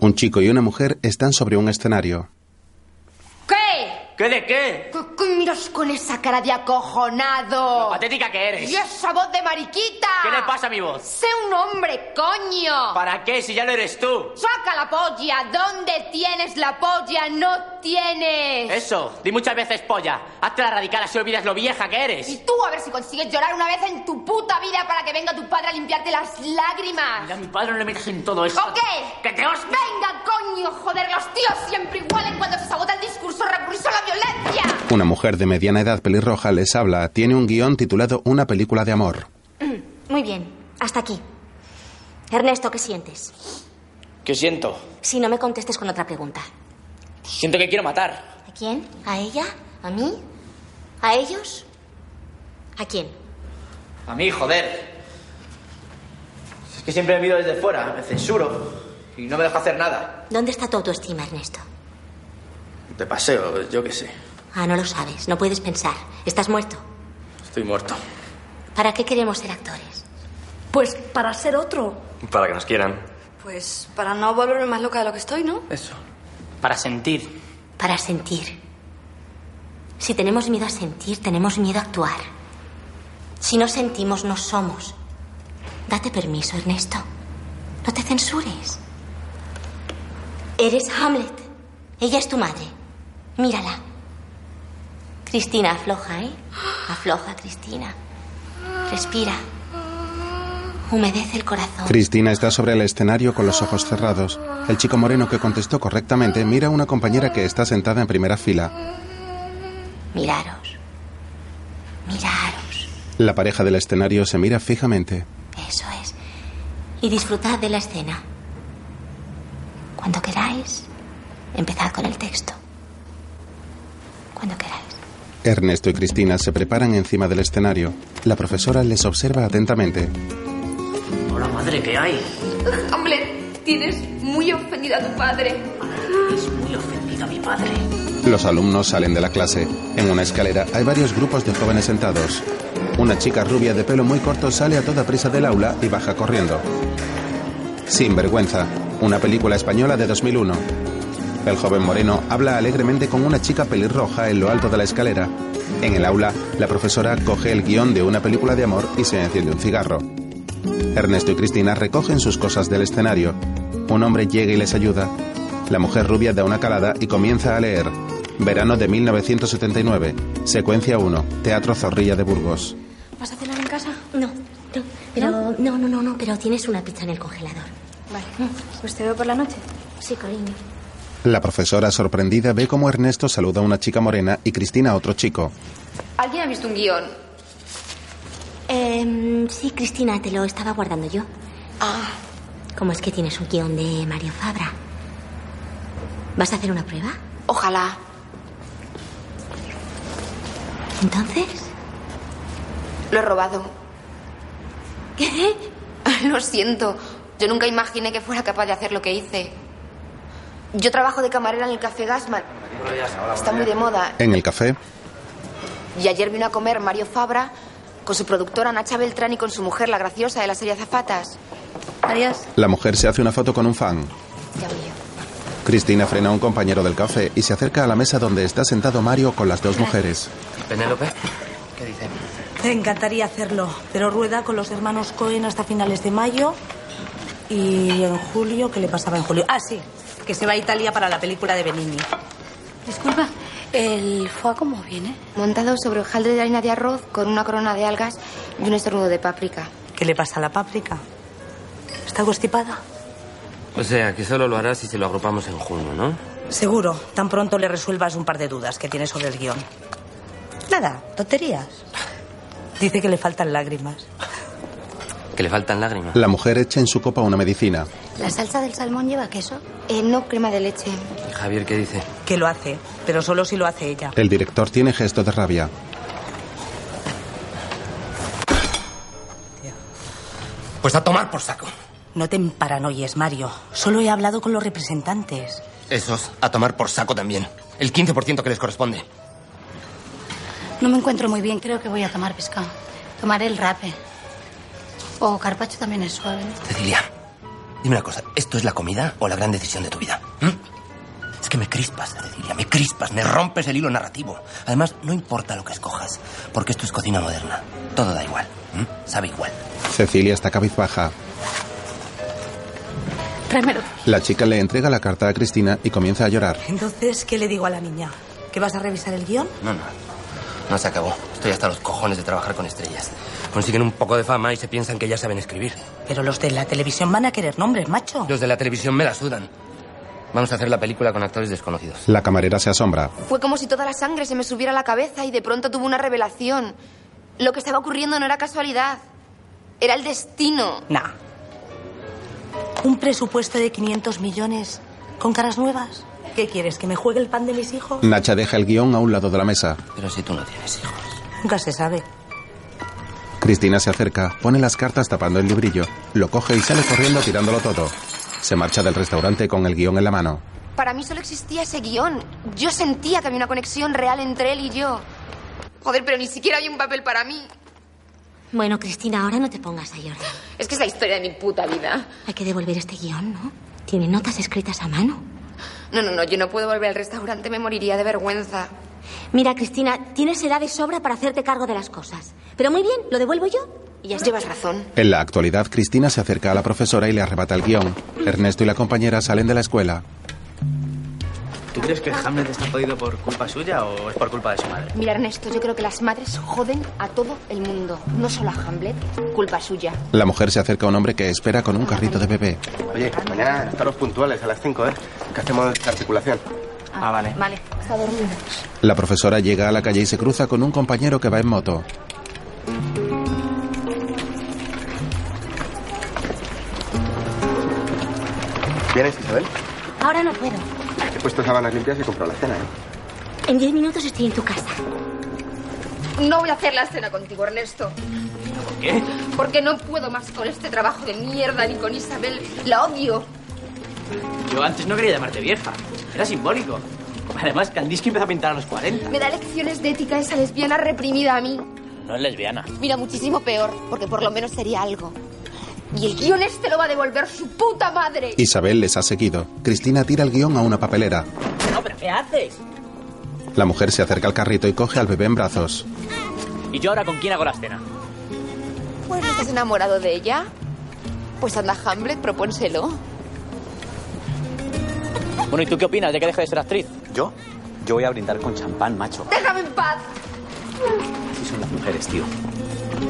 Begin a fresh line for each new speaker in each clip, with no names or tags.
Un chico y una mujer están sobre un escenario.
¿Qué?
¿Qué de qué?
¿Qué, qué miras con esa cara de acojonado?
Lo patética que eres.
¡Y esa voz de mariquita!
¿Qué le pasa a mi voz?
¡Sé un hombre, coño!
¿Para qué si ya lo eres tú?
¡Saca la polla! ¿Dónde tienes la polla? ¡No tienes!
Eso, di muchas veces polla. Hazte la radical así olvidas lo vieja que
Y
eres.
tú a ver si consigues llorar una vez en tu puta vida para que venga tu padre a limpiarte las lágrimas.
Mira, mi padre no le metas en todo eso.
¿O qué?
¡Que te os...
Venga, coño, joder, los tíos siempre igualen cuando se sabota el discurso recurso a la violencia.
Una mujer de mediana edad pelirroja les habla. Tiene un guión titulado Una película de amor.
Mm, Muy bien, hasta aquí. Ernesto, ¿qué sientes?
¿Qué siento?
Si no me contestes con otra pregunta.
Siento que quiero matar.
¿A quién? ¿A ella? ¿A mí? ¿A ellos? ¿A quién?
A mí, joder. Es que siempre me miro desde fuera, me censuro. Y no me dejo hacer nada.
¿Dónde está tu autoestima, Ernesto?
De paseo, yo qué sé.
Ah, no lo sabes, no puedes pensar. Estás muerto.
Estoy muerto.
¿Para qué queremos ser actores?
Pues para ser otro.
Para que nos quieran.
Pues para no volverme más loca de lo que estoy, ¿no?
Eso. Para sentir.
Para sentir. Si tenemos miedo a sentir, tenemos miedo a actuar. Si no sentimos, no somos. Date permiso, Ernesto. No te censures. Eres Hamlet. Ella es tu madre. Mírala. Cristina, afloja, ¿eh? Afloja, Cristina. Respira. Humedece el corazón.
Cristina está sobre el escenario con los ojos cerrados. El chico moreno que contestó correctamente mira a una compañera que está sentada en primera fila.
Miraros. Miraros.
La pareja del escenario se mira fijamente.
Eso es. Y disfrutad de la escena. Cuando queráis, empezad con el texto. Cuando queráis.
Ernesto y Cristina se preparan encima del escenario. La profesora les observa atentamente.
Hola, madre, ¿qué hay?
Hombre, tienes muy ofendida a tu padre.
Es muy ofendido mi padre.
Los alumnos salen de la clase. En una escalera hay varios grupos de jóvenes sentados. Una chica rubia de pelo muy corto sale a toda prisa del aula y baja corriendo. Sin vergüenza, una película española de 2001. El joven moreno habla alegremente con una chica pelirroja en lo alto de la escalera. En el aula, la profesora coge el guión de una película de amor y se enciende un cigarro. Ernesto y Cristina recogen sus cosas del escenario. Un hombre llega y les ayuda. La mujer rubia da una calada y comienza a leer. Verano de 1979. Secuencia 1. Teatro Zorrilla de Burgos.
¿Vas a cenar en casa?
No, no, pero. No, no, no, no, pero tienes una pizza en el congelador. Mm.
Vale. Pues te veo por la noche.
Sí, cariño.
La profesora, sorprendida, ve cómo Ernesto saluda a una chica morena y Cristina a otro chico.
¿Alguien ha visto un guión?
Em, sí, Cristina, te lo estaba guardando yo. Ah. ¿Cómo es que tienes un guión de Mario Fabra? ¿Vas a hacer una prueba?
Ojalá.
Entonces.
Lo he robado. ¿Qué? Lo siento. Yo nunca imaginé que fuera capaz de hacer lo que hice. Yo trabajo de camarera en el Café Gasman. Está muy de moda.
En el café,
Y ayer vino a comer Mario Fabra con su productora Nacha Beltrán y con su mujer, la graciosa de la serie Azafatas.
Adiós.
la mujer se hace una foto con un fan.
Ya voy yo.
Cristina frena a un compañero del café y se acerca a la mesa donde está sentado Mario con las dos mujeres.
Penélope.
Te encantaría hacerlo, pero rueda con los hermanos Cohen hasta finales de mayo. Y en julio, ¿qué le pasaba en julio? Ah, sí, que se va a Italia para la película de Benigni.
Disculpa, ¿el foie cómo viene?
Montado sobre hojaldre de harina de arroz con una corona de algas y un estornudo de páprica.
¿Qué le pasa a la páprica? ¿Está constipada?
O sea, que solo lo hará si se lo agrupamos en junio, ¿no?
Seguro, tan pronto le resuelvas un par de dudas que tiene sobre el guión. Nada, tonterías. Dice que le faltan lágrimas.
Que le faltan lágrimas.
La mujer echa en su copa una medicina.
¿La salsa del salmón lleva queso?
Eh, no crema de leche.
¿Y Javier qué dice?
Que lo hace, pero solo si lo hace ella.
El director tiene gesto de rabia.
Pues a tomar por saco.
No te paranoies, Mario. Solo he hablado con los representantes.
Esos, a tomar por saco también. El 15% que les corresponde.
No me encuentro muy bien, creo que voy a tomar pescado. Tomaré el rape. O carpacho también es suave.
Cecilia, Dime una cosa, ¿esto es la comida o la gran decisión de tu vida? ¿Mm? Es que me crispas, Cecilia, me crispas, me rompes el hilo narrativo. Además, no importa lo que escojas, porque esto es cocina moderna. Todo da igual, ¿Mm? sabe igual.
Cecilia está cabizbaja.
Tráemelo.
La chica le entrega la carta a Cristina y comienza a llorar.
Entonces, ¿qué le digo a la niña? ¿Que vas a revisar el guión?
No, no. No se acabó. Estoy hasta los cojones de trabajar con estrellas. Consiguen un poco de fama y se piensan que ya saben escribir.
Pero los de la televisión van a querer nombres, macho.
Los de la televisión me la sudan. Vamos a hacer la película con actores desconocidos.
La camarera se asombra.
Fue como si toda la sangre se me subiera a la cabeza y de pronto tuve una revelación. Lo que estaba ocurriendo no era casualidad. Era el destino.
Nah. Un presupuesto de 500 millones con caras nuevas. ¿Qué quieres? ¿Que me juegue el pan de mis hijos?
Nacha deja el guión a un lado de la mesa.
Pero si tú no tienes hijos.
Nunca se sabe.
Cristina se acerca, pone las cartas tapando el librillo, lo coge y sale corriendo tirándolo todo. Se marcha del restaurante con el guión en la mano.
Para mí solo existía ese guión. Yo sentía que había una conexión real entre él y yo. Joder, pero ni siquiera había un papel para mí.
Bueno, Cristina, ahora no te pongas a llorar.
Es que es la historia de mi puta vida.
Hay que devolver este guión, ¿no? Tiene notas escritas a mano.
No, no, no, yo no puedo volver al restaurante, me moriría de vergüenza.
Mira, Cristina, tienes edad de sobra para hacerte cargo de las cosas. Pero muy bien, lo devuelvo yo y ya está.
Llevas razón.
En la actualidad, Cristina se acerca a la profesora y le arrebata el guión. Ernesto y la compañera salen de la escuela.
¿Tú crees que Hamlet está jodido por culpa suya o es por culpa de su madre?
Mira, Ernesto, yo creo que las madres joden a todo el mundo, no solo a Hamlet. Culpa suya.
La mujer se acerca a un hombre que espera con un carrito de bebé.
Oye, mañana estaros puntuales a las 5, ¿eh? Que hacemos la articulación.
Ah, vale.
Vale, está dormido.
La profesora llega a la calle y se cruza con un compañero que va en moto.
¿Vienes, Isabel?
Ahora no puedo.
He puesto sábanas limpias y compro la cena, ¿eh?
En diez minutos estoy en tu casa.
No voy a hacer la cena contigo, Ernesto.
¿Por qué?
Porque no puedo más con este trabajo de mierda ni con Isabel. La odio.
Yo antes no quería llamarte vieja. Era simbólico. Además, Kandinsky empezó a pintar a los 40.
Me da lecciones de ética esa lesbiana reprimida a mí.
No es lesbiana.
Mira, muchísimo peor, porque por lo menos sería algo. Y el guión este lo va a devolver su puta madre.
Isabel les ha seguido. Cristina tira el guión a una papelera.
No, pero ¿qué haces?
La mujer se acerca al carrito y coge al bebé en brazos.
¿Y yo ahora con quién hago la escena?
Pues no estás enamorado de ella. Pues anda, Hamlet, propónselo.
Bueno, ¿y tú qué opinas de que deje de ser actriz?
¿Yo? Yo voy a brindar con champán, macho.
¡Déjame en paz!
Así son las
¿eh?
mujeres, tío.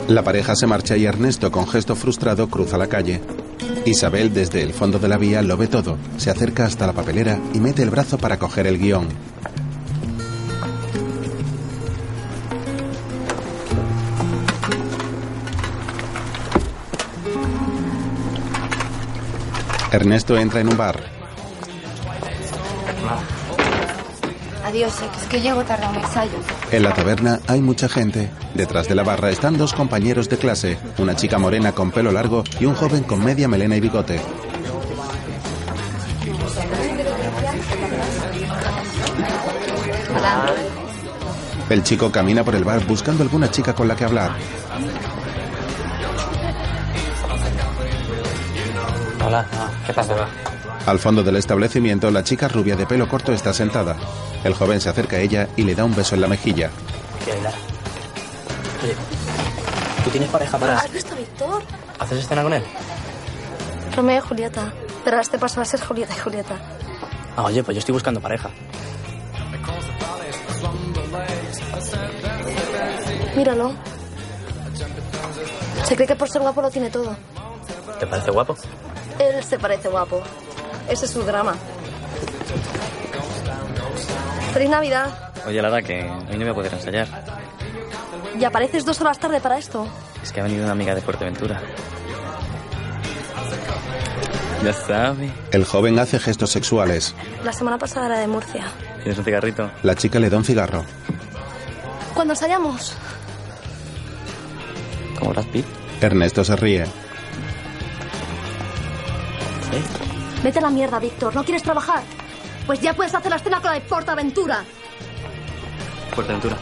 La pareja se marcha y Ernesto, con gesto frustrado, cruza la calle. Isabel, desde el fondo de la vía, lo ve todo. Se acerca hasta la papelera y mete el brazo para coger el guión. Ernesto entra en un bar.
Adiós, eh, que es que llego tarde a un ensayo.
En la taberna hay mucha gente. Detrás de la barra están dos compañeros de clase, una chica morena con pelo largo y un joven con media melena y bigote. El chico camina por el bar buscando alguna chica con la que hablar.
Hola, ¿qué pasa?
Al fondo del establecimiento, la chica rubia de pelo corto está sentada. El joven se acerca a ella y le da un beso en la mejilla.
¿Qué bailar? Oye, ¿tú tienes pareja para
¿Has visto a Víctor?
hacer escena con él?
Romeo y Julieta. Pero este paso va a ser Julieta y Julieta.
Ah, oye, pues yo estoy buscando pareja.
Míralo. Se cree que por ser guapo lo tiene todo.
¿Te parece guapo?
Él se parece guapo. Ese es su drama. Feliz Navidad.
Oye, Lara, que hoy no voy a poder ensayar.
Y apareces dos horas tarde para esto.
Es que ha venido una amiga de Fuerteventura. Ya sabe.
El joven hace gestos sexuales.
La semana pasada era de Murcia.
¿Tienes un cigarrito?
La chica le da un cigarro.
¿Cuándo ensayamos?
¿Como Brad Pitt?
Ernesto se ríe.
Vete a la mierda, Víctor. ¿No quieres trabajar? Pues ya puedes hacer la escena con la de Portaventura.
Fuerteventura.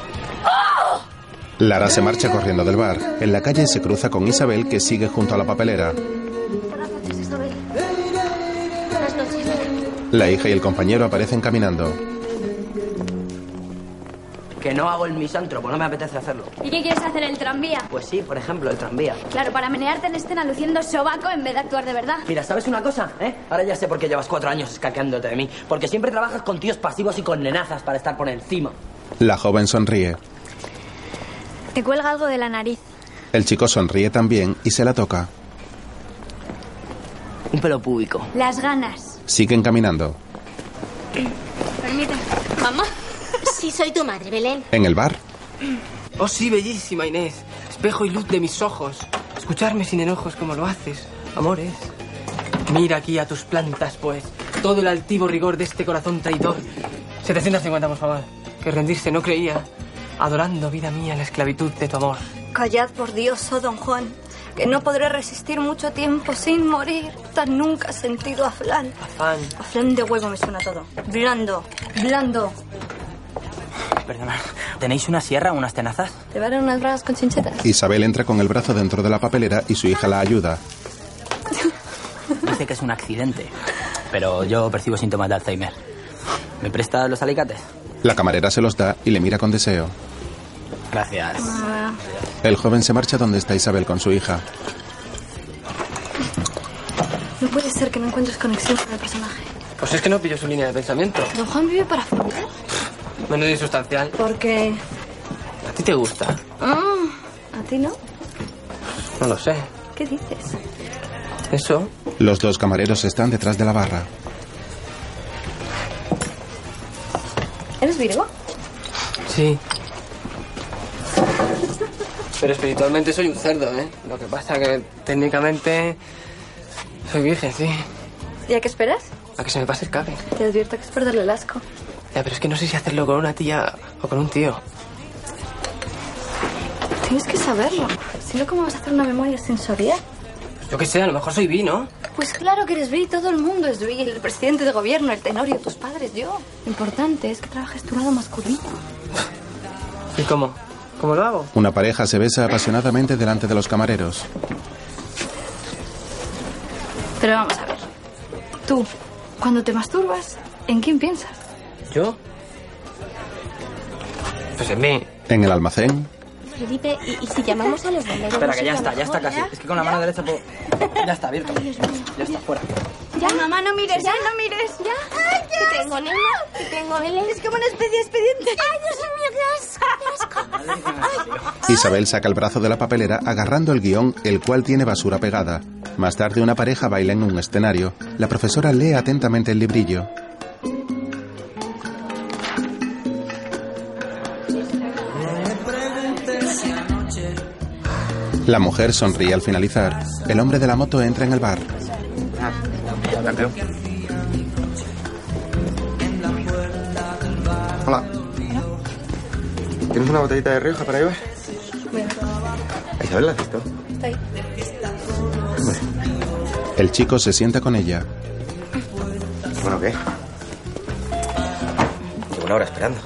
Lara se marcha corriendo del bar. En la calle se cruza con Isabel que sigue junto a la papelera.
Buenas noches, Isabel.
La hija y el compañero aparecen caminando.
Que no hago el misántropo, no me apetece hacerlo.
¿Y qué quieres hacer el tranvía?
Pues sí, por ejemplo, el tranvía.
Claro, para menearte en escena luciendo sobaco en vez de actuar de verdad.
Mira, ¿sabes una cosa? ¿Eh? Ahora ya sé por qué llevas cuatro años escaqueándote de mí. Porque siempre trabajas con tíos pasivos y con nenazas para estar por encima.
La joven sonríe.
Te cuelga algo de la nariz.
El chico sonríe también y se la toca.
Un pelo púbico.
Las ganas.
Siguen caminando.
Permíteme. ¿Mamá?
Sí, soy tu madre, Belén.
En el bar,
Oh, sí, bellísima Inés. Espejo y luz de mis ojos. Escucharme sin enojos como lo haces, amores. Mira aquí a tus plantas, pues. Todo el altivo rigor de este corazón traidor. 750, por favor. Que rendirse no creía. Adorando, vida mía, la esclavitud de tu amor.
Callad por Dios, oh don Juan, que no podré resistir mucho tiempo sin morir. Tan nunca sentido afán.
Afán.
Afán de huevo me suena todo. Blando, blando.
Perdona, ¿tenéis una sierra o unas tenazas?
Llevaron unas bragas con chinchetas.
Isabel entra con el brazo dentro de la papelera y su hija la ayuda.
Dice que es un accidente, pero yo percibo síntomas de Alzheimer. ¿Me prestas los alicates?
La camarera se los da y le mira con deseo.
Gracias.
El joven se marcha donde está Isabel con su hija.
No puede ser que no encuentres conexión con el personaje.
Pues es que no pillo su línea de pensamiento.
¿Don Juan vive para follar?
Menos insustancial.
Porque...
¿A ti te gusta?
Ah, ¿A ti no?
No lo sé.
¿Qué dices?
Eso.
Los dos camareros están detrás de la barra.
¿Eres Virgo?
Sí. Pero espiritualmente soy un cerdo, ¿eh? Lo que pasa que técnicamente soy virgen, sí.
¿Y a qué esperas?
A que se me pase el cabe.
Te advierto que es perderle el asco.
Ya, pero es que no sé si hacerlo con una tía o con un tío.
Tienes que saberlo. Si no, ¿cómo vas a hacer una memoria sensorial?
Yo qué sé, a lo mejor soy bi, ¿no?
Pues claro que eres Bri, todo el mundo es Bri, el presidente de gobierno, el tenorio, tus padres, yo. Lo importante es que trabajes tu lado masculino.
¿Y cómo? ¿Cómo lo hago?
Una pareja se besa apasionadamente delante de los camareros.
Pero vamos a ver. Tú, cuando te masturbas, ¿en quién piensas?
¿Yo? Pues en mí.
En el almacén,
Felipe, ¿y, y si llamamos a los bomberos?
Espera,
no
que ya
sería
está, ya está
mejor,
casi.
ya?
Es que con la mano derecha puedo... Ya está abierto. Ya está, fuera.
Ya, mamá, no mires, ya, no mires. Ya. Ay,
Te tengo, nena. Te tengo, Belén.
Es como una especie de expediente.
Ay, Dios mío, qué asco.
Isabel saca el brazo de la papelera agarrando el guión, el cual tiene basura pegada. Más tarde una pareja baila en un escenario. La profesora lee atentamente el librillo. La mujer sonríe al finalizar. El hombre de la moto entra en el bar.
Hola. ¿Tienes una botellita de Rioja para llevar? Isabel, ¿la has visto?
Estoy.
El chico se sienta con ella.
Bueno, ¿qué?
Llevo una hora esperando.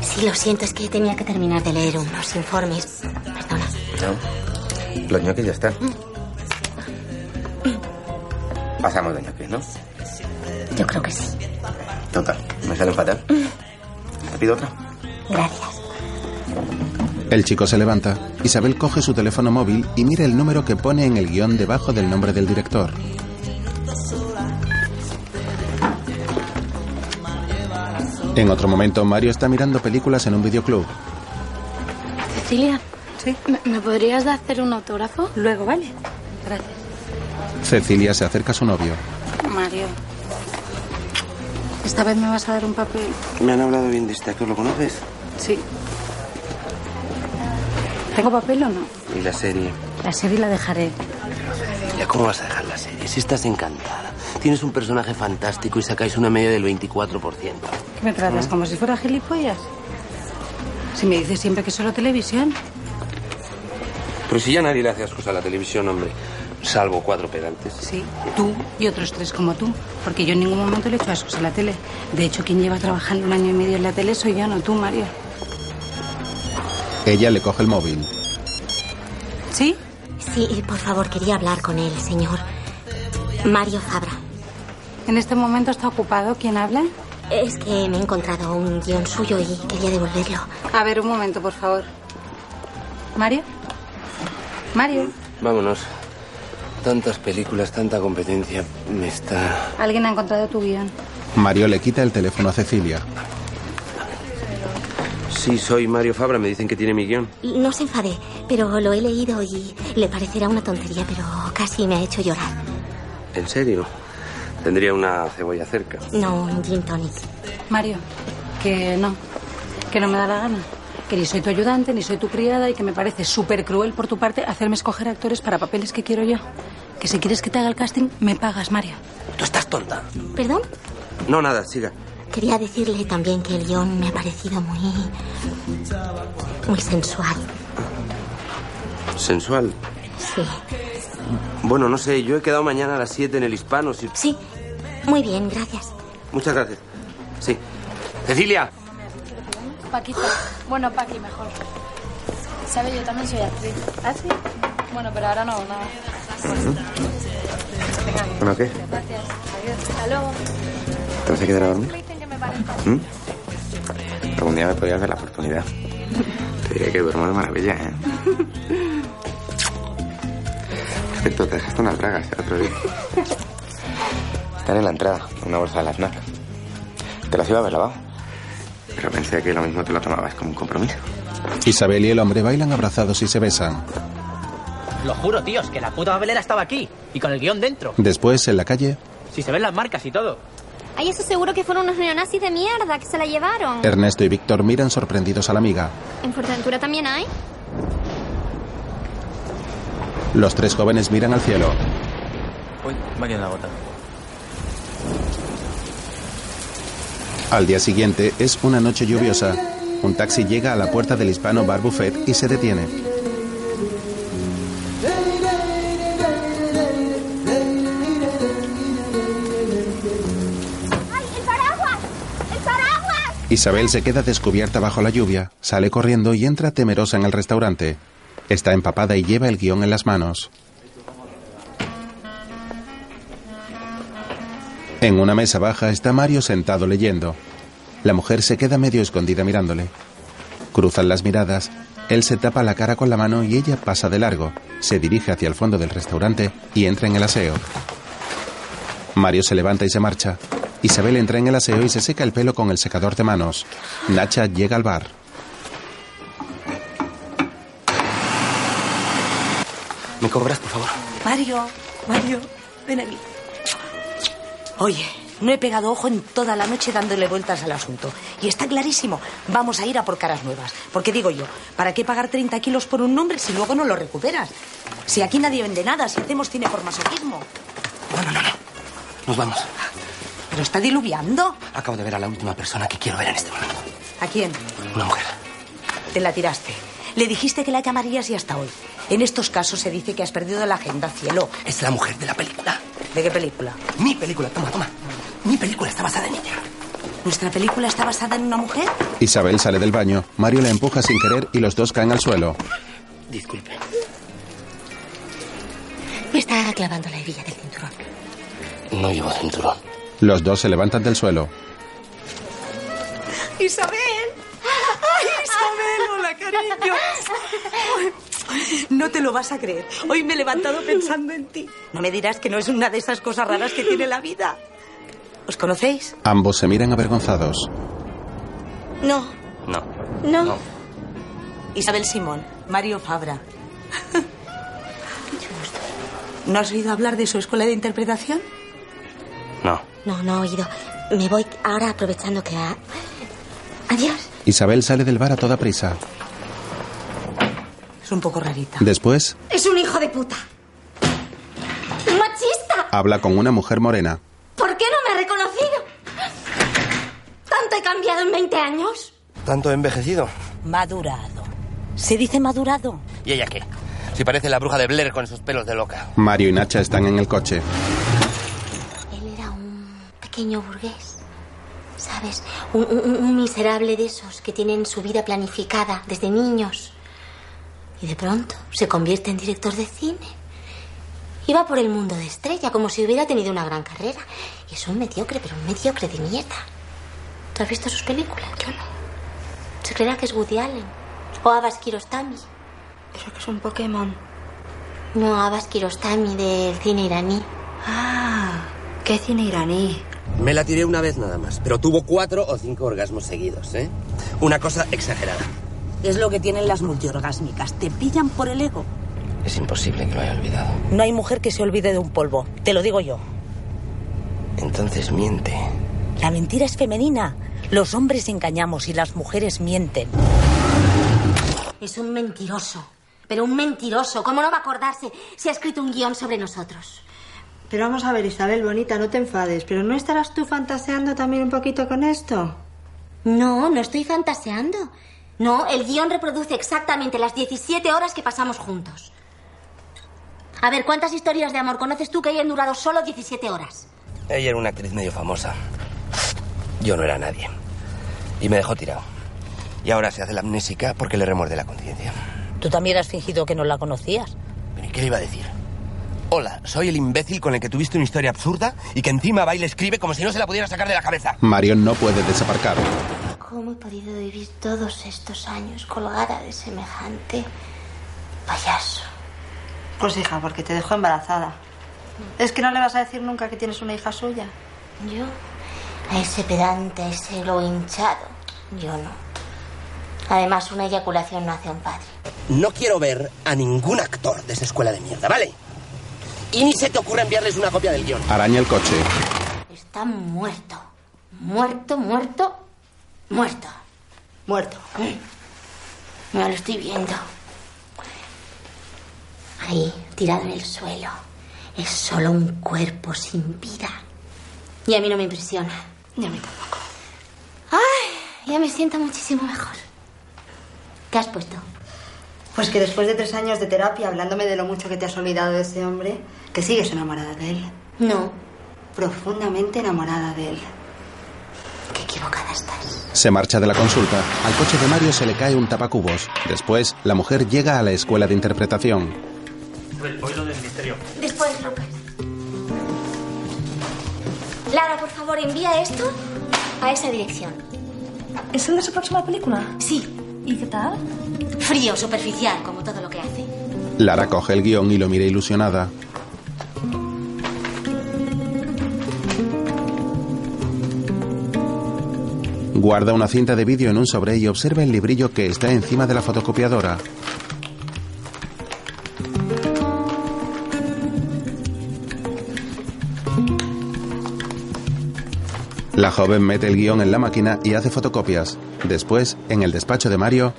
Sí, lo siento, es que tenía que terminar de leer unos informes. Perdona.
No. Los ñoquis ya están. Pasamos de ñoquis, ¿no?
Yo creo que sí. Mm.
Total. Me sale fatal. ¿Te pido otra?
Gracias.
El chico se levanta. Isabel coge su teléfono móvil y mira el número que pone en el guión debajo del nombre del director. En otro momento, Mario está mirando películas en un videoclub.
Cecilia. Sí. ¿Me, me podrías hacer un autógrafo? Luego, ¿vale? Gracias.
Cecilia se acerca a su novio.
Mario. Esta vez me vas a dar un papel.
Me han hablado bien de este actor, ¿lo conoces?
Sí. ¿Tengo papel o no?
Y la serie.
La serie la dejaré.
Ya, ¿cómo vas a dejar la serie? Si estás encantada. Tienes un personaje fantástico y sacáis una media del 24%.
¿Qué me tratas? ¿Como si fuera gilipollas? Si me dices siempre que solo televisión.
Pero si ya nadie le hace ascos a la televisión, hombre. Salvo cuatro pedantes.
Sí, tú y otros tres como tú. Porque yo en ningún momento le he hecho ascos a la tele. De hecho, quien lleva trabajando un año y medio en la tele soy yo, no tú, Mario.
Ella le coge el móvil.
¿Sí?
Sí, por favor, quería hablar con él, señor. Mario Fabra.
En este momento está ocupado. ¿Quién habla?
Es que me he encontrado un guión suyo y quería devolverlo.
A ver, un momento, por favor. ¿Mario? ¿Mario?
Vámonos. Tantas películas, tanta competencia. Me está.
Alguien ha encontrado tu guión.
Mario le quita el teléfono a Cecilia.
Sí, soy Mario Fabra. Me dicen que tiene mi guión.
No se enfade, pero lo he leído y le parecerá una tontería, pero casi me ha hecho llorar.
¿En serio? Tendría una cebolla cerca.
No, un gin tonic.
Mario, que no. Que no me da la gana. Que ni soy tu ayudante, ni soy tu criada y que me parece súper cruel por tu parte hacerme escoger actores para papeles que quiero yo. Que si quieres que te haga el casting, me pagas, Mario.
Tú estás tonta.
¿Perdón?
No, nada, siga.
Quería decirle también que el guión me ha parecido muy... muy sensual.
Sensual.
Sí.
Bueno, no sé, yo he quedado mañana a las 7 en el hispano. Si...
Sí, muy bien, gracias.
Muchas gracias. Sí. Cecilia.
Paquita. Bueno, Paqui mejor. ¿Sabes? Yo también soy actriz. ¿Ah, sí? Bueno, pero ahora no, nada.
Mm.
Venga.
¿Bueno qué?
Gracias. Adiós. Hasta luego.
¿Te vas a quedar a dormir? ¿Mm? Algún día me podrías dar la oportunidad. Te diría que duermo de maravilla, ¿eh? Perfecto, te dejaste unas bragas el otro día. Están en la entrada, en una bolsa de las nacas. Te las iba a haber lavado. Pero pensé que lo mismo te lo tomabas como un compromiso.
Isabel y el hombre bailan abrazados y se besan.
Lo juro, tíos, que la puta papelera estaba aquí y con el guión dentro.
Después, en la calle,
Si se ven las marcas y todo.
Ay, eso seguro que fueron unos neonazis de mierda que se la llevaron.
Ernesto y Víctor miran sorprendidos a la amiga.
¿En Fuerteventura también hay?
Los tres jóvenes miran al cielo.
Uy, me ha quedado la gota.
Al día siguiente es una noche lluviosa. Un taxi llega a la puerta del hispano Bar Buffet y se detiene.
¡Ay, el paraguas! ¡El paraguas!
Isabel se queda descubierta bajo la lluvia, sale corriendo y entra temerosa en el restaurante. Está empapada y lleva el guión en las manos. En una mesa baja está Mario sentado leyendo. La mujer se queda medio escondida mirándole. Cruzan las miradas, él se tapa la cara con la mano y ella pasa de largo, se dirige hacia el fondo del restaurante y entra en el aseo. Mario se levanta y se marcha. Isabel entra en el aseo y se seca el pelo con el secador de manos. Nacha llega al bar.
¿Me cobras, por favor?
Mario, Mario, ven aquí. Oye, no he pegado ojo en toda la noche dándole vueltas al asunto. Y está clarísimo, vamos a ir a por caras nuevas. Porque digo yo, ¿para qué pagar 30 kilos por un nombre si luego no lo recuperas? Si aquí nadie vende nada, si hacemos cine por masoquismo.
Nos vamos.
¿Pero está diluviando?
Acabo de ver a la última persona que quiero ver en este momento.
¿A quién?
Una mujer.
Te la tiraste. Le dijiste que la llamarías y hasta hoy. En estos casos se dice que has perdido la agenda, cielo.
Es la mujer de la película.
¿De qué película?
Mi película, toma, toma. Mi película está basada en ella.
¿Nuestra película está basada en una mujer?
Isabel sale del baño, Mario la empuja sin querer y los dos caen al suelo.
Disculpe.
Me está clavando la hebilla del cinturón.
No llevo cinturón.
Los dos se levantan del suelo.
Isabel. Ay, Isabel, hola, cariño. No te lo vas a creer. Hoy me he levantado pensando en ti. No me dirás que no es una de esas cosas raras que tiene la vida. ¿Os conocéis?
Ambos se miran avergonzados.
No.
No.
No. Isabel Simón, Mario Fabra. ¿No has oído hablar de su escuela de interpretación?
No.
No, no he oído. Me voy ahora aprovechando que... ha- Adiós.
Isabel sale del bar a toda prisa.
Es un poco rarita.
Después
Es un hijo de puta.
¡Machista!
habla con una mujer morena.
¿Por qué no me ha reconocido? ¿Tanto he cambiado en 20 años?
¿Tanto he envejecido?
Madurado. ¿Se dice madurado?
¿Y ella qué? Si parece la bruja de Blair con esos pelos de loca.
Mario y Nacha están en el coche.
Pequeño burgués. ¿Sabes? Un, un- un miserable de esos que tienen su vida planificada desde niños. Y de pronto se convierte en director de cine. Iba por el mundo de estrella como si hubiera tenido una gran carrera. Y Es un mediocre, pero un mediocre de mierda. ¿Tú has visto sus películas? Yo no. Se creerá que es Woody Allen o Abbas Kiarostami. Eso que es un Pokémon. No, Abbas Kiarostami del cine iraní. Ah, ¿qué cine iraní?
Me la tiré una vez nada más, pero tuvo cuatro o cinco orgasmos seguidos, ¿eh? Una cosa exagerada.
Es lo que tienen las multiorgásmicas. Te pillan por el ego.
Es imposible que lo haya olvidado.
No hay mujer que se olvide de un polvo. Te lo digo yo.
Entonces miente.
La mentira es femenina. Los hombres engañamos y las mujeres mienten.
Es un mentiroso. Pero un mentiroso. ¿Cómo no va a acordarse si ha escrito un guión sobre nosotros?
Pero vamos a ver, Isabel, bonita, no te enfades. ¿Pero no estarás tú fantaseando también un poquito con esto?
No, no estoy fantaseando. No, el guión reproduce exactamente las 17 horas que pasamos juntos. A ver, ¿cuántas historias de amor conoces tú que hayan durado solo 17 horas?
Ella era una actriz medio famosa. Yo no era nadie. Y me dejó tirado. Y ahora se hace la amnésica porque le remorde la conciencia.
Tú también has fingido que no la conocías.
¿Pero y qué le iba a decir? Hola, soy el imbécil con el que tuviste una historia absurda y que encima va y le escribe como si no se la pudiera sacar de la cabeza.
Marion no puede desaparcar.
¿Cómo he podido vivir todos estos años colgada de semejante payaso?
Pues hija, porque te dejó embarazada. ¿Es que no le vas a decir nunca que tienes una hija suya?
Yo, a ese pedante, a ese lo hinchado, yo no. Además, una eyaculación no hace un padre.
No quiero ver a ningún actor de esa escuela de mierda, ¿vale? Y ni se te ocurra enviarles una copia del guión.
Araña el coche.
Está muerto. Muerto, muerto, muerto.
Muerto.
Mm. No lo estoy viendo. Ahí, tirado en el suelo. Es solo un cuerpo sin vida. Y a mí no me impresiona.
Ni a mí tampoco.
¡Ay! Ya me siento muchísimo mejor. ¿Qué has puesto?
Pues que después de tres años de terapia, hablándome de lo mucho que te has olvidado de ese hombre, que sigues enamorada de él.
No.
Profundamente enamorada de él.
Qué equivocada estás.
Se marcha de la consulta. Al coche de Mario se le cae un tapacubos. Después, la mujer llega a la escuela de interpretación.
Hoy lo del misterio.
Después, Lucas. Lara, por favor, envía esto a esa dirección.
¿Es el de su próxima película?
Sí.
¿Y qué tal?
Frío, superficial, como todo lo que hace.
Lara coge el guión y lo mira ilusionada. Guarda una cinta de vídeo en un sobre y observa el librillo que está encima de la fotocopiadora. La joven mete el guión en la máquina y hace fotocopias. Después, en el despacho de Mario,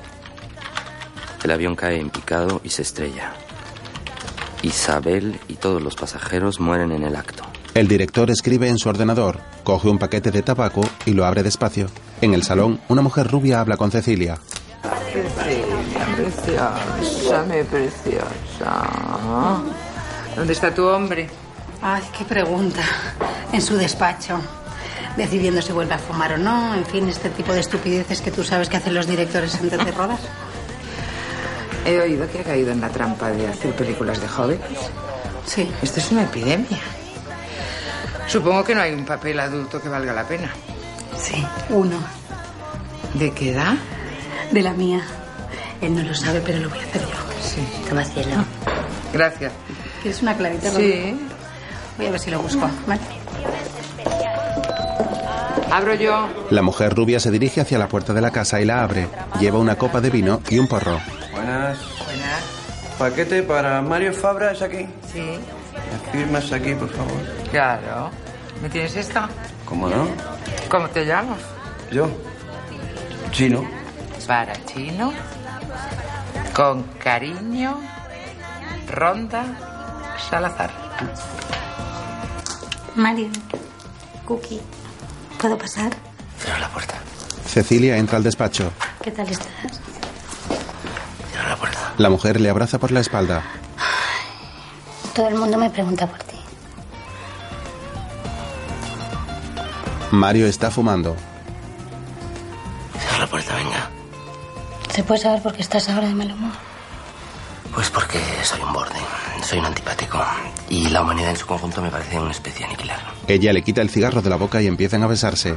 El avión cae en picado y se estrella. Isabel y todos los pasajeros mueren en el acto.
el director escribe en su ordenador, coge un paquete de tabaco y lo abre despacio. En el salón, una mujer rubia habla con Cecilia.
Preciosa, mi preciosa. ¿Dónde está tu hombre?
Ay, qué pregunta. En su despacho. Decidiendo si vuelve a fumar o no. En fin, este tipo de estupideces que tú sabes que hacen los directores antes de rodar.
He oído que ha caído en la trampa de hacer películas de jóvenes.
Sí.
Esto es una epidemia. Supongo que no hay un papel adulto que valga la pena.
Sí, uno.
¿De qué edad?
De la mía. Él no lo sabe, pero lo voy a hacer yo.
Sí.
Toma cielo.
Gracias.
¿Quieres una clarita?
Sí.
Rocío? Voy a ver si lo busco. ¿vale?
Abro yo.
La mujer rubia se dirige hacia la puerta de la casa y la abre. Lleva una copa de vino y un porro.
Buenas. Paquete para Mario Fabra es aquí.
Sí.
Las firmas aquí, por favor.
Claro. ¿Me tienes esta?
¿Cómo no?
¿Cómo te llamas?
Yo. Chino.
Para chino. Con cariño. Ronda. Salazar.
Mario,
Cookie,
¿puedo pasar?
Cecilia entra al despacho.
¿Qué tal estás?
La mujer le abraza por la espalda.
Todo el mundo me pregunta por ti.
Mario está fumando.
Cierra la puerta, venga.
¿Se puede saber por qué estás ahora de mal humor?
Pues porque soy un borde, soy un antipático y la humanidad en su conjunto me parece una especie aniquilar.
Ella le quita el cigarro de la boca y empiezan a besarse.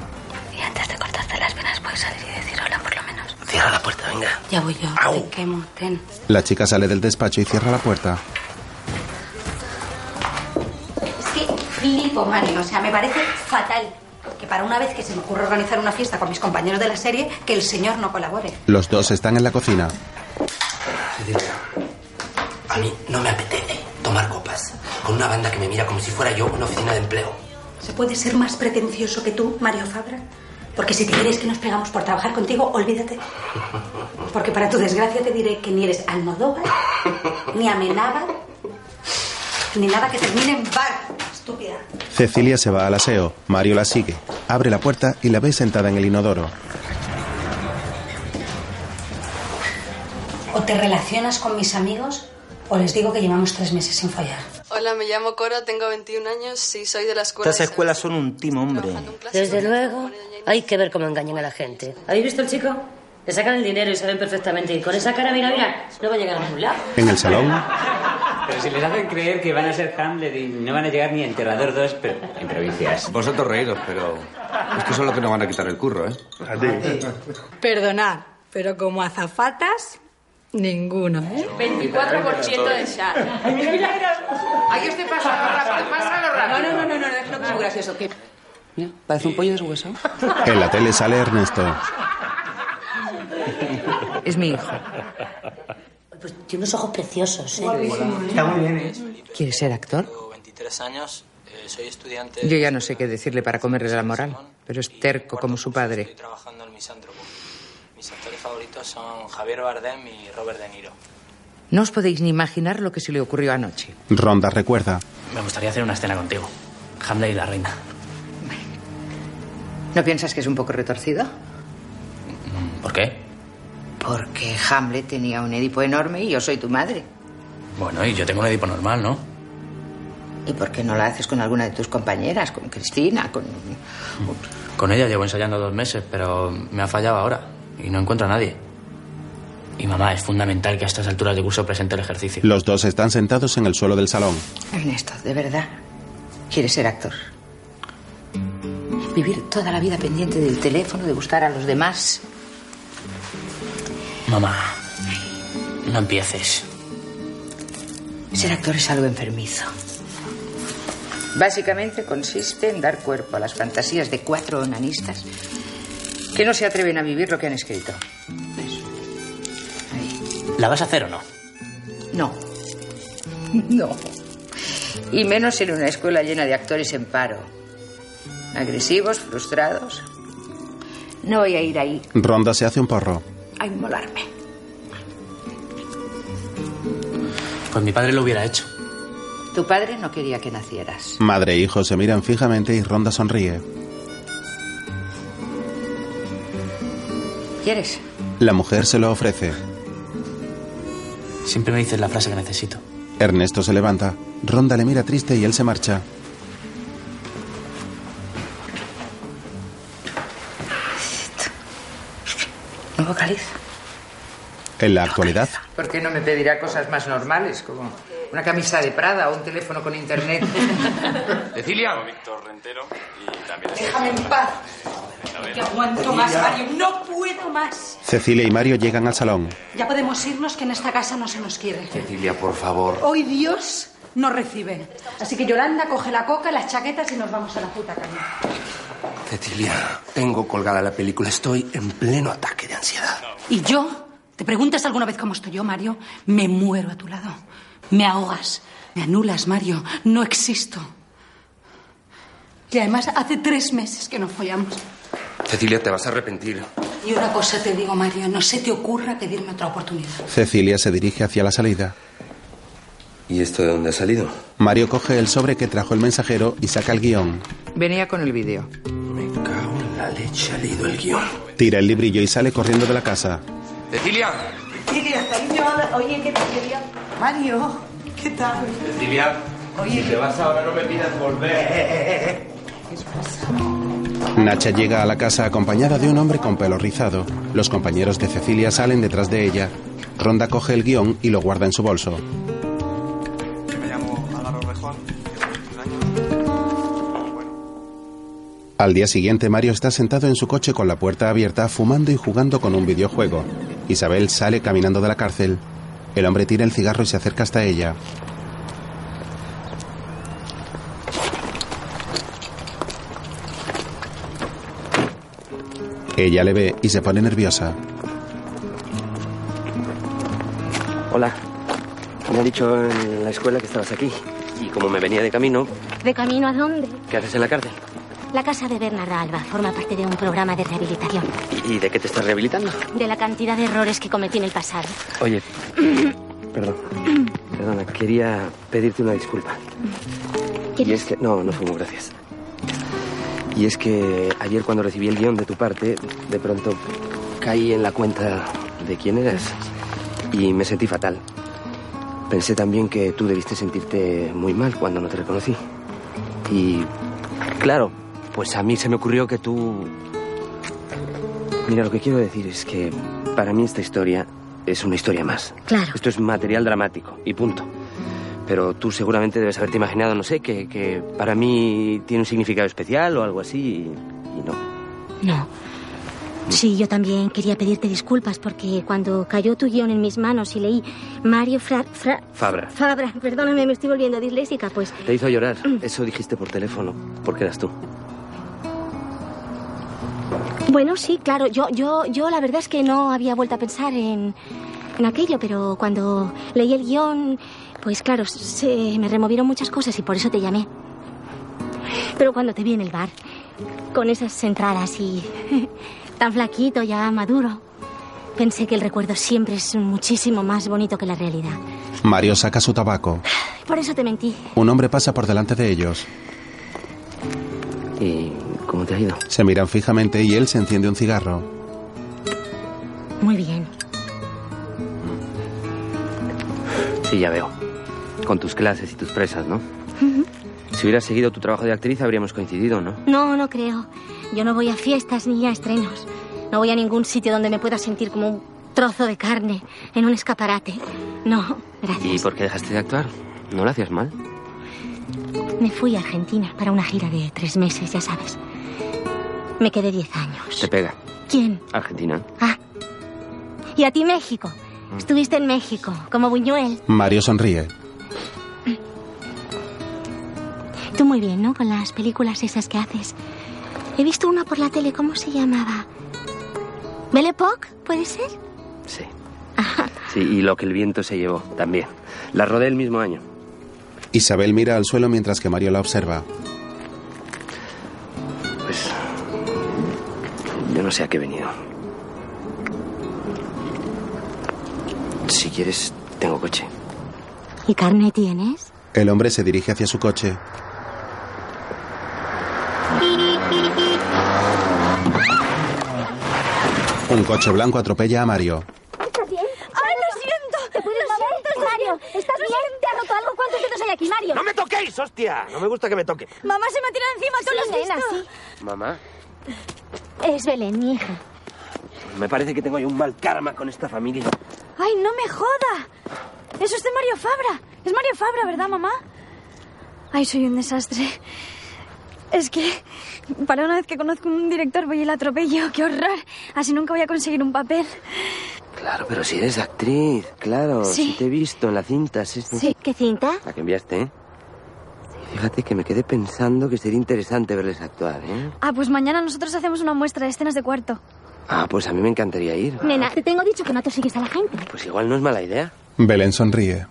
Y antes de cortarte las venas puedes salir y decir hola por lo menos. Cierra la puerta, venga.
Ya voy yo. Te quemo, ten.
La chica sale del despacho y cierra la puerta.
Es que flipo, Mario. O sea, me parece fatal que para una vez que se me ocurre organizar una fiesta con mis compañeros de la serie, que el señor no colabore.
Los dos están en la cocina.
Cecilia, a mí no me apetece tomar copas con una banda que me mira como si fuera yo una oficina de empleo.
¿Se puede ser más pretencioso que tú, Mario Fabra? Porque si te crees que nos pegamos por trabajar contigo, olvídate. Porque para tu desgracia te diré que ni eres Almodóvar, ni Amenábar, ni nada que termine en bar. Estúpida.
Cecilia se va al aseo. Mario la sigue. Abre la puerta y la ve sentada en el inodoro.
O te relacionas con mis amigos o les digo que llevamos tres meses sin follar.
Hola, me llamo Cora, tengo 21 años y soy de la escuela.
Estas escuelas son un timo, hombre.
Desde luego, hay que ver cómo engañan a la gente. ¿Habéis visto el chico? Le sacan el dinero y saben perfectamente. Y con esa cara, mira, mira, no va a llegar a ningún lado.
En el salón,
Pero si les hacen creer que van a ser Hamlet y no van a llegar ni a Enterrador 2, pero en provincias.
Vosotros reídos, pero es que son los que nos van a quitar el curro, ¿eh? A ti.
Perdonad, pero como azafatas, ninguno, ¿eh?
24% de Shar. Mira, mira, mira. Ahí estoy pasando rápido, pásalo rápido. No, no, no, no, déjalo como gracioso. Que...
Parece un pollo deshuesado.
en la tele sale Ernesto.
Es mi hijo. Pues tiene unos ojos preciosos, ¿eh?
Está muy bien, ¿eh?
¿Quieres ser actor?
Tengo 23 años, eh, soy estudiante.
Yo ya no sé qué decirle para comerle la moral, pero es terco como su padre.
Estoy trabajando en Misántropo. Mis actores favoritos son Javier Bardem y Robert De Niro.
No os podéis ni imaginar lo que se le ocurrió anoche.
Ronda recuerda.
Me gustaría hacer una escena contigo. Hamlet y la reina.
¿No piensas que es un poco retorcido?
Mm, ¿Por qué?
Porque Hamlet tenía un Edipo enorme y yo soy tu madre.
Bueno, y yo tengo un Edipo normal, ¿no?
¿Y por qué no la haces con alguna de tus compañeras? Con Cristina, con...
Con ella llevo ensayando dos meses, pero me ha fallado ahora y no encuentro a nadie. Y mamá, es fundamental que a estas alturas de curso presente el ejercicio.
Los dos están sentados en el suelo del salón.
Ernesto, de verdad. ¿Quieres ser actor? Vivir toda la vida pendiente del teléfono, de gustar a los demás.
Mamá, no empieces.
Ser actor es algo enfermizo. Básicamente consiste en dar cuerpo a las fantasías de cuatro onanistas que no se atreven a vivir lo que han escrito.
¿La vas a hacer o no?
No. No. Y menos en una escuela llena de actores en paro. Agresivos, frustrados. No voy a ir ahí
Ronda se hace un porro.
a inmolarme.
Pues mi padre lo hubiera hecho.
Tu padre no quería que nacieras.
Madre e hijo se miran fijamente y Ronda sonríe.
¿Quieres?
La mujer se lo ofrece.
Siempre me dices la frase que necesito.
Ernesto se levanta. Ronda le mira triste y él se marcha.
No vocaliza.
En la actualidad,
¿Por qué no me pedirá cosas más normales, como una camisa de Prada o un teléfono con internet?
Cecilia. Víctor Rentero y también...
Déjame en paz.
Que aguanto más, Mario.
No puedo más.
Cecilia y Mario llegan al salón.
Ya podemos irnos, que en esta casa no se nos quiere.
Cecilia, por favor.
Hoy Dios nos recibe. Así que Yolanda coge la coca, las chaquetas y nos vamos a la puta calle.
Cecilia, tengo colgada la película. Estoy en pleno ataque Ah, de ansiedad.
Y yo, ¿te preguntas alguna vez cómo estoy yo, Mario? Me muero a tu lado. Me ahogas. Me anulas, Mario. No existo. Y además hace tres meses que no follamos.
Cecilia, te vas a arrepentir.
Y una cosa te digo, Mario, no se te ocurra pedirme otra oportunidad.
Cecilia se dirige hacia la salida.
¿Y esto de dónde ha salido?
Mario coge el sobre que trajo el mensajero y saca el guión.
Venía con el vídeo.
La leche ha leído el guión.
Tira el librillo y sale corriendo de la casa.
Cecilia.
Cecilia, cariño, hola. oye, ¿qué tal? quería? Mario, ¿qué tal?
Cecilia.
Oye.
Eh,
Si te vas ahora no me pidas volver.
¿Qué os pasa?
Nacha llega a la casa acompañada de un hombre con pelo rizado. Los compañeros de Cecilia salen detrás de ella. Ronda coge el guión y lo guarda en su bolso.
Me llamo Álvaro Rejón.
Al día siguiente, Mario está sentado en su coche con la puerta abierta, fumando y jugando con un videojuego. Isabel sale caminando de la cárcel. El hombre tira el cigarro y se acerca hasta ella. Ella le ve y se pone nerviosa.
Hola. Me ha dicho en la escuela que estabas aquí. Y como me venía de camino,
¿De camino a dónde?
¿qué haces en la cárcel?
La casa de Bernarda Alba forma parte de un programa de rehabilitación.
¿Y, y de qué te estás rehabilitando?
De la cantidad de errores que cometí en el pasado.
Oye, perdón. Perdona, quería pedirte una disculpa. Y es que. No, no fumo, gracias. Y es que ayer cuando recibí el guión de tu parte, de pronto caí en la cuenta de quién eras. Y me sentí fatal. Pensé también que tú debiste sentirte muy mal cuando no te reconocí. Y. Claro, pues a mí se me ocurrió que tú. Mira, lo que quiero decir es que para mí esta historia es una historia más.
Claro.
Esto es material dramático y punto. Pero tú seguramente debes haberte imaginado, no sé, que, que para mí tiene un significado especial o algo así y, y no.
No. Sí, yo también quería pedirte disculpas porque cuando cayó tu guión en mis manos y leí Mario Fra... Fra-
Fabra,
Fabra, perdóname, me estoy volviendo disléxica, pues...
te hizo llorar. Eso dijiste por teléfono, porque eras tú.
Bueno, sí, claro, yo, yo, yo la verdad es que no había vuelto a pensar en, en aquello, pero cuando leí el guión, pues claro, se me removieron muchas cosas y por eso te llamé. Pero cuando te vi en el bar, con esas entradas y tan flaquito, ya maduro, pensé que el recuerdo siempre es muchísimo más bonito que la realidad.
Mario saca su tabaco.
Por eso te mentí.
Un hombre pasa por delante de ellos.
¿Y cómo te ha ido?
Se miran fijamente y él se enciende un cigarro.
Muy bien.
Sí, ya veo. Con tus clases y tus presas, ¿no? Si hubieras seguido tu trabajo de actriz habríamos coincidido, ¿no?
No, no creo. Yo no voy a fiestas ni a estrenos. No voy a ningún sitio donde me pueda sentir como un trozo de carne en un escaparate. No,
¿Y por qué dejaste de actuar? ¿No lo hacías mal?
me fui a Argentina para una gira de tres meses, ya sabes. Me quedé diez años.
Te pega.
¿Quién? Ah.
Argentina.
Y a ti México. Estuviste en México, como Buñuel.
Mario sonríe.
Tú muy bien, ¿no? Con las películas esas que haces. He visto una por la tele, ¿cómo se llamaba? ¿Belle Époque? ¿Puede ser?
Sí. Sí, y lo que el viento se llevó también. La rodé el mismo año.
Isabel mira al suelo mientras que Mario la observa.
Pues yo no sé a qué he venido. Si quieres, tengo coche.
¿Y carne tienes?
El hombre se dirige hacia su coche. Un coche blanco atropella a Mario.
¿Estás bien? ¡Ay, lo siento! ¿Te puedes mover? Mario, ¿estás bien? ¿Te ha roto algo? ¿Cuántos dedos hay aquí, Mario?
¡No me toquéis, hostia! No me gusta que me toque.
Mamá se me ha tirado encima, ¿tú lo has visto?
Mamá,
Es Belén, mi hija.
me parece que tengo yo un mal karma con esta familia.
¡Ay, no me joda! Eso es de Mario Fabra. Es Mario Fabra, ¿verdad, mamá? Ay, soy un desastre. Es que para una vez que conozco un director voy y le atropello. ¡Qué horror! Así nunca voy a conseguir un papel.
Claro, pero si eres actriz, claro.
Sí.
Si te he visto en la cinta, sí, sí.
¿Qué cinta?
La que enviaste, ¿eh? Y Fíjate que me quedé pensando que sería interesante verles actuar, ¿eh?
Ah, pues mañana nosotros hacemos una muestra de escenas de cuarto.
Ah, pues a mí me encantaría ir.
Nena, te tengo dicho que no te sigues a la gente.
Pues igual no es mala idea.
Belén sonríe.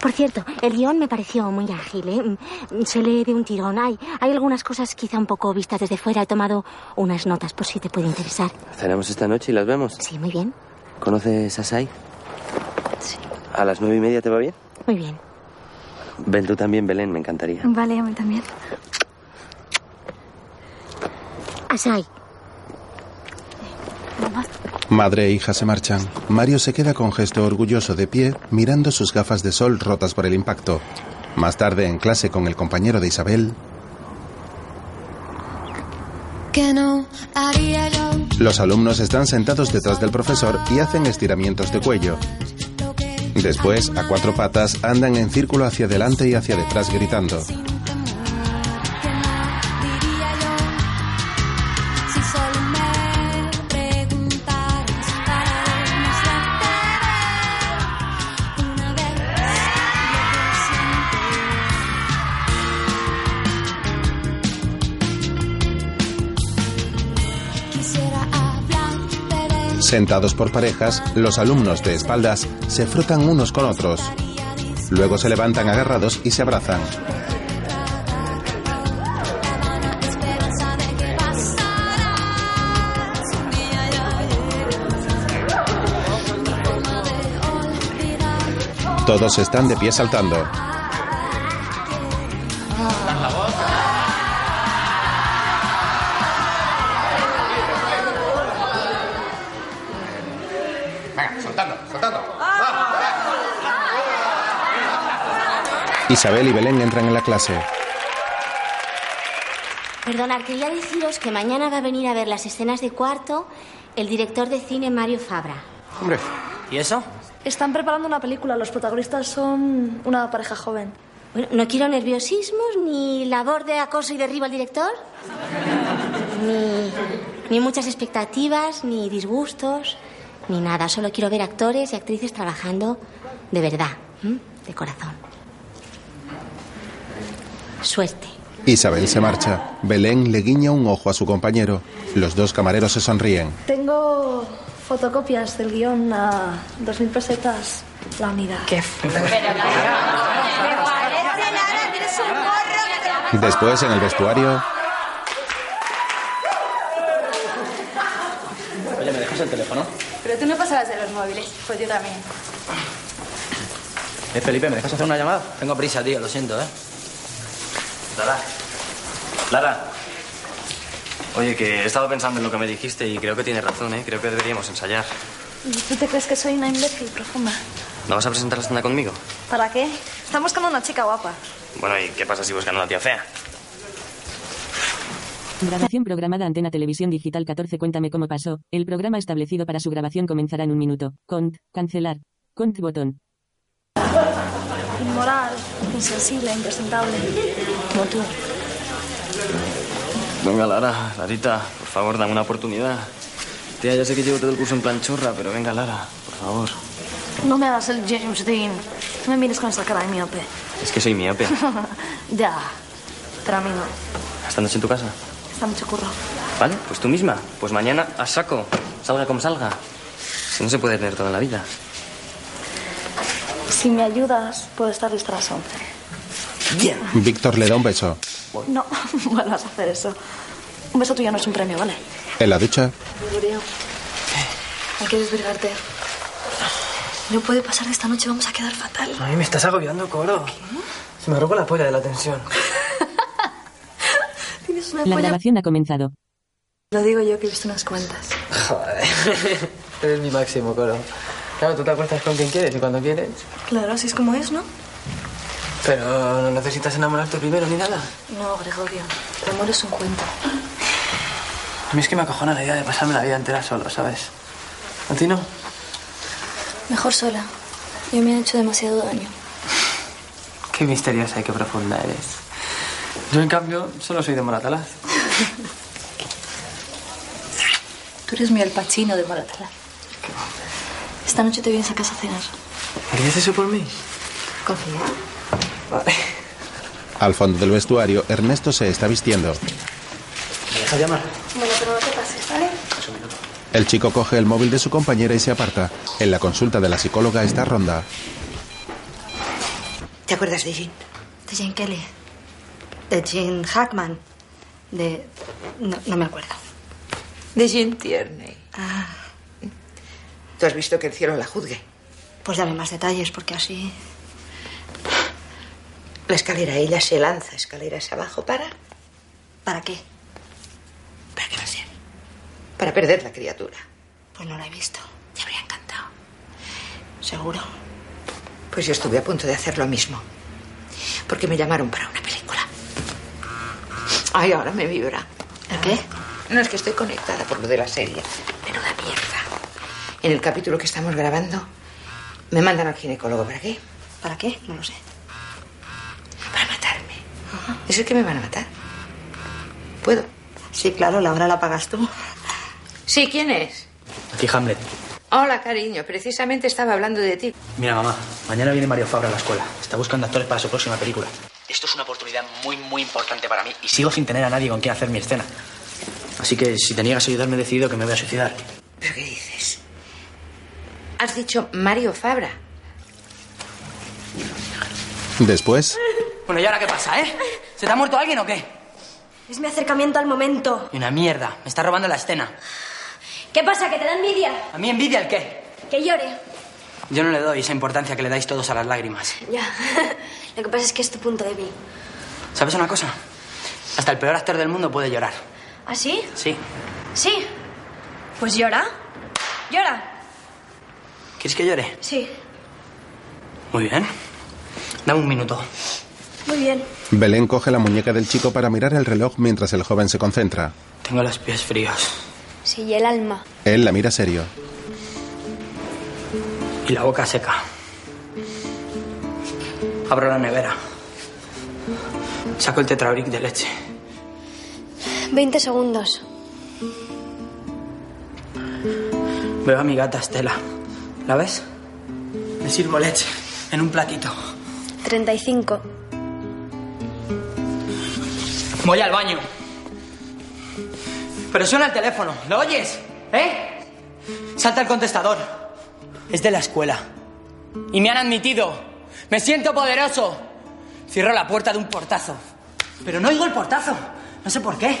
Por cierto, el guión me pareció muy ágil, ¿eh? Mm, Se lee de un tirón. Hay, hay algunas cosas quizá un poco vistas desde fuera. He tomado unas notas por si te puede interesar.
Cenamos esta noche y las vemos.
Sí, muy bien.
¿Conoces a Sai? Sí. ¿A las nueve y media te va bien?
Muy bien.
Ven tú también, Belén, me encantaría.
Vale, a mí también.
Asai.
Madre e hija se marchan. Mario se queda con gesto orgulloso de pie, mirando sus gafas de sol rotas por el impacto. Más tarde, en clase con el compañero de Isabel,
que no haría yo.
Los alumnos están sentados detrás del profesor y hacen estiramientos de cuello. Después, a cuatro patas, andan en círculo hacia adelante y hacia detrás gritando.
Si solo me preguntaras para vernos la cara una vez lo que siento. Quisiera hablar, pero
Sentados por parejas, los alumnos de espaldas se frotan unos con otros. Luego se levantan agarrados y se abrazan.
esperanza de que pasarás un día yo mi forma de olvidar.
Todos están de pie saltando.
Venga, soltando, soltando.
Isabel y Belén entran en la clase.
Perdonad, quería deciros que mañana va a venir a ver las escenas de cuarto el director de cine Mario Fabra.
Hombre. ¿Y eso?
Están preparando una película. Los protagonistas son una pareja joven.
Bueno, no quiero nerviosismos ni labor de acoso y derribo al director. Ni, ni muchas expectativas, ni disgustos, ni nada. Solo quiero ver actores y actrices trabajando de verdad, ¿m? de corazón. Suerte.
Isabel se marcha. Belén le guiña un ojo a su compañero. Los dos camareros se sonríen.
Tengo fotocopias del guión a 2.000 pesetas la unidad. ¡Qué
Después, en el vestuario,
Oye, ¿me dejas el teléfono?
Pero tú no pasabas de los móviles. Pues yo también.
Eh, Felipe, ¿me dejas hacer una llamada? Tengo prisa, tío, lo siento, ¿eh? Lara. Lara.
Oye, que he estado pensando en lo que me dijiste y creo que tienes razón, ¿eh? Creo que deberíamos ensayar.
¿Tú te crees que soy una imbécil profunda?
¿No vas a presentar la escena conmigo?
¿Para qué? Están buscando una chica guapa.
Bueno, ¿y qué pasa si buscan a una tía fea?
Grabación programada Antena Televisión Digital 14 Cuéntame cómo pasó. El programa establecido para su grabación comenzará en un minuto. Cont. Cancelar. Cont botón.
Inmoral, insensible, impresentable. Como tú.
Venga, Lara, Larita, por favor, dame una oportunidad. Tía, ya sé que llevo todo el curso en plan chorra, pero venga, Lara, por favor.
No me hagas el James Dean. No me mires con esa cara de miope.
Es que soy miope.
ya. Pero a mí no.
Esta noche en tu casa.
Está mucho curro.
Vale, pues tú misma. Pues mañana a saco. Salga como salga. Si no se puede tener todo en la vida.
Si me ayudas, puedo estar lista a las 11.
Víctor le da un beso.
No, vuelvas a hacer eso. Un beso tuyo no es un premio, ¿vale?
En la ducha,
Hay que desvirgarte. No puede pasar de esta noche, vamos a quedar fatal.
A mí me estás agobiando, coro. Se me rompe la polla de la tensión.
Tienes una
La
polla.
grabación ha comenzado.
Lo digo yo que he visto unas cuantas.
Joder. Eres mi máximo, coro. Claro, tú te acuestas con quien quieres y cuando quieres.
Claro, así es como es, ¿no?
Pero no necesitas enamorarte primero ni nada.
No, Gregorio. El amor es un cuento.
A mí es que me acojona la idea de pasarme la vida entera solo, ¿sabes? ¿A ti no?
Mejor sola. Yo me he hecho demasiado daño.
Qué misteriosa y qué profunda eres. Yo, en cambio, solo soy de Moratalaz.
Tú eres mi alpachino de Moratala. Esta noche te vienes a casa a cenar.
¿Harías eso por mí?
Confía.
al fondo del vestuario, Ernesto se está vistiendo.
¿Me dejas llamar?
Bueno, pero no te pases, ¿vale?
El chico coge el móvil de su compañera y se aparta. En la consulta de la psicóloga está Ronda.
¿Te acuerdas de Jean?
De Jane Kelly.
De Jean Hackman. De... No, no me acuerdo. Ah,
De Jean Tierney.
Tú has visto que el cielo la juzgue. Pues dame más detalles, porque así...
La escalera, ella se lanza escaleras abajo para.
¿Para qué?
¿Para qué va a ser? Para perder la criatura.
Pues no la he visto.
Te habría encantado.
Seguro.
Pues yo estuve a punto de hacer lo mismo. Porque me llamaron para una película. Ay, ahora me vibra.
¿El qué?
No es que estoy conectada por lo de la serie. Menuda mierda. En el capítulo que estamos grabando, me mandan al ginecólogo. ¿Para qué?
¿Para qué? No lo sé.
¿Eso es que me van a matar?
¿Puedo? Sí, claro, la hora la pagas tú.
Sí, ¿quién es?
Aquí Hamlet.
Hola, cariño. Precisamente estaba hablando de ti.
Mira, mamá, mañana viene Mario Fabra a la escuela. Está buscando actores para su próxima película.
Esto es una oportunidad muy, muy importante para mí.
Y sigo sin tener a nadie con quien hacer mi escena. Así que si te niegas a ayudarme, he decidido que me voy a suicidar.
¿Pero qué dices? Has dicho Mario Fabra.
Después,
Bueno, ¿y ahora qué pasa, eh? ¿Se te ha muerto alguien o qué?
Es mi acercamiento al momento.
Una mierda. Me está robando la escena.
¿Qué pasa? ¿Que te da envidia?
¿A mí envidia el qué?
Que llore.
Yo no le doy esa importancia que le dais todos a las lágrimas.
Ya. Lo que pasa es que es tu punto débil.
¿Sabes una cosa? Hasta el peor actor del mundo puede llorar.
¿Ah, sí?
Sí.
Sí. Pues llora. Llora.
¿Quieres que llore?
Sí.
Muy bien. Dame un minuto.
Muy bien.
Belén coge la muñeca del chico para mirar el reloj mientras el joven se concentra.
Tengo los pies fríos.
Sí, y el alma.
Él la mira serio.
Y la boca seca. Abro la nevera. Saco el tetrabric de leche.
20 segundos.
Veo a mi gata Estela. ¿La ves? Le sirvo leche en un platito.
35.
Voy al baño. Pero suena el teléfono. ¿Lo oyes? ¿Eh? Salta el contestador. Es de la escuela. Y me han admitido. Me siento poderoso. Cierro la puerta de un portazo. Pero no oigo el portazo. No sé por qué.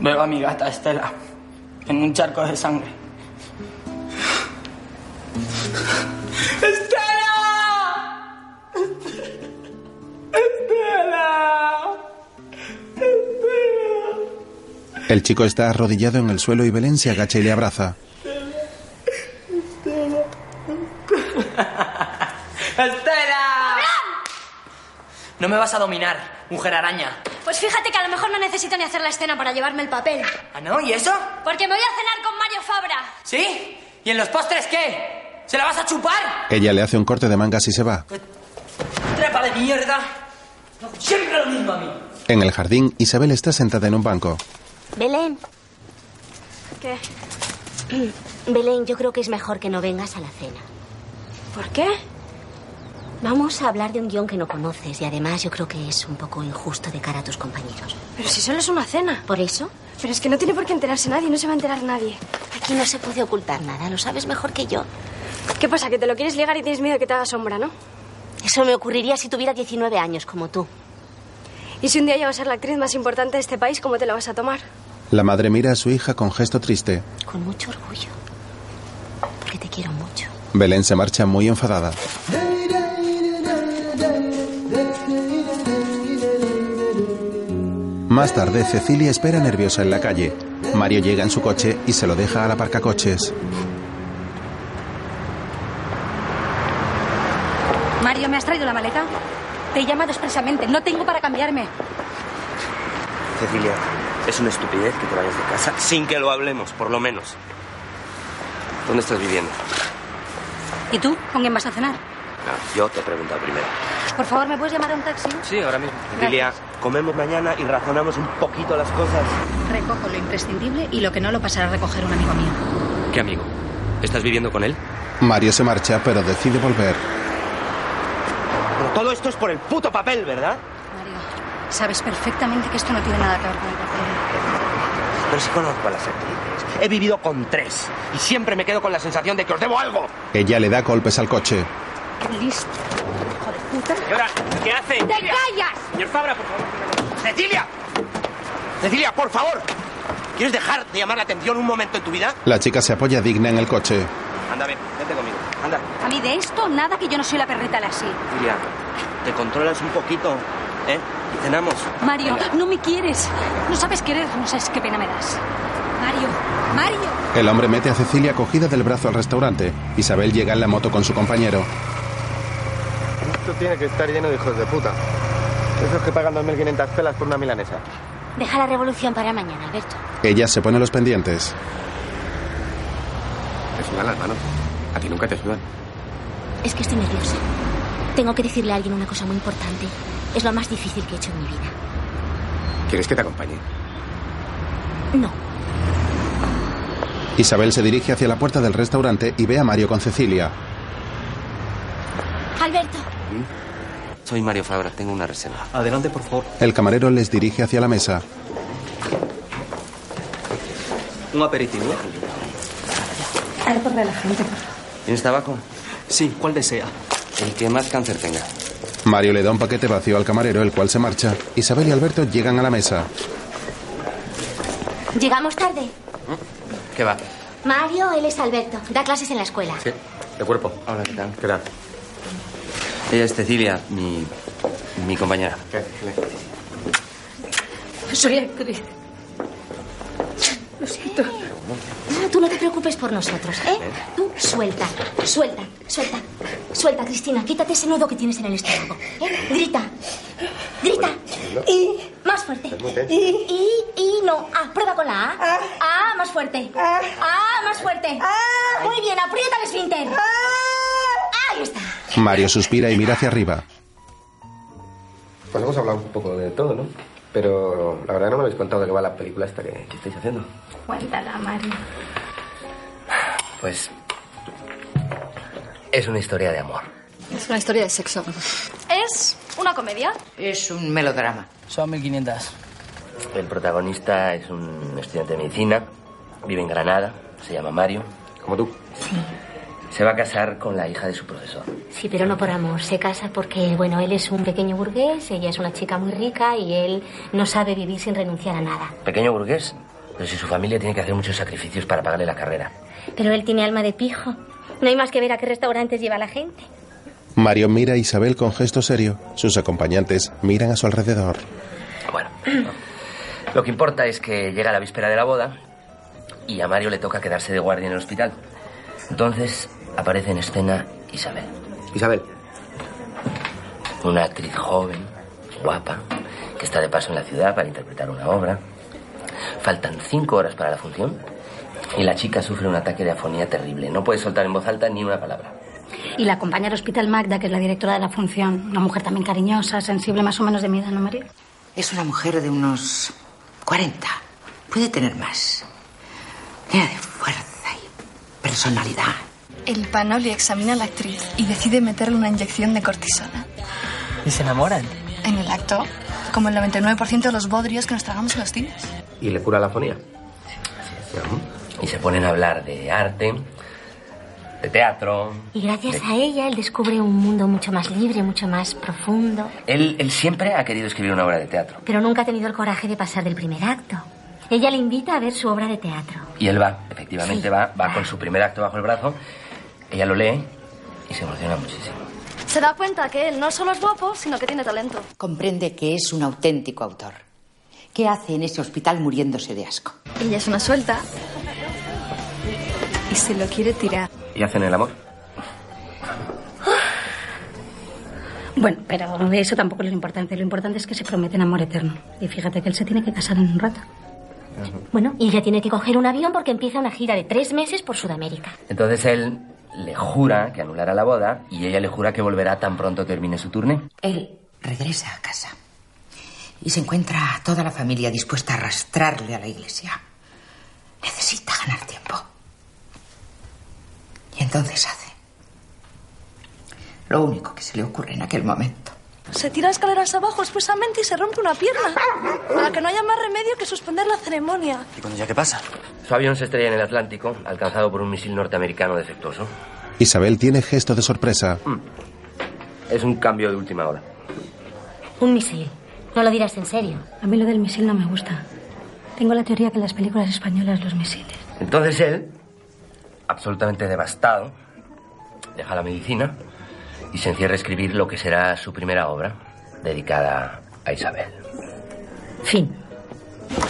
Veo a mi gata Estela en un charco de sangre. ¡Estela! ¡Estela!
El chico está arrodillado en el suelo y Belén se agacha y le abraza.
¡Estela! No me vas a dominar, mujer araña.
Pues fíjate que a lo mejor no necesito ni hacer la escena para llevarme el papel.
¿Ah, no? ¿Y eso?
Porque me voy a cenar con Mario Fabra.
¿Sí? ¿Y en los postres qué? ¿Se la vas a chupar?
Ella le hace un corte de mangas y se va.
¡Trepa de mierda! Siempre lo mismo a mí.
En el jardín, Isabel está sentada en un banco.
Belén.
¿Qué?
Belén, yo creo que es mejor que no vengas a la cena.
¿Por qué?
Vamos a hablar de un guión que no conoces y además yo creo que es un poco injusto de cara a tus compañeros.
Pero si solo es una cena.
¿Por eso?
Pero es que no tiene por qué enterarse nadie, no se va a enterar nadie.
Aquí no se puede ocultar nada, lo sabes mejor que yo.
¿Qué pasa? Que te lo quieres ligar y tienes miedo que te haga sombra, ¿no?
Eso me ocurriría si tuviera 19 años como tú.
Y si un día llego a ser la actriz más importante de este país, ¿cómo te lo vas a tomar?
La madre mira a su hija con gesto triste.
Con mucho orgullo. Porque te quiero mucho.
Belén se marcha muy enfadada. Más tarde, Cecilia espera nerviosa en la calle. Mario llega en su coche y se lo deja al aparcacoches.
Mario, ¿me has traído la maleta? Te he llamado expresamente, no tengo para cambiarme.
Cecilia, es una estupidez que te vayas de casa sin que lo hablemos, por lo menos. ¿Dónde estás viviendo?
¿Y tú? ¿Con quién vas a cenar?
No, Ah, yo te he preguntado primero.
Por favor, ¿me puedes llamar a un taxi?
Sí, ahora mismo. Cecilia, comemos mañana y razonamos un poquito las cosas.
Recojo lo imprescindible y lo que no lo pasará a recoger un amigo mío.
¿Qué amigo? ¿Estás viviendo con él?
Mario se marcha, pero decide volver.
Pero todo esto es por el puto papel, ¿verdad?
Sabes perfectamente que esto no tiene nada que ver con el papel.
Pero si conozco a las actrices. He vivido con tres. Y siempre me quedo con la sensación de que os debo algo.
Ella le da golpes al coche.
Listo. Hijo de puta.
Señora, ¿qué hace?
¡Te callas!
Señor Fabra, por favor. ¡Cecilia! ¡Cecilia, por favor! ¿Quieres dejar de llamar la atención un momento en tu vida?
La chica se apoya digna en el coche.
Anda, ven, vete conmigo. Anda.
A mí de esto nada que yo no soy la perrita la sí.
Cecilia, te controlas un poquito, ¿eh? Y cenamos.
Mario, no me quieres. No sabes querer, no sabes qué pena me das. Mario, Mario.
El hombre mete a Cecilia cogida del brazo al restaurante. Isabel llega en la moto con su compañero.
Esto tiene que estar lleno de hijos de puta. Esos que pagan 2.500 pelas por una milanesa.
Deja la revolución para mañana, Alberto.
Ella se pone los pendientes.
Te sudan las manos. A ti nunca te sudan.
Es que estoy nerviosa. Tengo que decirle a alguien una cosa muy importante. Es lo más difícil que he hecho en mi vida.
¿Quieres que te acompañe?
No.
Isabel se dirige hacia la puerta del restaurante y ve a Mario con Cecilia.
Alberto,
Soy Mario Fabra, tengo una reserva.
Adelante, por favor. El camarero les dirige hacia la mesa.
¿Un aperitivo?
Algo relajante.
¿Tienes tabaco?
Sí, ¿cuál desea?
El que más cáncer tenga.
Mario le da un paquete vacío al camarero, el cual se marcha. Isabel y Alberto llegan a la mesa.
llegamos tarde.
¿Qué va?
Mario, él es Alberto. Da clases en la escuela.
Sí, de cuerpo. Hola, ¿qué tal? ¿Qué tal? Ella es Cecilia, mi, mi compañera.
Soy actriz. Lo siento. Tú no te preocupes por nosotros, ¿eh? Tú suelta, suelta, suelta. Suelta, Cristina. Quítate ese nudo que tienes en el estómago. ¿eh? Grita. Grita. Y más fuerte. Y, y, y no. Ah, prueba con la A. Ah, más fuerte. Ah, más fuerte. Muy bien, aprieta el esfínter. Ahí está.
Mario suspira y mira hacia arriba.
Pues hemos hablado un poco de todo, ¿no? Pero la verdad no me habéis contado de qué va la película esta que, que estáis haciendo.
Cuéntala, Mario.
Pues. Es una historia de amor.
Es una historia de sexo.
¿Es una comedia?
Es un melodrama.
Son 1500.
El protagonista es un estudiante de medicina, vive en Granada, se llama Mario. Como tú.
Sí.
Se va a casar con la hija de su profesor.
Sí, pero no por amor. Se casa porque, bueno, él es un pequeño burgués, ella es una chica muy rica y él no sabe vivir sin renunciar a nada.
Pequeño burgués, pero si su familia tiene que hacer muchos sacrificios para pagarle la carrera.
Pero él tiene alma de pijo. No hay más que ver a qué restaurantes lleva la gente.
Mario mira a Isabel con gesto serio. Sus acompañantes miran a su alrededor.
Lo que importa es que llega la víspera de la boda y a Mario le toca quedarse de guardia en el hospital. Entonces aparece en escena Isabel.
Isabel.
Una actriz joven, guapa, que está de paso en la ciudad para interpretar una obra. Faltan cinco horas para la función y la chica sufre un ataque de afonía terrible. No puede soltar en voz alta ni una palabra.
Y la acompaña al hospital Magda, que es la directora de la función. Una mujer también cariñosa, sensible, más o menos de mi edad, ¿no, Mario?
Es una mujer de unos 40. Puede tener más. Llena de fuerza y personalidad.
El Panoli examina a la actriz y decide meterle una inyección de cortisona.
Y se enamoran.
En el acto, como el 99% de los bodrios que nos tragamos en los cines.
¿Y le cura la afonía?
Y se ponen a hablar de arte, de teatro.
Y gracias a ella él descubre un mundo mucho más libre, mucho más profundo.
Él, él siempre ha querido escribir una obra de teatro.
Pero nunca ha tenido el coraje de pasar del primer acto. Ella le invita a ver su obra de teatro.
Y él va, efectivamente
Sí.
va, va con su primer acto bajo el brazo. Ella lo lee y se emociona muchísimo.
Se da cuenta que él no solo es guapo, sino que tiene talento.
Comprende que es un auténtico autor. ¿Qué hace en ese hospital muriéndose de asco?
Ella es una suelta y se lo quiere tirar.
¿Y hacen el amor?
Ah. Bueno, pero eso tampoco es lo importante. Lo importante es que se prometen amor eterno. Y fíjate que él se tiene que casar en un rato.
Bueno, y ella tiene que coger un avión porque empieza una gira de tres meses por Sudamérica.
Entonces él le jura que anulará la boda y ella le jura que volverá tan pronto termine su turno.
Él regresa a casa y se encuentra a toda la familia dispuesta a arrastrarle a la iglesia. Necesita ganar tiempo. Y entonces hace lo único que se le ocurre en aquel momento.
Se tira escaleras abajo expresamente y se rompe una pierna. Para que no haya más remedio que suspender la ceremonia.
¿Y cuando ya qué pasa? Su avión se estrella en el Atlántico, alcanzado por un misil norteamericano defectuoso.
Isabel tiene gesto de sorpresa.
Mm. Es un cambio de última hora.
Un misil. No lo dirás en serio.
A mí lo del misil no me gusta. Tengo la teoría que en las películas españolas los misiles.
Entonces él, absolutamente devastado, deja la medicina y se encierra a escribir lo que será su primera obra, dedicada a Isabel.
Fin.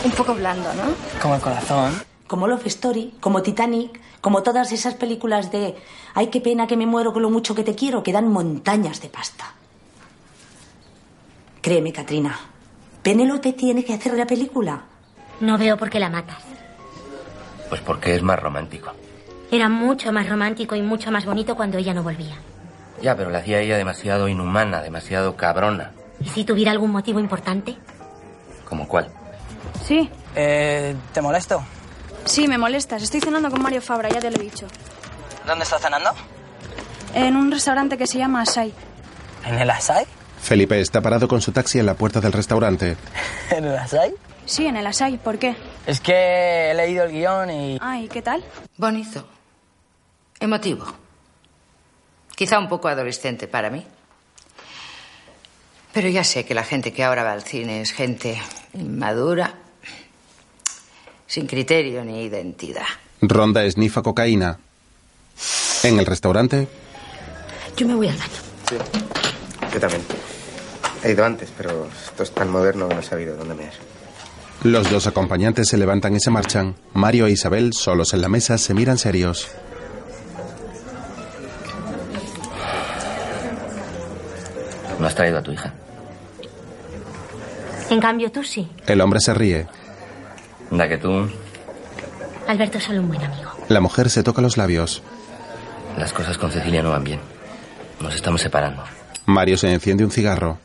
Un poco blando, ¿no?
Como el corazón.
Como Love Story, como Titanic, como todas esas películas de Ay, qué pena que me muero con lo mucho que te quiero, que dan montañas de pasta. Créeme, Katrina, Penélope tiene que hacer la película.
No veo por qué la matas.
Pues porque es más romántico.
Era mucho más romántico y mucho más bonito cuando ella no volvía.
Ya, pero la hacía ella demasiado inhumana, demasiado cabrona.
¿Y si tuviera algún motivo importante?
¿Como cuál?
Sí,
Eh, ¿Te molesto?
sí, me molestas. Estoy cenando con Mario Fabra, ya te lo he dicho.
¿Dónde estás cenando?
En un restaurante que se llama Asai.
¿En el Asai?
Felipe está parado con su taxi en la puerta del restaurante.
¿En el Asai?
Sí, en el Asai. ¿Por qué?
Es que he leído el guión y...
Ay, ¿qué tal?
Bonito.
Emotivo.
Quizá un poco adolescente para mí.
Pero ya sé
que la gente que ahora va al cine es gente inmadura, sin criterio ni identidad.
Ronda esnifa cocaína. En el restaurante,
Yo me voy al baño.
Sí. Yo también. He ido antes, pero esto es tan moderno que no he sabido dónde me es.
los dos acompañantes se levantan y se marchan. Mario e Isabel, solos en la mesa, se miran serios.
¿No has traído a tu hija?
En cambio, tú sí.
El hombre se ríe.
Da que tú.
Alberto es solo un buen amigo.
La mujer se toca los labios.
Las cosas con Cecilia no van bien. Nos estamos separando.
Mario se enciende un cigarro.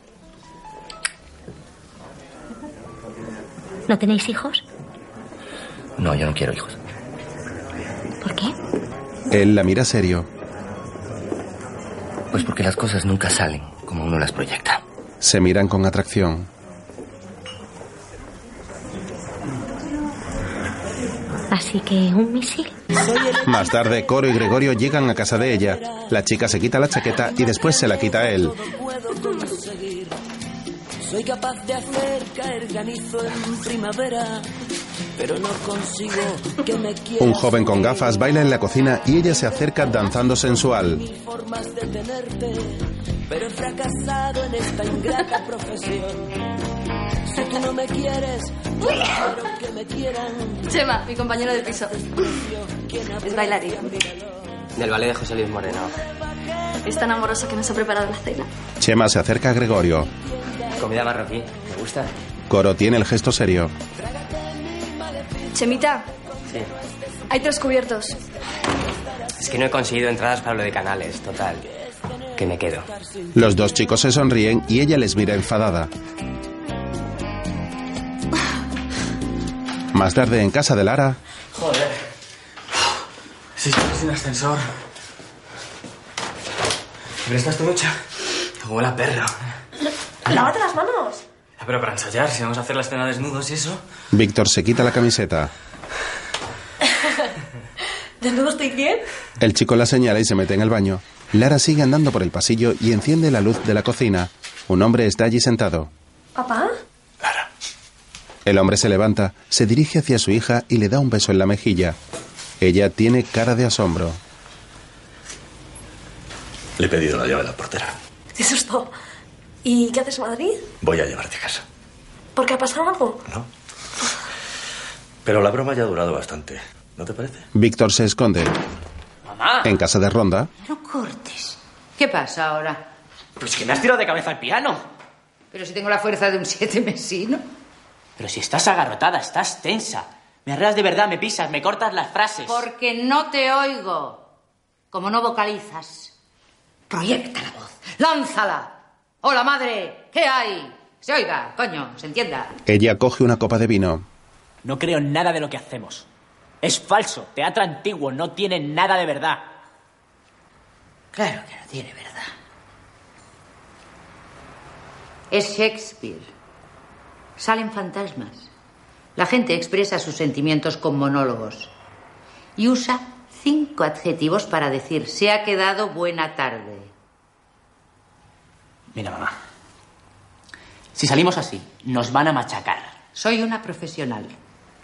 ¿No tenéis hijos?
No, yo no quiero hijos.
¿Por qué?
Él la mira serio.
Pues porque las cosas nunca salen como uno las proyecta.
Se miran con atracción.
Así que un misil.
Más tarde, Coro y Gregorio llegan a casa de ella. La chica se quita la chaqueta y después se la quita a él.
puedo conseguir. Soy capaz de hacer caer granizo en primavera, pero no consigo que me quieras.
Un joven con gafas baila en la cocina y ella se acerca danzando sensual.
formas de tenerte, pero he fracasado en esta ingrata profesión. Si tú no me quieres, yo quiero que me quieran.
Chema, mi compañero de piso. Es bailarín.
Del ballet de José Luis Moreno.
Es tan amoroso que nos ha preparado la cena.
Chema se acerca a Gregorio.
Comida marroquí. ¿Me gusta?
Coro tiene el gesto serio.
Chemita,
Sí.
hay tres cubiertos.
Es que no he conseguido entradas para lo de canales, total. Que me quedo.
Los dos chicos se sonríen y ella les mira enfadada. Más tarde, en casa de Lara,
Joder. Si estoy sin ascensor. ¿Me prestas tu ducha? Huele a perro.
¡Lávate las manos!
Ah, Pero para ensayar, si vamos a hacer la escena desnudos y eso.
Víctor se quita la camiseta.
¿Desnudo estoy bien?
El chico la señala y se mete en el baño. Lara sigue andando por el pasillo y enciende la luz de la cocina. Un hombre está allí sentado.
¿Papá?
El hombre se levanta, se dirige hacia su hija y le da un beso en la mejilla. Ella tiene cara de asombro.
Le he pedido la llave a la portera.
Te asustó. ¿Y qué haces en Madrid?
Voy a llevarte a casa.
¿Por qué ha pasado algo?
Pero la broma ya ha durado bastante. ¿No te parece?
Víctor se esconde. En casa de Ronda,
No cortes. ¿Qué pasa ahora?
Pues que me has tirado de cabeza al piano.
Pero si tengo la fuerza de un siete mesino.
Pero si estás agarrotada, estás tensa. Me arreas de verdad, me pisas, me cortas las frases.
Porque no te oigo. Como no vocalizas. Proyecta la voz. ¡Lánzala! ¡Hola, madre! ¿Qué hay? Se oiga, coño, se entienda.
ella coge una copa de vino.
No creo en nada de lo que hacemos. Es falso, teatro antiguo, no tiene nada de verdad.
Claro que no tiene verdad. Es Shakespeare. Salen fantasmas. La gente expresa sus sentimientos con monólogos. Y usa cinco adjetivos para decir, se ha quedado buena tarde.
Mira, mamá. Si salimos así, nos van a machacar.
Soy una profesional.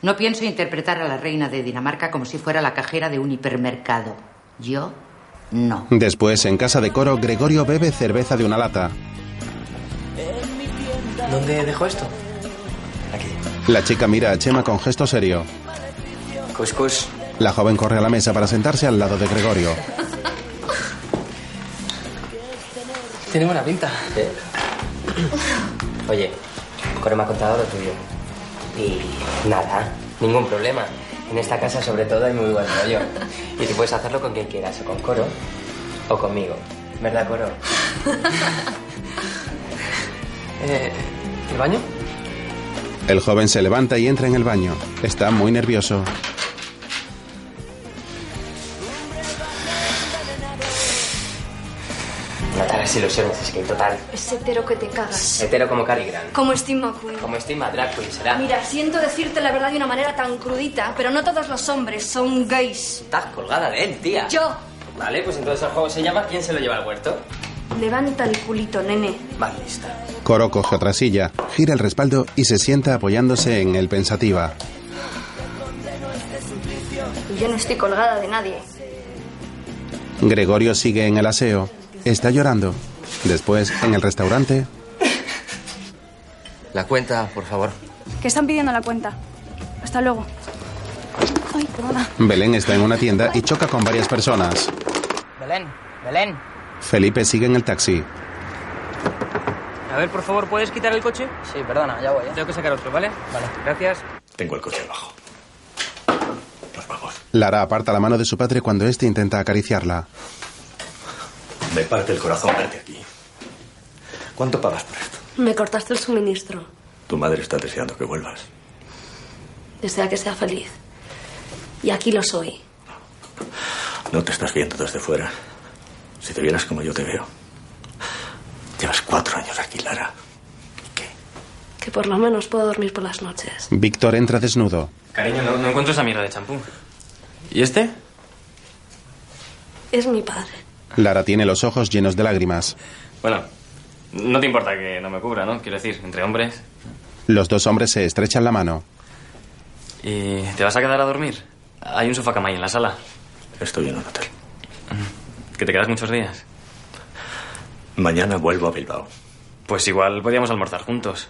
No pienso interpretar a la reina de Dinamarca como si fuera la cajera de un hipermercado. Yo No.
Después, en casa de Coro, Gregorio bebe cerveza de una lata.
¿Dónde dejo esto?
La chica mira a Chema con gesto serio.
Cuscus.
La joven corre a la mesa para sentarse al lado de Gregorio.
Tiene buena pinta. Oye,
Core me ha contado lo tuyo. Y nada, ningún problema. En esta casa sobre todo hay muy buen rollo. Y tú puedes hacerlo con quien quieras, o con Coro, o conmigo. ¿Verdad, Coro? Eh, ¿El baño?
El joven se levanta y entra en el baño. Está muy nervioso.
No te hagas ilusiones, es que total.
Es hetero que te cagas.
Hetero como Cary Grant.
Como Steve McQueen.
Como estima Drag Queen será.
Mira, siento decirte la verdad de una manera tan crudita, pero no todos los hombres son gays.
Estás colgada de él, tía.
Yo.
Vale, pues entonces el juego se llama ¿Quién se lo lleva al huerto?
Levanta el culito, nene.
Más lista.
Coro coge otra silla, gira el respaldo y se sienta apoyándose en él pensativa.
Y yo no estoy colgada de nadie.
Gregorio sigue en el aseo. Está llorando. Después, en el restaurante,
La cuenta, por favor.
Que están pidiendo la cuenta. Hasta luego. Ay, perdona.
Belén está en una tienda y choca con varias personas.
Belén, Belén.
Felipe sigue en el taxi.
A ver, por favor, ¿puedes quitar el coche? Sí, perdona, ya
¿eh?
voy. Tengo que sacar otro, ¿vale? Vale. Gracias.
Tengo el coche debajo.
Lara aparta la mano de su padre cuando éste intenta acariciarla.
Me parte el corazón verte aquí. ¿Cuánto pagas por esto?
Me cortaste el suministro.
Tu madre está deseando que vuelvas.
Desea que sea feliz. Y aquí lo soy.
No te estás viendo desde fuera. Si te vieras como yo te veo. Llevas cuatro años aquí, Lara.
Que por lo menos puedo dormir por las noches.
Víctor entra desnudo.
Cariño, no, no encuentro esa mierda de champú. ¿Y este?
Es mi padre.
Lara tiene los ojos llenos de lágrimas.
Bueno, no te importa que no me cubra, ¿no? Quiero decir, entre hombres.
Los dos hombres se estrechan la mano.
¿Y te vas a quedar a dormir? Hay un sofá cama ahí en la sala. Mm.
Estoy en un hotel.
¿Que te quedas muchos días?
Mañana vuelvo a Bilbao.
Pues igual podíamos almorzar juntos.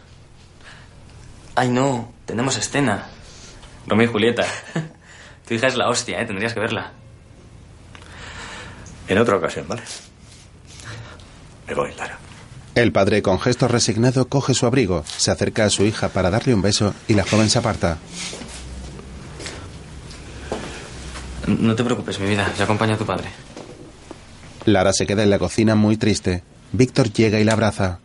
Ay, no, tenemos escena. Romeo y Julieta. tu hija es la hostia, ¿eh? Tendrías que verla.
En otra ocasión, ¿vale? Me voy, Lara.
El padre, con gesto resignado, coge su abrigo, se acerca a su hija para darle un beso y la joven se aparta.
No te preocupes, mi vida. Yo acompaño a tu padre.
Lara se queda en la cocina muy triste. Víctor llega y la abraza.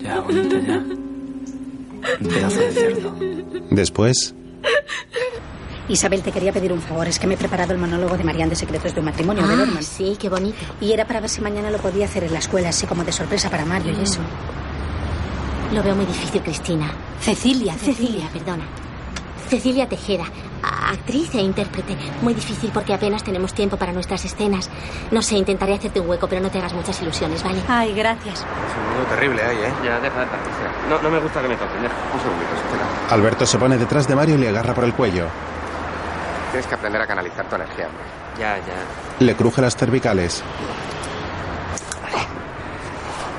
Ya, bonita, ya. Un pedazo de cerdo.
Después,
Isabel, te quería pedir un favor. Es que me he preparado el monólogo de Marianne de Secretos de un matrimonio de
Ah,
Norman. Sí, qué bonito. Y era para ver si mañana lo podía hacer en la escuela, así como de sorpresa para Mario y eso.
Lo veo muy difícil, Cristina. Cecilia, Cecilia, perdona. Cecilia Tejera, a- actriz e intérprete. Muy difícil porque apenas tenemos tiempo para nuestras escenas. No sé, intentaré hacerte un hueco, pero no te hagas muchas ilusiones, ¿vale?
Ay, gracias.
Es un mundo terrible ahí, ¿eh? Ya, deja de estar. No, no me gusta que me toquen. Deja. Un segundito, espera.
Alberto se pone detrás de Mario y le agarra por el cuello.
Tienes que aprender a canalizar tu energía, hombre. Ya, ya.
Le cruje las cervicales.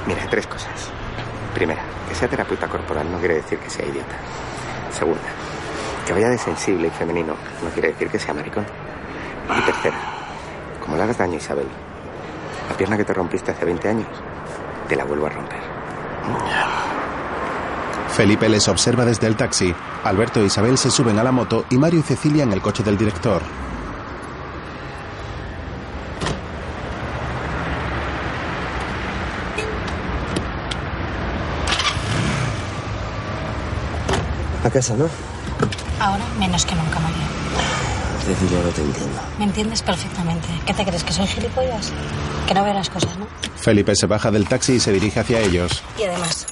Mira, tres cosas. Primera, que sea terapeuta corporal no quiere decir que sea idiota. Segunda, que vaya de sensible y femenino no quiere decir que sea maricón. Y tercera, como le hagas daño a Isabel, la pierna que te rompiste hace 20 años, te la vuelvo a romper.
Felipe les observa desde el taxi. Alberto e Isabel se suben a la moto y Mario y Cecilia en el coche del director.
A casa, ¿no?
Ahora menos que nunca, María.
Cecilia, no te entiendo.
Me entiendes perfectamente. ¿Qué te crees? ¿Que soy gilipollas? Que no veo las cosas, ¿no?
Felipe se baja del taxi y se dirige hacia ellos.
Y además,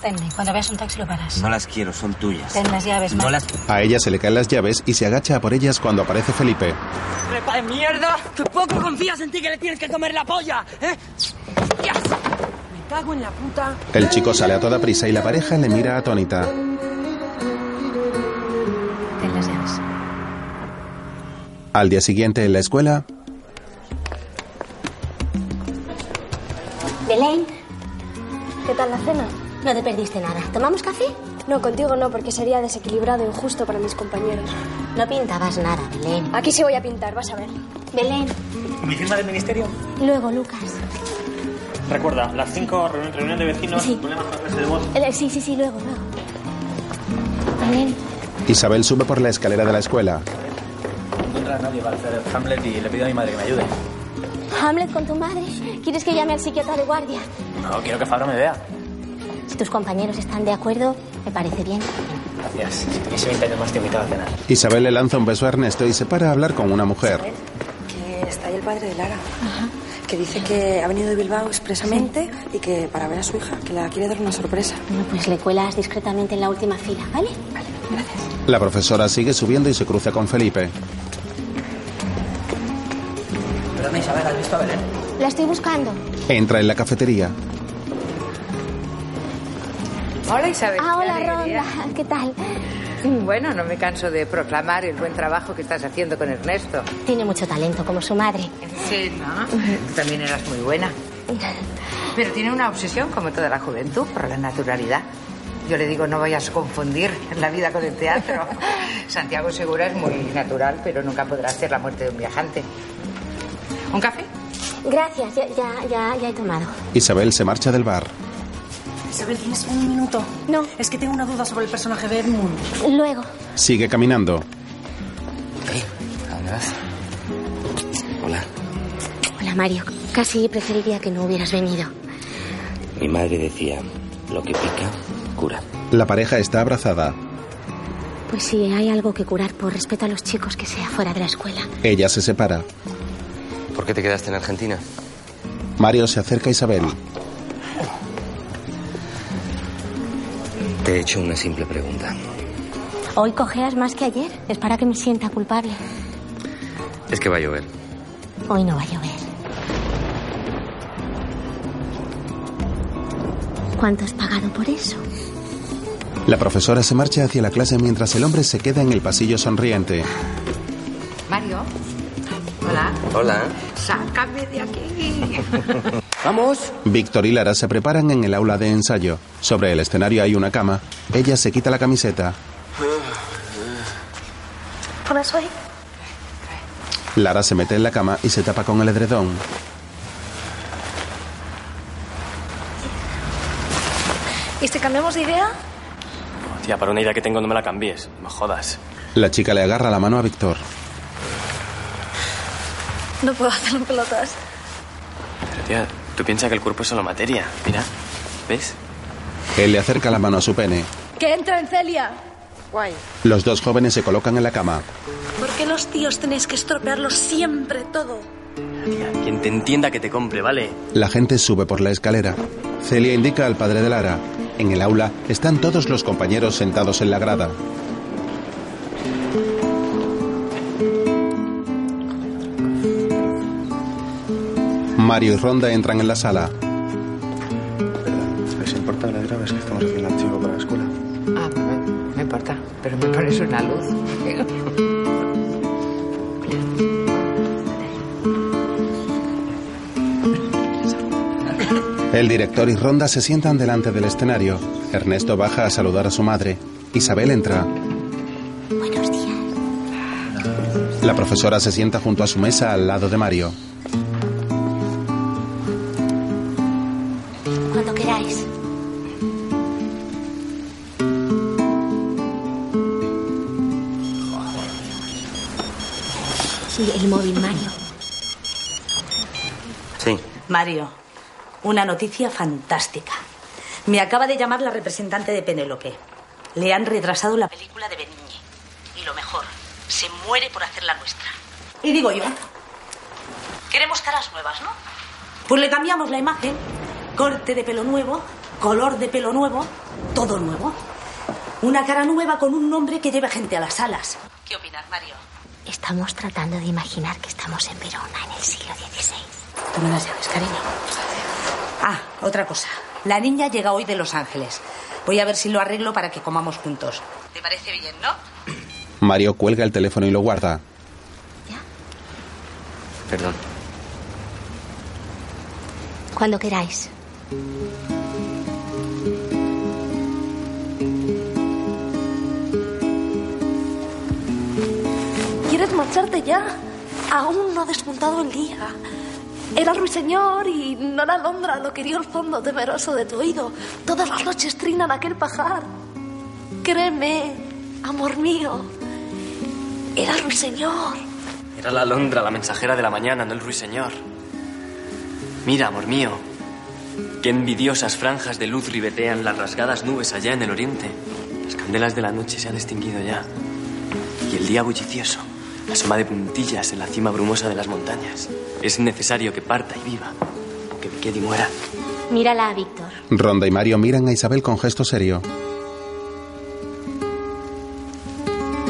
tenme. Cuando veas un taxi lo paras.
No las quiero, son tuyas.
Ten las llaves,
No
Mario.
las...
A ella se le caen las llaves y se agacha a por ellas cuando aparece Felipe.
¡Repa de mierda! ¡Que poco confías en ti que le tienes que comer la polla! ¿Eh? ¡Hostias! Me cago en la puta.
El chico sale a toda prisa y la pareja le mira atónita.
Ten las llaves.
Al día siguiente en la escuela,
Belén. ¿Qué tal la cena? No te perdiste nada. ¿Tomamos café?
No, contigo no, porque sería desequilibrado e injusto para mis compañeros.
No pintabas nada, Belén.
Aquí sí voy a pintar, vas a ver.
Belén.
¿Mi firma del ministerio?
Luego, Lucas.
Recuerda, las cinco reunión, reunión de vecinos,
Sí.
problemas con clase de voz.
Eh, Sí, sí, sí, luego, luego.
Belén.
Isabel sube por la escalera de la escuela.
No encuentra a nadie para hacer Hamlet y le pido a mi madre que me ayude.
Hamlet con tu madre. ¿Quieres que llame al psiquiatra de guardia?
No, quiero que Fabra me vea.
Si tus compañeros están de acuerdo, me parece bien.
Gracias. Si tuviese 20 años más te invitaba a cenar.
Isabel le lanza un beso a Ernesto y se para a hablar con una mujer.
Que está ahí el padre de Lara. Que dice que ha venido de Bilbao expresamente y que para ver a su hija, que la quiere dar una sorpresa.
Bueno, pues le cuelas discretamente en la última fila, ¿vale?
La profesora sigue subiendo y se cruza con Felipe.
Perdona, Isabel, ¿has visto a Belén?
La estoy buscando.
Entra en la cafetería.
Hola Isabel. Mm,
Ah, hola, Ronda. ¿Qué tal?
Bueno, no me canso de proclamar el buen trabajo que estás haciendo con Ernesto.
Tiene mucho talento, como su madre.
Sí, ¿no? Tú también eras muy buena. Pero tiene una obsesión, como toda la juventud, por la naturalidad. Yo le digo, no vayas a confundir la vida con el teatro. Santiago Segura es muy natural, pero nunca podrá ser la muerte de un viajante. ¿Un café?
Gracias, ya, ya, ya, ya he tomado.
Isabel se marcha del bar.
Isabel, ¿tienes un minuto? No. Es que tengo una duda sobre el personaje de Edmund.
Luego.
Sigue caminando.
¿A dónde vas? Hola.
Hola, Mario. Casi preferiría que no hubieras venido.
Mi madre decía, lo que pica, cura.
La pareja está abrazada.
Pues si hay algo que curar por respeto a los chicos que sea fuera de la escuela.
Ella se separa.
¿Por qué te quedaste en Argentina?
Mario se acerca a Isabel.
Te he hecho una simple pregunta.
Hoy cojeas más que ayer. Es para que me sienta culpable.
Es que va a llover.
Hoy no va a llover. ¿Cuánto has pagado por eso?
La profesora se marcha hacia la clase mientras el hombre se queda en el pasillo sonriente.
Mario. Hola.
Hola.
Sácame de aquí.
¡Vamos! Víctor y Lara se preparan en el aula de ensayo. Sobre el escenario hay una cama. Ella se quita la camiseta.
¿Pones hoy?
Lara se mete en la cama y se tapa con el edredón.
¿Y si cambiamos de idea?
Tía, para una idea que tengo no me la cambies. No Me jodas.
La chica le agarra la mano a Víctor.
No puedo hacerlo en pelotas.
Pero tía, tú piensas que el cuerpo es solo materia. Mira. ¿Ves?
Él le acerca la mano a su pene.
¡Que entro en Celia! Guay.
Los dos jóvenes se colocan en la cama.
¿Por qué los tíos tenéis que estropearlo siempre todo?
Quien te entienda que te compre, ¿vale?
La gente sube por la escalera. Celia indica al padre de Lara. En el aula están todos los compañeros sentados en la grada. Mario y Ronda entran en la sala.
¿Les importa las graves que estamos haciendo archivo para la escuela?
Ah, no me importa, pero me parece una luz.
El director y Ronda se sientan delante del escenario. Ernesto baja a saludar a su madre. Isabel entra.
Buenos días.
La profesora se sienta junto a su mesa al lado de Mario.
Cuando queráis. Sí, el móvil, Mario.
Sí.
Mario, una noticia fantástica. Me acaba de llamar la representante de Penélope. Le han retrasado la película de Benigni. Y lo mejor, se muere por hacer la nuestra. Y digo yo, queremos caras nuevas, ¿no? Pues le cambiamos la imagen. Corte de pelo nuevo, color de pelo nuevo, todo nuevo. Una cara nueva con un nombre que lleve gente a las salas. ¿Qué opinas, Mario?
Estamos tratando de imaginar que estamos en Verona en el siglo XVI.
Tú me las llaves, cariño. Ah, otra cosa. La niña llega hoy de Los Ángeles. Voy a ver si lo arreglo para que comamos juntos. ¿Te parece bien, no?
Mario cuelga el teléfono y lo guarda.
Perdón.
Cuando queráis.
marcharte ya. Aún no ha despuntado el día. Era ruiseñor y no la alondra lo quería el fondo temeroso de tu oído. Todas las noches trinan aquel pajar. Créeme, amor mío. Era ruiseñor.
Era la alondra, la mensajera de la mañana, no el ruiseñor. Mira, amor mío, qué envidiosas franjas de luz ribetean las rasgadas nubes allá en el oriente. Las candelas de la noche se han extinguido ya. Y el día bullicioso asoma de puntillas en la cima brumosa de las montañas. Es necesario que parta y viva, que me quede y muera.
Mírala, Víctor.
Ronda y Mario miran a Isabel con gesto serio.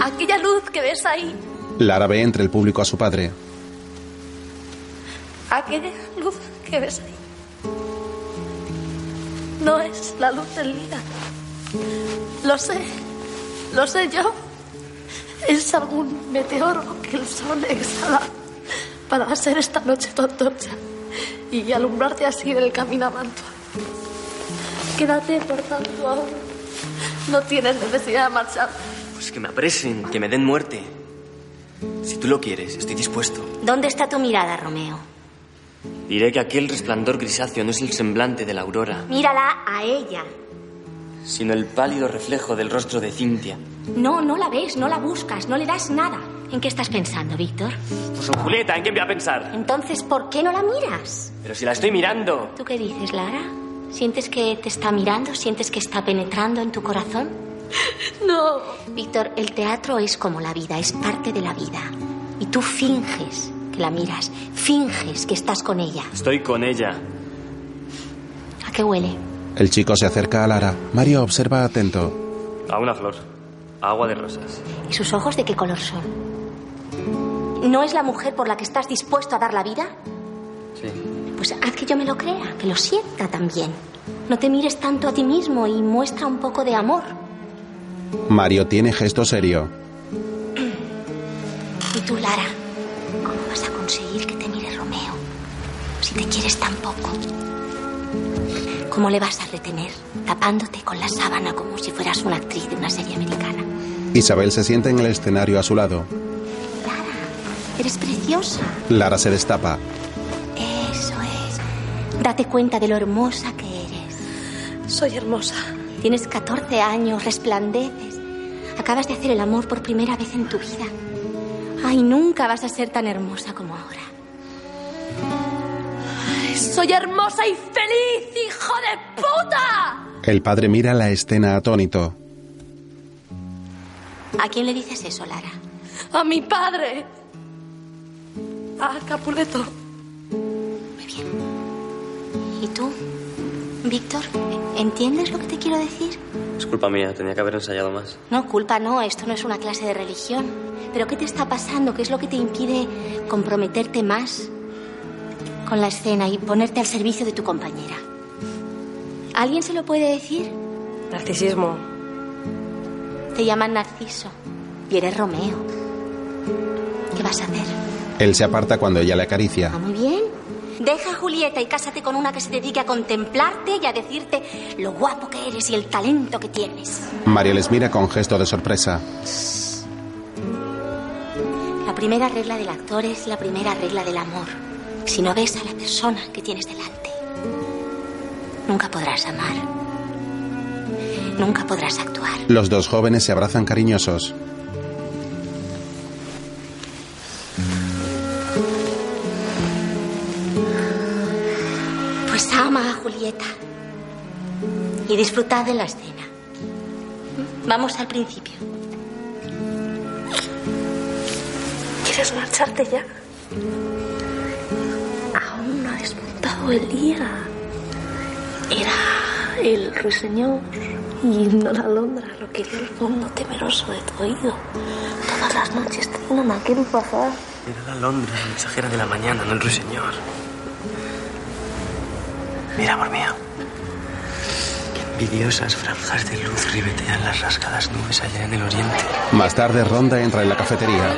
Aquella luz que ves ahí,
Lara ve entre el público a su padre.
aquella luz que ves ahí, no es la luz del día. Lo sé, lo sé yo. Es algún meteoro que el sol exhala para hacer esta noche tu antorcha y alumbrarte así en el camino a Mantua. Quédate, por tanto, aún. No tienes necesidad de marchar.
Pues que me apresen, que me den muerte. Si tú lo quieres, estoy dispuesto.
¿Dónde está tu mirada, Romeo?
Diré que aquel resplandor grisáceo no es el semblante de la aurora,
Mírala a ella.
sino el pálido reflejo del rostro de Cintia.
No, no la ves, no la buscas, no le das nada. ¿En qué estás pensando, Víctor?
Pues oh, Julieta, ¿en qué voy a pensar?
Entonces, ¿por qué no la miras?
Pero si la estoy mirando.
¿Tú qué dices, Lara? ¿Sientes que te está mirando? ¿Sientes que está penetrando en tu corazón? No. Víctor, el teatro es como la vida, es parte de la vida. Y tú finges que la miras, finges que estás con ella.
Estoy con ella.
¿A qué huele?
El chico se acerca a Lara. Mario observa atento.
A una flor. A agua de rosas.
¿Y sus ojos de qué color son? ¿No es la mujer por la que estás dispuesto a dar la vida?
Sí.
Pues haz que yo me lo crea, que lo sienta también. No te mires tanto a ti mismo y muestra un poco de amor.
Mario tiene gesto serio.
Y tú, Lara, ¿cómo vas a conseguir que te mire Romeo? Si te quieres tan poco. ¿Cómo le vas a retener? Tapándote con la sábana como si fueras una actriz de una serie americana.
Isabel se sienta en el escenario a su lado.
Eres preciosa.
Lara se destapa.
Eso es. Date cuenta de lo hermosa que eres. Soy hermosa. Tienes 14 años, resplandeces. Acabas de hacer el amor por primera vez en tu vida. Ay, nunca vas a ser tan hermosa como ahora.
soy hermosa y feliz, hijo de puta.
El padre mira la escena atónito.
¿A quién le dices eso, Lara?
A mi padre. A Capuleto.
¿Y tú, Víctor? ¿Entiendes lo que te quiero decir?
Es culpa mía, tenía que haber ensayado más.
No, culpa no, esto no es una clase de religión. Pero ¿qué te está pasando? ¿Qué es lo que te impide comprometerte más con la escena y ponerte al servicio de tu compañera? ¿Alguien se lo puede decir?
Narcisismo.
Te llaman Narciso y eres Romeo. ¿Qué vas a hacer?
Él se aparta cuando ella le acaricia.
Muy bien. Deja a Julieta y cásate con una que se dedique a contemplarte y a decirte lo guapo que eres y el talento que tienes.
Mario les mira con gesto de sorpresa.
La primera regla del actor es la primera regla del amor. Si no ves a la persona que tienes delante, nunca podrás amar. Nunca podrás actuar.
Los dos jóvenes se abrazan cariñosos.
Pues ama a Julieta. Y disfrutad de la escena. Vamos al principio.
¿Quieres marcharte ya? Aún no ha despuntado el día. Era el ruiseñor y no la alondra lo quería el fondo temeroso de tu oído. Todas las noches trinan aquel pajar.
Era la Londra, la mensajera de la mañana, no el ruiseñor. Mira, amor mío. Qué envidiosas franjas de luz ribetean las rascadas nubes allá en el oriente.
Más tarde, Ronda entra en la cafetería.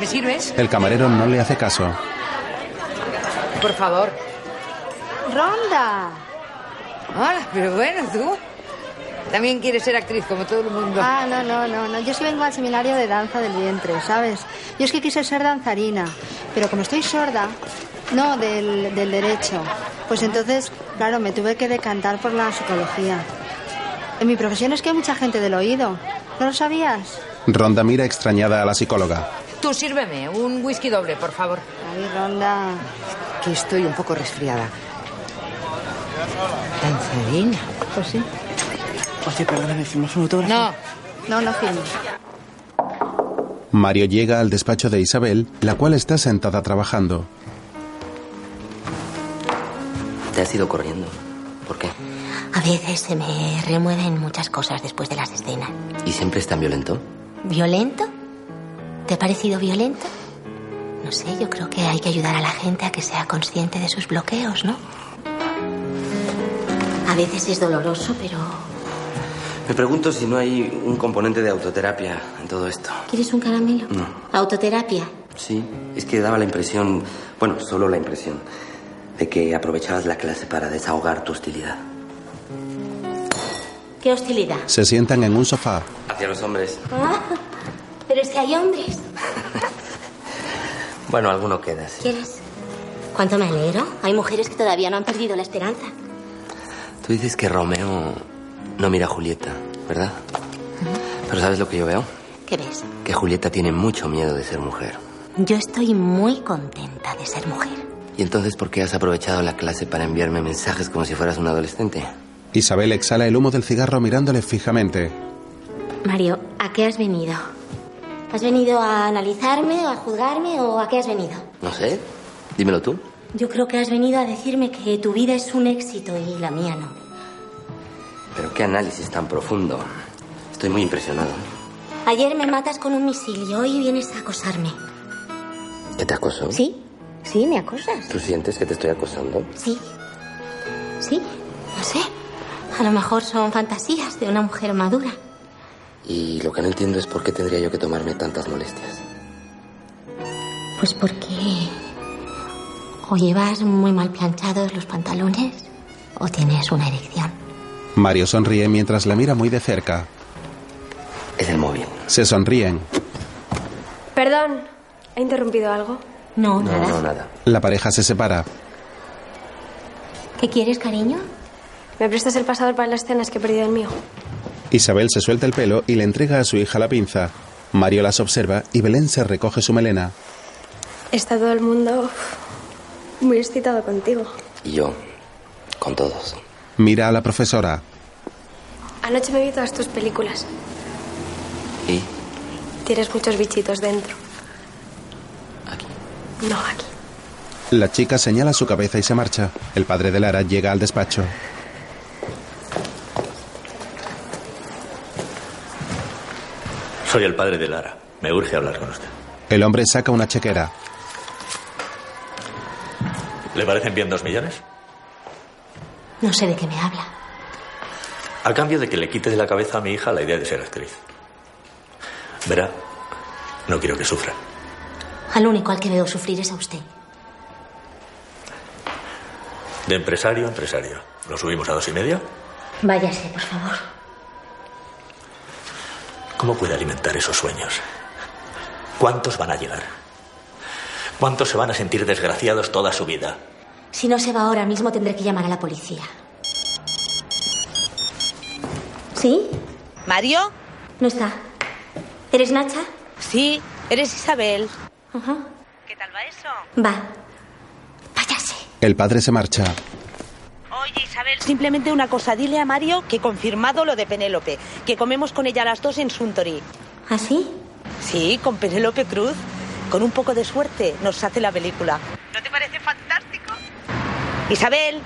¿Me sirves?
El camarero no le hace caso.
Por favor.
Ronda.
Hola, pero bueno, tú. También quiere ser actriz, como todo el mundo.
Ah, no, no, no, no. Yo sí vengo al seminario de danza del vientre, ¿sabes? Yo es que quise ser danzarina, pero como estoy sorda, no, del, del derecho, pues entonces, claro, me tuve que decantar por la psicología. En mi profesión es que hay mucha gente del oído. ¿No lo sabías?
Ronda mira extrañada a la psicóloga.
Tú sírveme un whisky doble, por favor.
Ay, Ronda.
Que estoy un poco resfriada. Danzarina. Pues sí.
Oye, perdóname, ¿firmamos un autógrafo?
No.
No, no firmo.
Mario llega al despacho de Isabel, la cual está sentada trabajando.
Te has ido corriendo. ¿Por qué?
A veces se me remueven muchas cosas después de las escenas.
¿Y siempre es tan violento?
¿Violento? ¿Te ha parecido violento? No sé, yo creo que hay que ayudar a la gente a que sea consciente de sus bloqueos, ¿no? A veces es doloroso, pero
Me pregunto si no hay un componente de autoterapia en todo esto.
¿quieres un caramelo?
No.
Autoterapia.
Sí, es que daba la impresión, bueno, solo la impresión, de que aprovechabas la clase para desahogar tu hostilidad.
¿Qué hostilidad?
Se sientan en un sofá.
Hacia los hombres.
Ah, pero es que hay hombres.
Bueno, alguno queda, sí.
¿Quieres? ¿Cuánto me alegro? Hay mujeres que todavía no han perdido la esperanza.
Tú dices que Romeo no mira a Julieta, ¿verdad? Pero ¿sabes lo que yo veo?
¿Qué ves?
Que Julieta tiene mucho miedo de ser mujer.
Yo estoy muy contenta de ser mujer.
¿Y entonces por qué has aprovechado la clase para enviarme mensajes como si fueras un adolescente?
Isabel exhala el humo del cigarro mirándole fijamente.
Mario, ¿a qué has venido? ¿Has venido a analizarme, a juzgarme o a qué has venido?
No sé. Dímelo tú.
Yo creo que has venido a decirme que tu vida es un éxito y la mía no.
Pero qué análisis tan profundo. Estoy muy impresionado.
Ayer me matas con un misil y hoy vienes a acosarme.
¿Que te acoso?
Sí, sí, me acosas.
¿Tú sientes que te estoy acosando?
Sí. Sí, no sé. A lo mejor son fantasías de una mujer madura.
Y lo que no entiendo es por qué tendría yo que tomarme tantas molestias.
Pues porque o llevas muy mal planchados los pantalones o tienes una erección.
Mario sonríe mientras la mira muy de cerca.
Es el móvil.
Se sonríen.
Perdón, ¿he interrumpido algo?
No, nada.
nada.
La pareja se separa.
¿Qué quieres, cariño?
¿Me prestas el pasador para las cenas que he perdido el mío?
Isabel se suelta el pelo y le entrega a su hija la pinza. Mario las observa y Belén se recoge su melena.
Está todo el mundo muy excitado contigo.
Y yo, con todos.
Mira a la profesora.
Anoche me vi todas tus películas.
¿Y?
Tienes muchos bichitos dentro. ¿Aquí? No, aquí.
La chica señala su cabeza y se marcha. El padre de Lara llega al despacho.
Soy el padre de Lara. Me urge hablar con usted.
El hombre saca una chequera.
¿Le parecen bien dos millones?
No sé de qué me habla.
A cambio de que le quite de la cabeza a mi hija la idea de ser actriz. Verá, no quiero que sufra.
Al único al que veo sufrir es a usted.
De empresario a empresario. ¿Lo subimos a dos y medio?
Váyase, por favor.
¿Cómo puede alimentar esos sueños? ¿Cuántos van a llegar? ¿Cuántos se van a sentir desgraciados toda su vida?
Si no se va ahora mismo, tendré que llamar a la policía. ¿Sí?
¿Mario?
No está. ¿Eres Nacha?
Sí, eres Isabel.
Ajá.
¿Qué tal va eso?
Va.
El padre se marcha.
Oye, Isabel, simplemente una cosa. Dile a Mario que he confirmado lo de Penélope, que comemos con ella las dos en Suntory.
¿Ah, sí?
Sí, con Penélope Cruz. Con un poco de suerte nos hace la película. ¿No te parece fantástico? Isabel,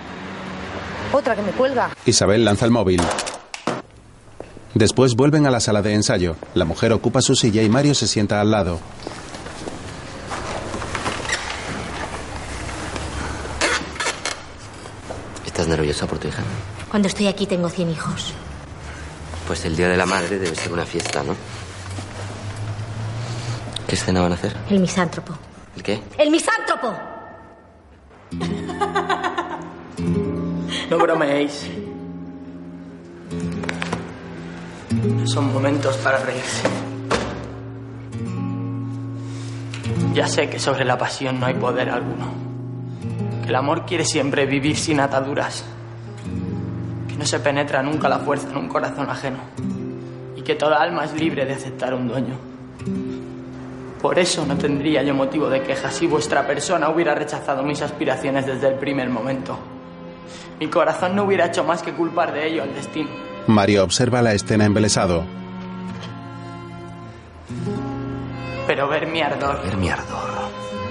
otra que me cuelga.
Isabel lanza el móvil. Después vuelven a la sala de ensayo. La mujer ocupa su silla y Mario se sienta al lado.
¿Estás nerviosa por tu hija?
Cuando estoy aquí tengo 100 hijos.
Pues el Día de la Madre debe ser una fiesta, ¿no? ¿Qué escena van a hacer?
El misántropo.
¿El qué?
¡El misántropo!
No bromeéis. Son momentos para reírse. Ya sé que sobre la pasión no hay poder alguno. Que el amor quiere siempre vivir sin ataduras. Que no se penetra nunca la fuerza en un corazón ajeno. Y que toda alma es libre de aceptar un dueño. Por eso no tendría yo motivo de queja si vuestra persona hubiera rechazado mis aspiraciones desde el primer momento. Mi corazón no hubiera hecho más que culpar de ello al destino.
Mario observa la escena embelesado.
Pero ver mi ardor.
Ver mi ardor.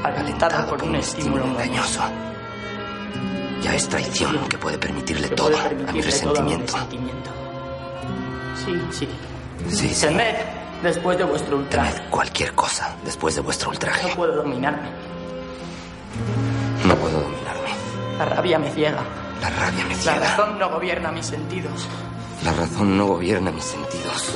Alentado por un estímulo engañoso.
Ya es traición que puede permitirle todo a mi resentimiento.
Sí, sí.
Sí, sí.
Temed después de vuestro ultraje.
Cualquier cosa después de vuestro ultraje.
No puedo dominarme.
No puedo dominarme.
La rabia me ciega.
La rabia me
La
ciega.
razón no gobierna mis sentidos.
La razón no gobierna mis sentidos.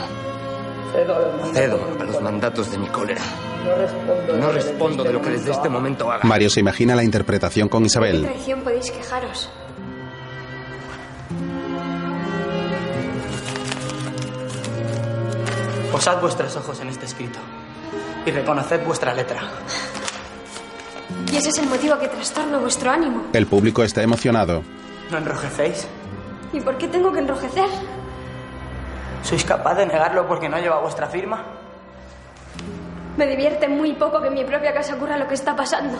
Cedo a los
Cedo a los mandatos de mi cólera.
No respondo.
No respondo de lo que desde este momento haga.
Mario se imagina la interpretación con
¿Qué
Isabel.
traición podéis quejaros?
Posad vuestros ojos en este escrito y reconoced vuestra letra.
Y ese es el motivo que trastorna vuestro ánimo.
El público está emocionado.
¿No enrojecéis?
¿Y por qué tengo que enrojecer?
¿Sois capaz de negarlo porque no lleva vuestra firma?
Me divierte muy poco que en mi propia casa ocurra lo que está pasando.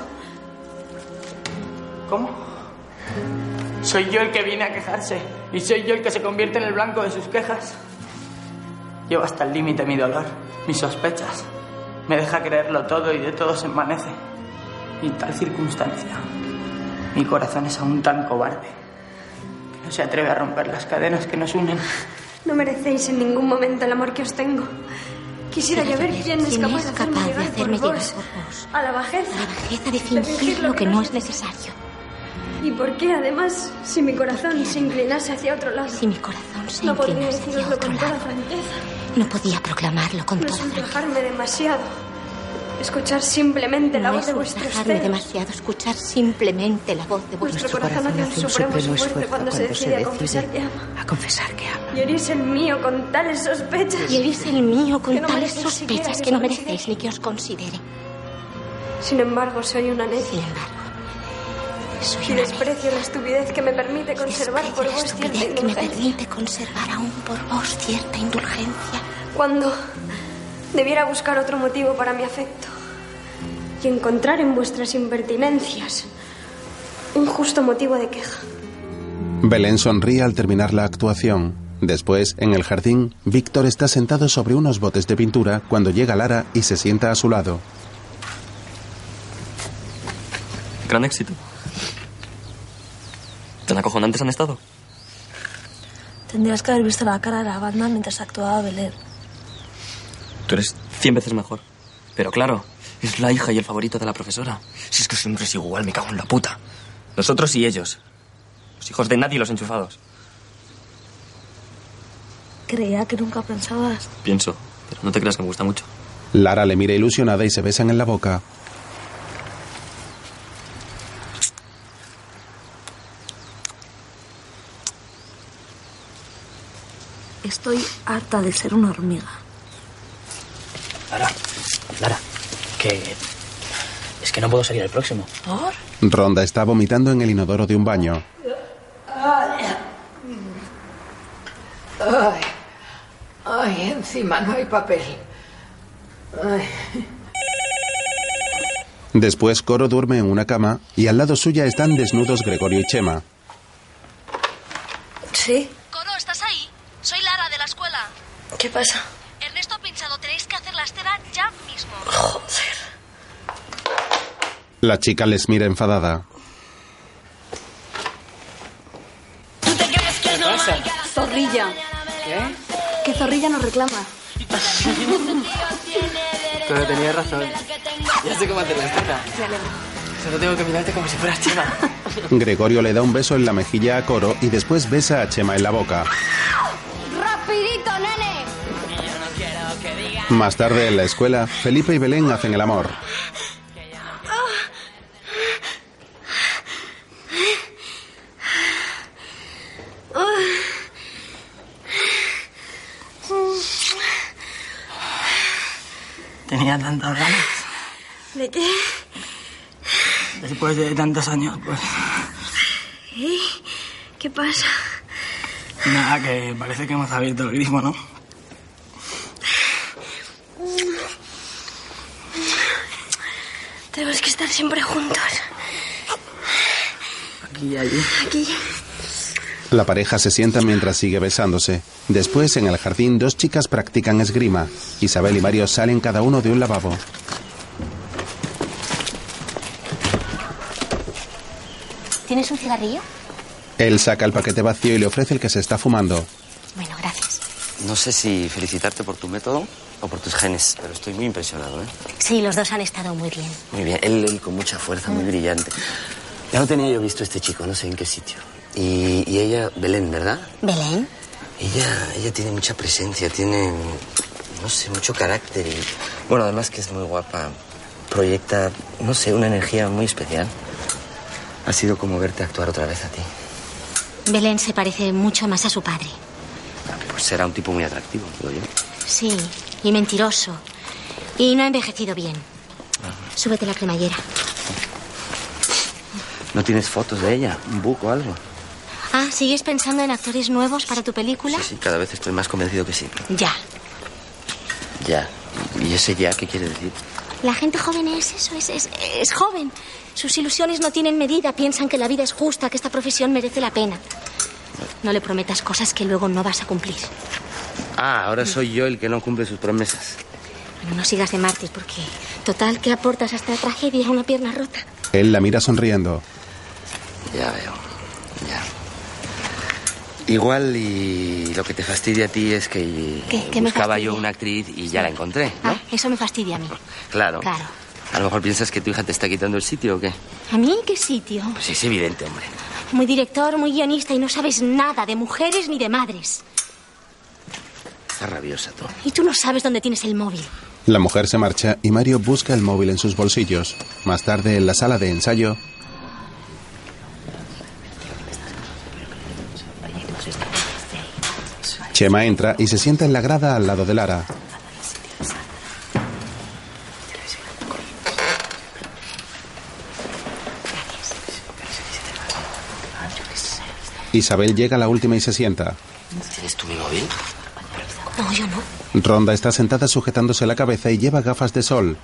¿Cómo? Soy yo el que viene a quejarse y soy yo el que se convierte en el blanco de sus quejas. Lleva hasta el límite mi dolor, mis sospechas. Me deja creerlo todo y de todo se envanece. Y en tal circunstancia, mi corazón es aún tan cobarde que no se atreve a romper las cadenas que nos unen.
No merecéis en ningún momento el amor que os tengo. Quisiera yo ver quién es capaz de hacerme llegar, por vos a la bajeza.
La bajeza de fingir lo que no es necesario.
¿Y por qué, además, si mi corazón se inclinase hacia otro lado? Si
mi corazón se
No podría
inclinase hacia
deciroslo
otro
con toda
lado.
franqueza.
No podía proclamarlo con
No
toda
es ultrajarme demasiado. Escuchar simplemente la
No
voz
es
de vuestros
ultrajarme
dedos.
demasiado escuchar simplemente la voz de vuestro
Nuestro corazón hace un supremo esfuerzo cuando se decide a confesar que ama.
a confesar que ama.
Y herís el mío con tales sospechas.
Y eres el mío con
Que no
tales
merecéis siquiera
sospechas
que
que no
os
merecéis ni que os considere.
Sin embargo, soy una necia. Sin
embargo,
y desprecio la estupidez que me permite conservar por
La
vos cierta
estupidez que me
indulgencia.
permite conservar aún por vos cierta indulgencia.
Cuando debiera buscar otro motivo para mi afecto y encontrar en vuestras impertinencias un justo motivo de queja.
Belén sonríe al terminar la actuación. Después, en el jardín, Víctor está sentado sobre unos botes de pintura cuando llega Lara y se sienta a su lado.
Gran éxito. ¿Tan acojonantes han estado?
Tendrías que haber visto la cara de la banda mientras actuaba Belén.
Tú eres cien veces mejor. Pero claro, es la hija y el favorito de la profesora. Si es que siempre es igual, me cago en la puta. Nosotros y ellos. Los hijos de nadie y los enchufados.
Creía que nunca pensabas.
Pienso, pero no te creas que me gusta mucho.
Lara le mira ilusionada y se besan en la boca.
Estoy harta de ser una hormiga.
Lara, Lara, que. Es que no puedo salir al próximo.
Oh.
¿Por?
Ronda está vomitando en el inodoro de un baño.
Ay. Ay. Ay, encima no hay papel. Ay.
Después, Coro duerme en una cama y al lado suya están desnudos Gregorio y Chema.
Sí.
Coro, ¿estás ahí? Soy Lara de la escuela.
¿Qué pasa?
Ernesto Pinchado, tenéis que hacer la escena ya mismo.
La chica les mira enfadada.
¿Qué pasa?
Zorrilla.
¿Qué?
Que zorrilla nos reclama.
Pero tenías razón. Ya sé cómo hacer la escena. Solo tengo que mirarte como si fueras chiva.
Gregorio le da un beso en la mejilla a Coro y después besa a Chema en la boca.
¡Rapidito, nene!
Más tarde en la escuela, Felipe y Belén hacen el amor.
Ah.
tenía tantas ganas.
¿De qué?
Después de tantos años, pues
¿Eh? ¿Qué pasa?
nada, que parece que hemos abierto el grifo, ¿no?
Tenemos que estar siempre juntos.
Aquí y allí.
Aquí.
La pareja se sienta mientras sigue besándose. Después, en el jardín, dos chicas practican esgrima. Isabel y Mario salen cada uno de un lavabo.
¿Tienes un cigarrillo?
Él saca el paquete vacío y le ofrece el que se está fumando.
Bueno, gracias.
No sé si felicitarte por tu método o por tus genes, pero estoy muy impresionado, ¿eh?
Sí, los dos han estado muy bien.
Muy bien, él, él con mucha fuerza, muy brillante. Ya lo tenía yo visto a este chico, no sé en qué sitio. Y, y ella, Belén, ¿verdad?
¿Belén?
Ella, ella tiene mucha presencia, tiene, no sé, mucho carácter y, bueno, además que es muy guapa, proyecta, no sé, una energía muy especial. Ha sido como verte actuar otra vez a ti.
Belén se parece mucho más a su padre.
Pues será un tipo muy atractivo, digo yo.
Sí, y mentiroso. Y no ha envejecido bien. Súbete la cremallera.
¿No tienes fotos de ella? ¿Un buco o algo?
Ah, ¿sigues pensando en actores nuevos para tu película?
Sí, cada vez estoy más convencido que sí.
Ya.
Ya. ¿Y ese ya qué quiere decir?
La gente joven es eso, es, es, es joven. Sus ilusiones no tienen medida, piensan que la vida es justa, que esta profesión merece la pena. No le prometas cosas que luego no vas a cumplir.
Ah, ahora soy yo el que no cumple sus promesas.
Bueno, no sigas de mártir porque, total, ¿qué aportas a esta tragedia a una pierna rota?
Él la mira sonriendo.
Ya veo. Ya. Igual y lo que te fastidia a ti es que
¿Qué? ¿Qué me
buscaba
fastidia?
yo una actriz y ya la encontré.
Ah, eso me fastidia a mí.
Claro.
Claro.
A lo mejor piensas que tu hija te está quitando el sitio o qué.
¿A mí qué sitio?
Pues es evidente, hombre.
Muy director, muy guionista y no sabes nada de mujeres ni de madres.
Está rabiosa tú.
Y tú no sabes dónde tienes el móvil.
La mujer se marcha y Mario busca el móvil en sus bolsillos. Más tarde, en la sala de ensayo, Chema entra y se sienta en la grada al lado de Lara. Isabel llega a la última y se sienta.
¿Tienes tu mi móvil?
No, yo no.
Ronda está sentada sujetándose la cabeza y lleva gafas de sol.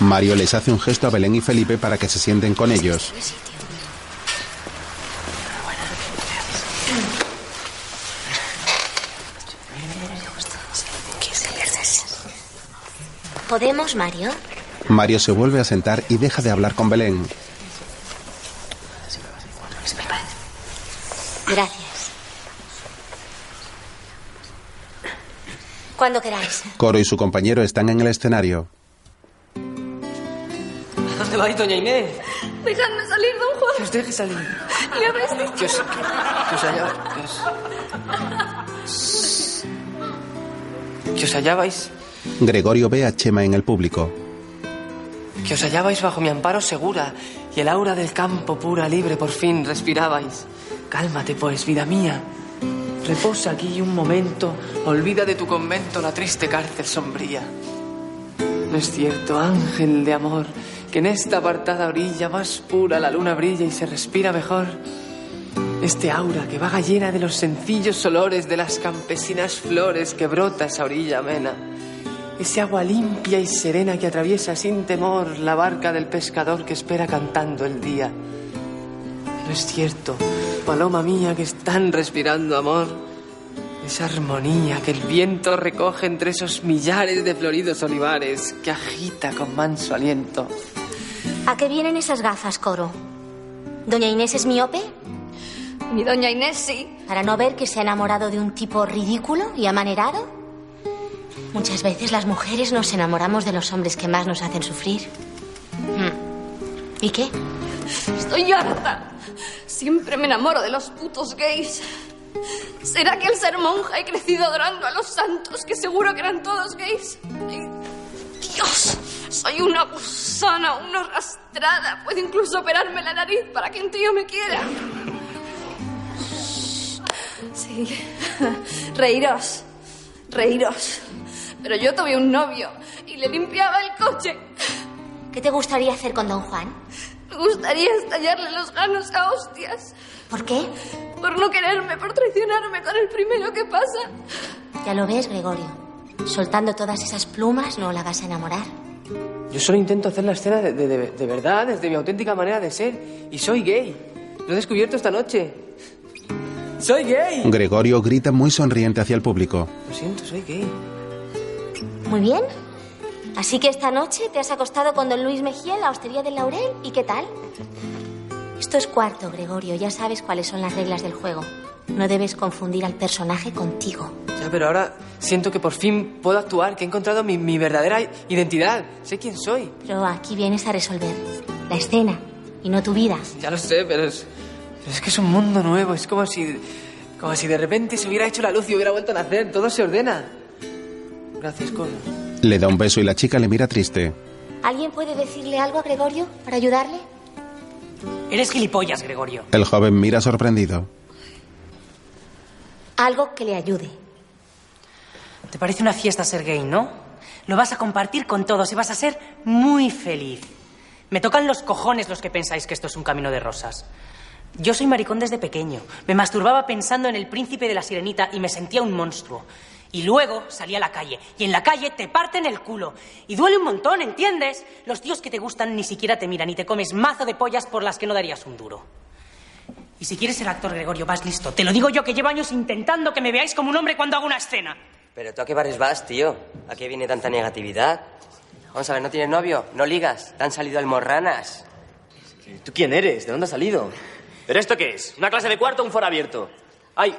Mario les hace un gesto a Belén y Felipe para que se sienten con ellos.
¿Podemos, Mario?
Mario se vuelve a sentar y deja de hablar con Belén.
Gracias. Cuando queráis.
Coro y su compañero están en el escenario.
¿Dónde vais, doña Inés?
Dejadme salir, don Juan.
Que os deje salir.
Le habéis dicho.
Que os, que os halla- que os- que os hallabais.
Gregorio ve a Chema en el público.
Que os hallabais bajo mi amparo segura y el aura del campo pura, libre, por fin respirabais. Cálmate, pues, vida mía. Reposa aquí un momento, olvida de tu convento la triste cárcel sombría. No es cierto, ángel de amor, que en esta apartada orilla más pura la luna brilla y se respira mejor. Este aura que vaga llena de los sencillos olores de las campesinas flores que brota esa orilla amena. Ese agua limpia y serena que atraviesa sin temor la barca del pescador que espera cantando el día. No es cierto, paloma mía, que están respirando amor. Esa armonía que el viento recoge entre esos millares de floridos olivares que agita con manso aliento.
¿A qué vienen esas gafas, Coro? ¿Doña Inés es miope?
Mi doña Inés sí.
¿Para no ver que se ha enamorado de un tipo ridículo y amanerado? Muchas veces las mujeres nos enamoramos de los hombres que más nos hacen sufrir. Mm. ¿Y qué?
Estoy harta. Siempre me enamoro de los putos gays. ¿Será que al ser monja he crecido adorando a los santos, que seguro que eran todos gays? Ay, Dios, soy una gusana, una arrastrada. Puedo incluso operarme la nariz para que un tío me quiera. Sí, reíros, reíros. Pero yo tuve un novio y le limpiaba el coche.
¿Qué te gustaría hacer con don Juan?
Me gustaría estallarle los ganos a hostias.
¿Por qué?
Por no quererme, por traicionarme con el primero que pasa.
Ya lo ves, Gregorio. Soltando todas esas plumas no la vas a enamorar.
Yo solo intento hacer la escena de, de- de- de verdad, desde mi auténtica manera de ser. Y soy gay. Lo he descubierto esta noche. ¡Soy gay!
Gregorio grita muy sonriente hacia el público.
Lo siento, soy gay.
Muy bien. Así que esta noche te has acostado con don Luis Mejía en la hostería del Laurel. ¿Y qué tal? Esto es cuarto, Gregorio. Ya sabes cuáles son las reglas del juego. No debes confundir al personaje contigo.
Ya, pero ahora siento que por fin puedo actuar, que he encontrado mi, mi verdadera identidad. Sé quién soy.
Pero aquí vienes a resolver la escena y no tu vida.
Ya lo sé, pero es, pero es que es un mundo nuevo. Es como si, como si de repente se hubiera hecho la luz y hubiera vuelto a nacer. Todo se ordena. Gracias, Colo.
Le da un beso y la chica le mira triste.
¿Alguien puede decirle algo a Gregorio para ayudarle?
Eres gilipollas, Gregorio.
El joven mira sorprendido.
Algo que le ayude.
Te parece una fiesta ser gay, ¿no? Lo vas a compartir con todos y vas a ser muy feliz. Me tocan los cojones los que pensáis que esto es un camino de rosas. Yo soy maricón desde pequeño. Me masturbaba pensando en el príncipe de la sirenita y me sentía un monstruo. Y luego salí a la calle. Y en la calle te parten el culo. Y duele un montón, ¿entiendes? Los tíos que te gustan ni siquiera te miran y te comes mazo de pollas por las que no darías un duro. Y si quieres ser actor, Gregorio, vas listo. Te lo digo yo que llevo años intentando que me veáis como un hombre cuando hago una escena.
Pero tú a qué bares vas, tío. ¿A qué viene tanta negatividad? Vamos a ver, ¿no tienes novio? ¿No ligas? ¿Te han salido almorranas?
¿Tú quién eres? ¿De dónde has salido? ¿Pero esto qué es? ¿Una clase de cuarto o un foro abierto? Hay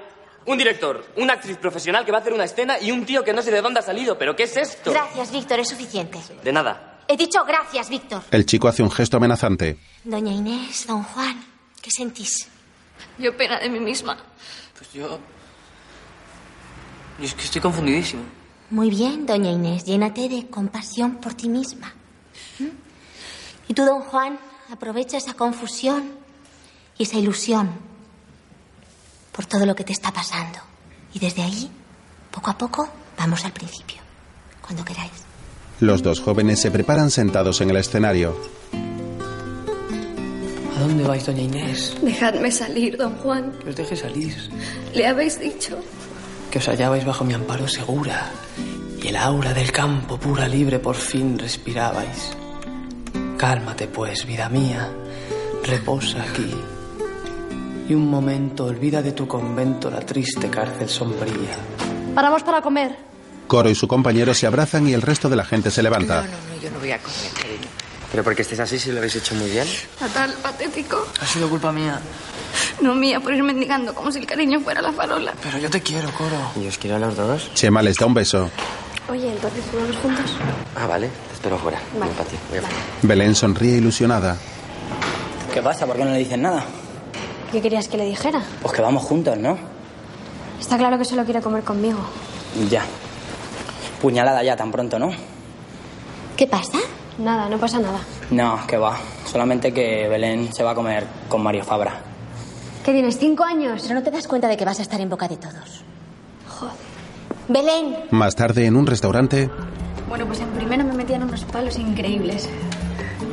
un director, una actriz profesional que va a hacer una escena y un tío que no sé de dónde ha salido. ¿Pero qué es esto?
Gracias, Víctor, es suficiente.
De nada.
He dicho gracias, Víctor.
El chico hace un gesto amenazante.
Doña Inés, don Juan, ¿qué sentís?
Yo pena de mí misma.
Pues yo. Yo es que estoy confundidísimo.
Muy bien, doña Inés, llénate de compasión por ti misma. ¿Mm? Y tú, don Juan, aprovecha esa confusión y esa ilusión por todo lo que te está pasando. Y desde ahí, poco a poco, vamos al principio, cuando queráis.
Los dos jóvenes se preparan sentados en el escenario.
¿A dónde vais, doña Inés?
Dejadme salir, don Juan.
Que os deje salir.
Le habéis dicho.
Que os hallabais bajo mi amparo segura. Y el aura del campo pura libre por fin respirabais. Cálmate pues, vida mía. Reposa aquí. Y un momento olvida de tu convento la triste cárcel sombría.
Paramos para comer.
Coro y su compañero se abrazan y el resto de la gente se levanta.
No, yo no voy a comer, cariño.
Pero porque estés así, si lo habéis hecho muy bien.
Fatal, patético.
Ha sido culpa mía.
No mía por ir mendigando como si el cariño fuera la farola.
Pero yo te quiero, Coro.
¿Y os quiero a los dos?
Chema les da un beso.
Oye, entonces jugamos juntos.
Ah, vale. Te espero fuera. Voy
Vale.
para ti. Voy a-
Belén sonríe ilusionada.
¿Qué pasa? ¿Por qué no le dicen nada?
¿Qué querías que le dijera?
Pues que vamos juntos, ¿no?
Está claro que solo quiere comer conmigo.
Ya. Puñalada ya tan pronto, ¿no?
¿Qué pasa?
Nada, no pasa nada.
No, que va. Solamente que Belén se va a comer con Mario Fabra.
¿Qué tienes? ¿Cinco años? Pero no te das cuenta de que vas a estar en boca de todos. Joder. Belén,
Más tarde, en un restaurante,
Bueno, pues en primero me metían unos palos increíbles.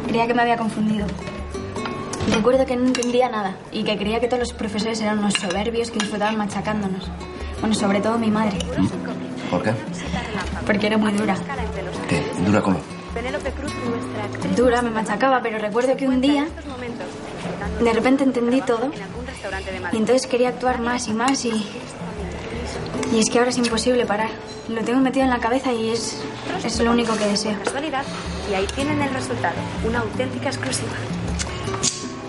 Creía que me había confundido. Recuerdo que no entendía nada y que creía que todos los profesores eran unos soberbios que disfrutaban machacándonos. Bueno, sobre todo mi madre,
¿Por qué?
porque era muy dura.
¿Qué? ¿Dura como?
Dura, me machacaba, pero recuerdo que un día de repente entendí todo y entonces quería actuar más y más y... Y es que ahora es imposible parar. Lo tengo metido en la cabeza y es, es lo único que deseo. Casualidad, y ahí tienen el resultado, una auténtica exclusiva.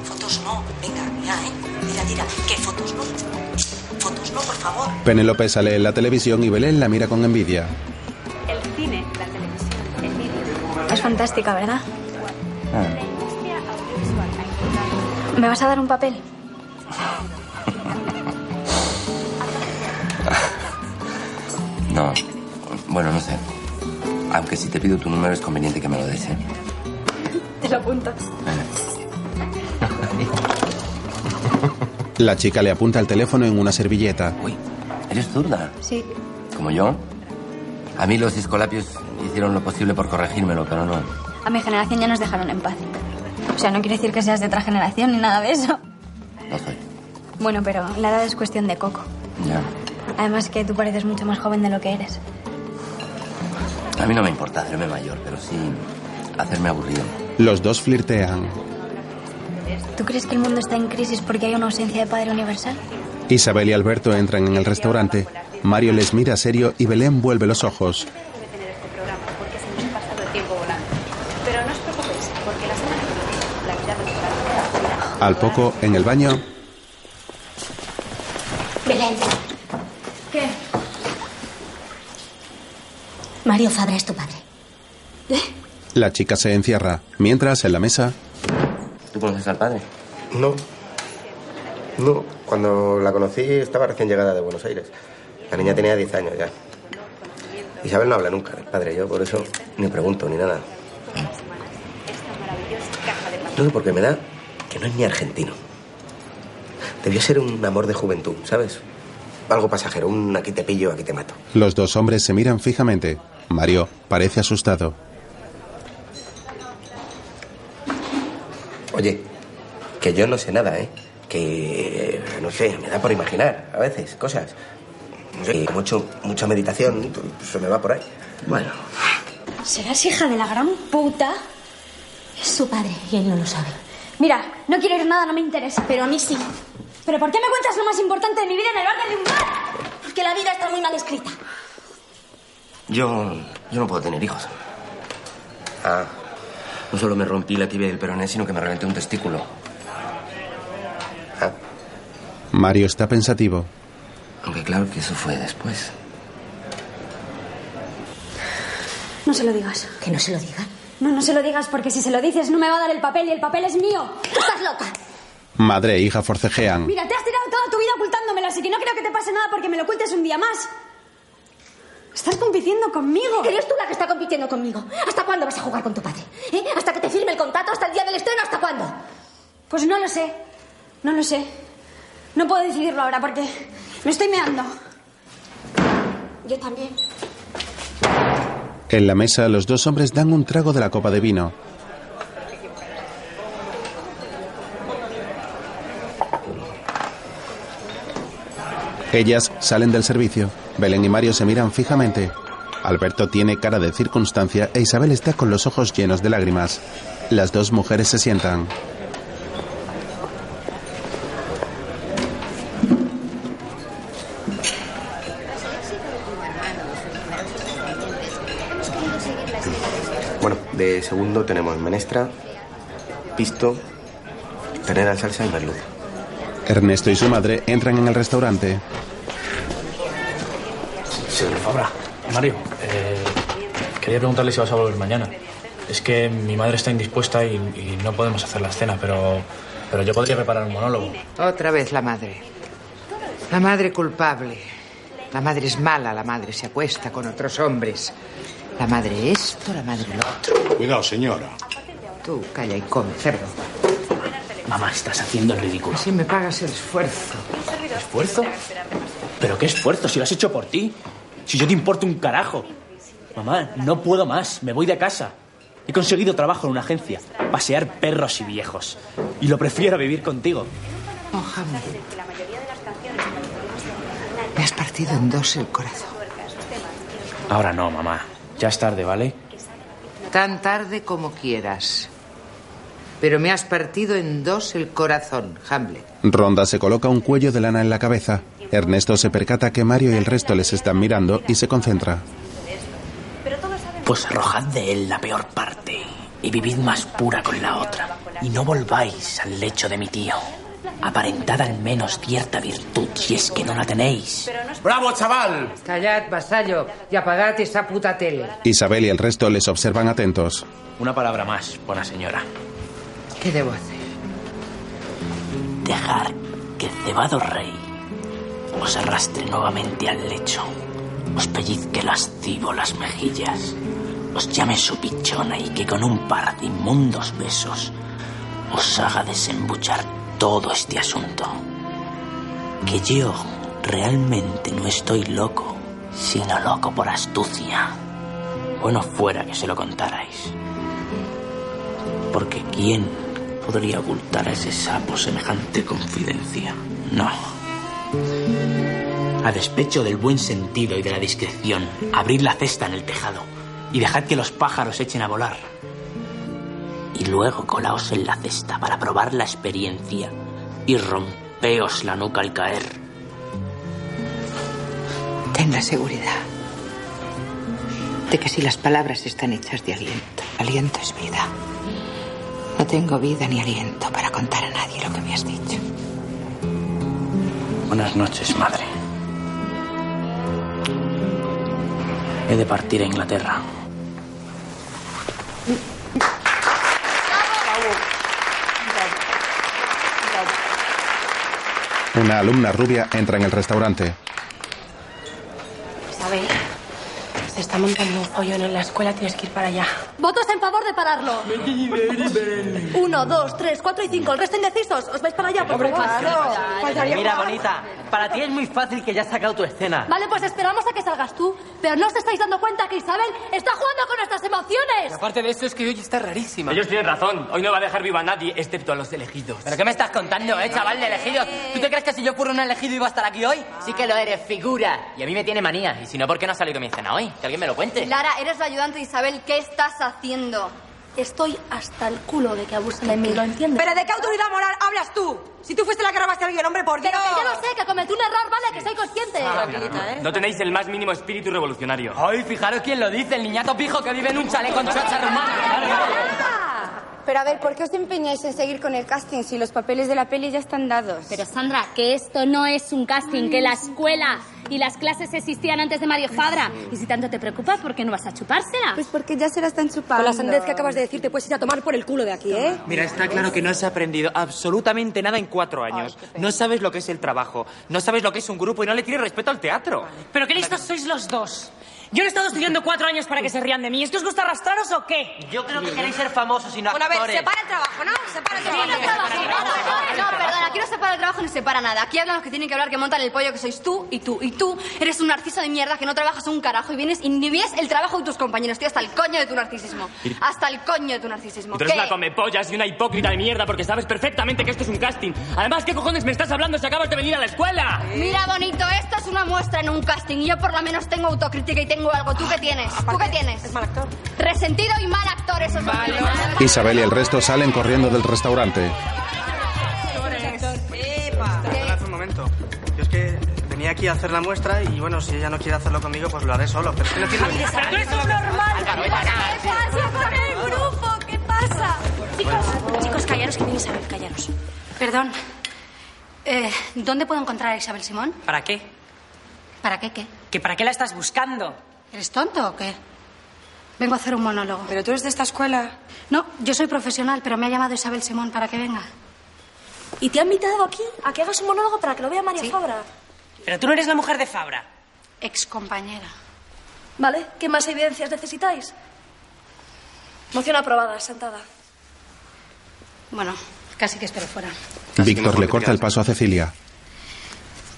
Fotos no. Venga, mira, ¿eh? Mira, tira. ¿Qué fotos no? Fotos no, por favor.
Penélope sale en la televisión y Belén la mira con envidia.
El cine, la televisión, el vídeo. Es fantástica, ¿verdad?
Ah.
¿Me vas a dar un papel?
No. Bueno, no sé. Aunque si te pido tu número es conveniente que me lo des, ¿eh?
Te lo apunto.
La chica le apunta el teléfono en una servilleta.
Uy, eres zurda.
Sí.
Como yo.
A mí los discolapios hicieron lo posible por corregírmelo, pero no.
A mi generación ya nos dejaron en paz. O sea, no quiere decir que seas de otra generación ni nada de eso.
No soy.
Bueno, pero la edad es cuestión de coco.
Ya.
Además que tú pareces mucho más joven de lo que eres.
A mí no me importa hacerme mayor, pero sí hacerme aburrido.
Los dos flirtean.
¿Tú crees que el mundo está en crisis porque hay una ausencia de padre universal?
Isabel y Alberto entran en el restaurante. Mario les mira serio y Belén vuelve los ojos.
Pero no os preocupéis, porque la semana que viene la vida nos
Al poco, en el baño,
Belén.
¿Qué?
Mario Fabra es tu padre.
la chica se encierra. Mientras, en la mesa,
¿Tú conoces al padre?
No. No. Cuando la conocí estaba recién llegada de Buenos Aires. La niña tenía 10 años ya. Isabel no habla nunca del padre, yo por eso ni pregunto ni nada. No sé por qué me da que no es ni argentino. Debió ser un amor de juventud, ¿sabes? Algo pasajero, un aquí te pillo, aquí te mato.
los dos hombres se miran fijamente. Mario parece asustado.
Oye, que yo no sé nada, ¿eh? Que, eh, no sé, me da por imaginar a veces cosas. No sé, como he hecho mucha meditación, se me va por ahí. Bueno.
¿Serás hija de la gran puta? Es su padre y él no lo sabe. Mira, no quiero ir nada, no me interesa. Pero a mí sí. ¿Pero por qué me cuentas lo más importante de mi vida en el orden de un bar? Porque la vida está muy mal escrita.
Yo, yo no puedo tener hijos. Ah, no solo me rompí la tibia del peroné, sino que me reventé un testículo.
Mario está pensativo.
Aunque claro que eso fue después.
No se lo digas.
¿Que no se lo diga?
No, no se lo digas porque si se lo dices no me va a dar el papel y el papel es mío. ¡Tú estás loca!
Madre e hija forcejean.
Mira, te has tirado toda tu vida ocultándomelo, así que no creo que te pase nada porque me lo ocultes un día más. Estás compitiendo conmigo.
Eres tú la que está compitiendo conmigo. ¿Hasta cuándo vas a jugar con tu padre? ¿Eh? ¿Hasta que te firme el contrato? ¿Hasta el día del estreno? ¿Hasta cuándo?
Pues no lo sé. No lo sé. No puedo decidirlo ahora porque me estoy meando.
Yo también.
En la mesa, los dos hombres dan un trago de la copa de vino. Ellas salen del servicio. Belén y Mario se miran fijamente. Alberto tiene cara de circunstancia e Isabel está con los ojos llenos de lágrimas. Las dos mujeres se sientan.
Bueno, de segundo tenemos menestra, pisto, tenera en salsa y merluza.
Ernesto y su madre entran en el restaurante.
Señor
Fabra, ah, Mario, eh, quería preguntarle si vas a volver mañana. Es que mi madre está indispuesta y, y no podemos hacer la escena, pero, pero yo podría preparar un monólogo.
Otra vez la madre. La madre culpable. La madre es mala, la madre se acuesta con otros hombres. La madre esto, la madre lo otro.
Cuidado, señora.
Tú calla y come, cerdo.
Mamá, estás haciendo el ridículo.
Si me pagas el esfuerzo.
¿Esfuerzo? ¿Pero qué esfuerzo? Si lo has hecho por ti. Si yo te importo un carajo. Mamá, no puedo más. Me voy de casa. He conseguido trabajo en una agencia. Pasear perros y viejos. Y lo prefiero a vivir contigo.
Mohamed. Me has partido en dos el corazón.
Ahora no, mamá. Ya es tarde, ¿vale?
Tan tarde como quieras. Pero me has partido en dos el corazón, Hamlet.
Ronda se coloca un cuello de lana en la cabeza. Ernesto se percata que Mario y el resto les están mirando y se concentra.
Pues arrojad de él la peor parte y vivid más pura con la otra. Y no volváis al lecho de mi tío. Aparentad al menos cierta virtud si es que no la tenéis.
¡Bravo, chaval! Callad, vasallo, y apagad esa puta tele.
Isabel y el resto les observan atentos.
Una palabra más, buena señora.
¿Qué debo hacer?
Dejar que cebado rey os arrastre nuevamente al lecho. Os pellizque lascivo las mejillas. Os llame su pichona y que con un par de inmundos besos os haga desembuchar todo este asunto. Que yo realmente no estoy loco sino loco por astucia. Bueno fuera que se lo contarais. Porque ¿quién podría ocultar a ese sapo semejante confidencia? No. A despecho del buen sentido y de la discreción, abrir la cesta en el tejado y dejad que los pájaros echen a volar. Y luego colaos en la cesta para probar la experiencia y rompeos la nuca al caer.
Ten la seguridad de que si las palabras están hechas de aliento, aliento es vida. No tengo vida ni aliento para contar a nadie lo que me has dicho.
Buenas noches, madre. He de partir a Inglaterra.
Una alumna rubia entra en el restaurante.
¿Sabéis? Se está montando un follón en la escuela, tienes que ir para allá.
Votos en favor de pararlo. Uno, dos, tres, cuatro y cinco. El resto indecisos. Os vais para allá, por favor.
Mira, bonita, para ti es muy fácil que ya has sacado tu escena.
Vale, pues esperamos a que salgas tú. Pero no os estáis dando cuenta que Isabel está jugando con nuestras emociones.
Aparte de esto, es que hoy está rarísima.
Ellos tienen razón. Hoy no va a dejar viva a nadie, excepto a los elegidos.
¿Pero qué me estás contando, eh, chaval de elegidos? ¿Tú te crees que si yo fuera un elegido iba a estar aquí hoy? Sí que lo eres, figura. Y a mí me tiene manía. Y si no, ¿por qué no ha salido mi escena hoy? Que alguien me lo cuente.
Lara, eres la ayudante de Isabel. ¿Qué estás haciendo?
Estoy hasta el culo de que abusen de mí, ¿lo entiendes?
Pero
de qué autoridad moral hablas tú? Si tú fuiste la que robaste a alguien, hombre, por Dios. Pero que yo lo sé, que cometí un error, vale, que soy consciente.
Ah, ¿eh?
No tenéis el más mínimo espíritu revolucionario.
Ay, fijaros quién lo dice, el niñato pijo que vive en un chalet con chocha romana.
Pero a ver, ¿por qué os empeñáis en seguir con el casting si los papeles de la peli ya están dados?
Pero Sandra, que esto no es un casting, que la escuela y las clases existían antes de Mario Fabra. Y si tanto te preocupas, ¿por qué no vas a chupársela?
Pues porque ya se la están chupando.
Con la
sandez
sandez
que acabas de decir, te puedes ir a tomar por el culo de aquí, ¿eh?
Mira, está claro que no has aprendido absolutamente nada en cuatro años. No sabes lo que es el trabajo, no sabes lo que es un grupo y no le tienes respeto al teatro.
Pero qué listos sois los dos. Yo no he estado estudiando cuatro años para que se rían de mí. ¿Es que os gusta arrastraros o qué?
Yo creo que
queréis
ser famosos y no
Bueno, a ver, separa el trabajo, ¿no? Separa el trabajo. No, perdón, aquí no separa el trabajo ni separa nada. Aquí hablan los que tienen que hablar, que montan el pollo, que sois tú y tú y tú. Eres un narciso de mierda que no trabajas un carajo y vienes y ni ves el trabajo de tus compañeros. Estoy hasta el coño de tu narcisismo. Hasta el coño de tu narcisismo.
Y tú eres
¿Qué?
una comepollas y una hipócrita de mierda porque sabes perfectamente que esto es un casting. Además, ¿qué cojones me estás hablando si acabas de venir a la escuela?
Mira, bonito, esto es una muestra en un casting y yo por lo menos tengo autocrítica y tengo algo. ¿Tú qué
Ah,
tienes? ¿Tú qué tienes? Es mal actor. Resentido y mal actor, eso es lo que eres.
Isabel y el resto salen corriendo del restaurante.
Hace un momento. Yo es que venía aquí a hacer la muestra y bueno, si ella no quiere hacerlo conmigo, pues lo haré solo. Pero es que no quiero.
normal!
pasa con el grupo? ¿Qué pasa? Chicos, chicos, callaros que viene Isabel, callaros.
Perdón. Eh, ¿Dónde puedo encontrar a Isabel Simón?
¿Para qué?
¿Para qué qué?
¿Que para qué la estás buscando?
¿Eres tonto o qué? Vengo a hacer un monólogo. ¿Pero tú eres de esta escuela? No, yo soy profesional, pero me ha llamado Isabel Simón para que venga.
¿Y te ha invitado aquí a que hagas un monólogo para que lo vea María Fabra?
Pero tú no eres la mujer de Fabra.
Ex compañera.
¿Vale? ¿Qué más evidencias necesitáis? Moción aprobada, sentada.
Bueno, casi que espero fuera.
Víctor le corta el paso a Cecilia.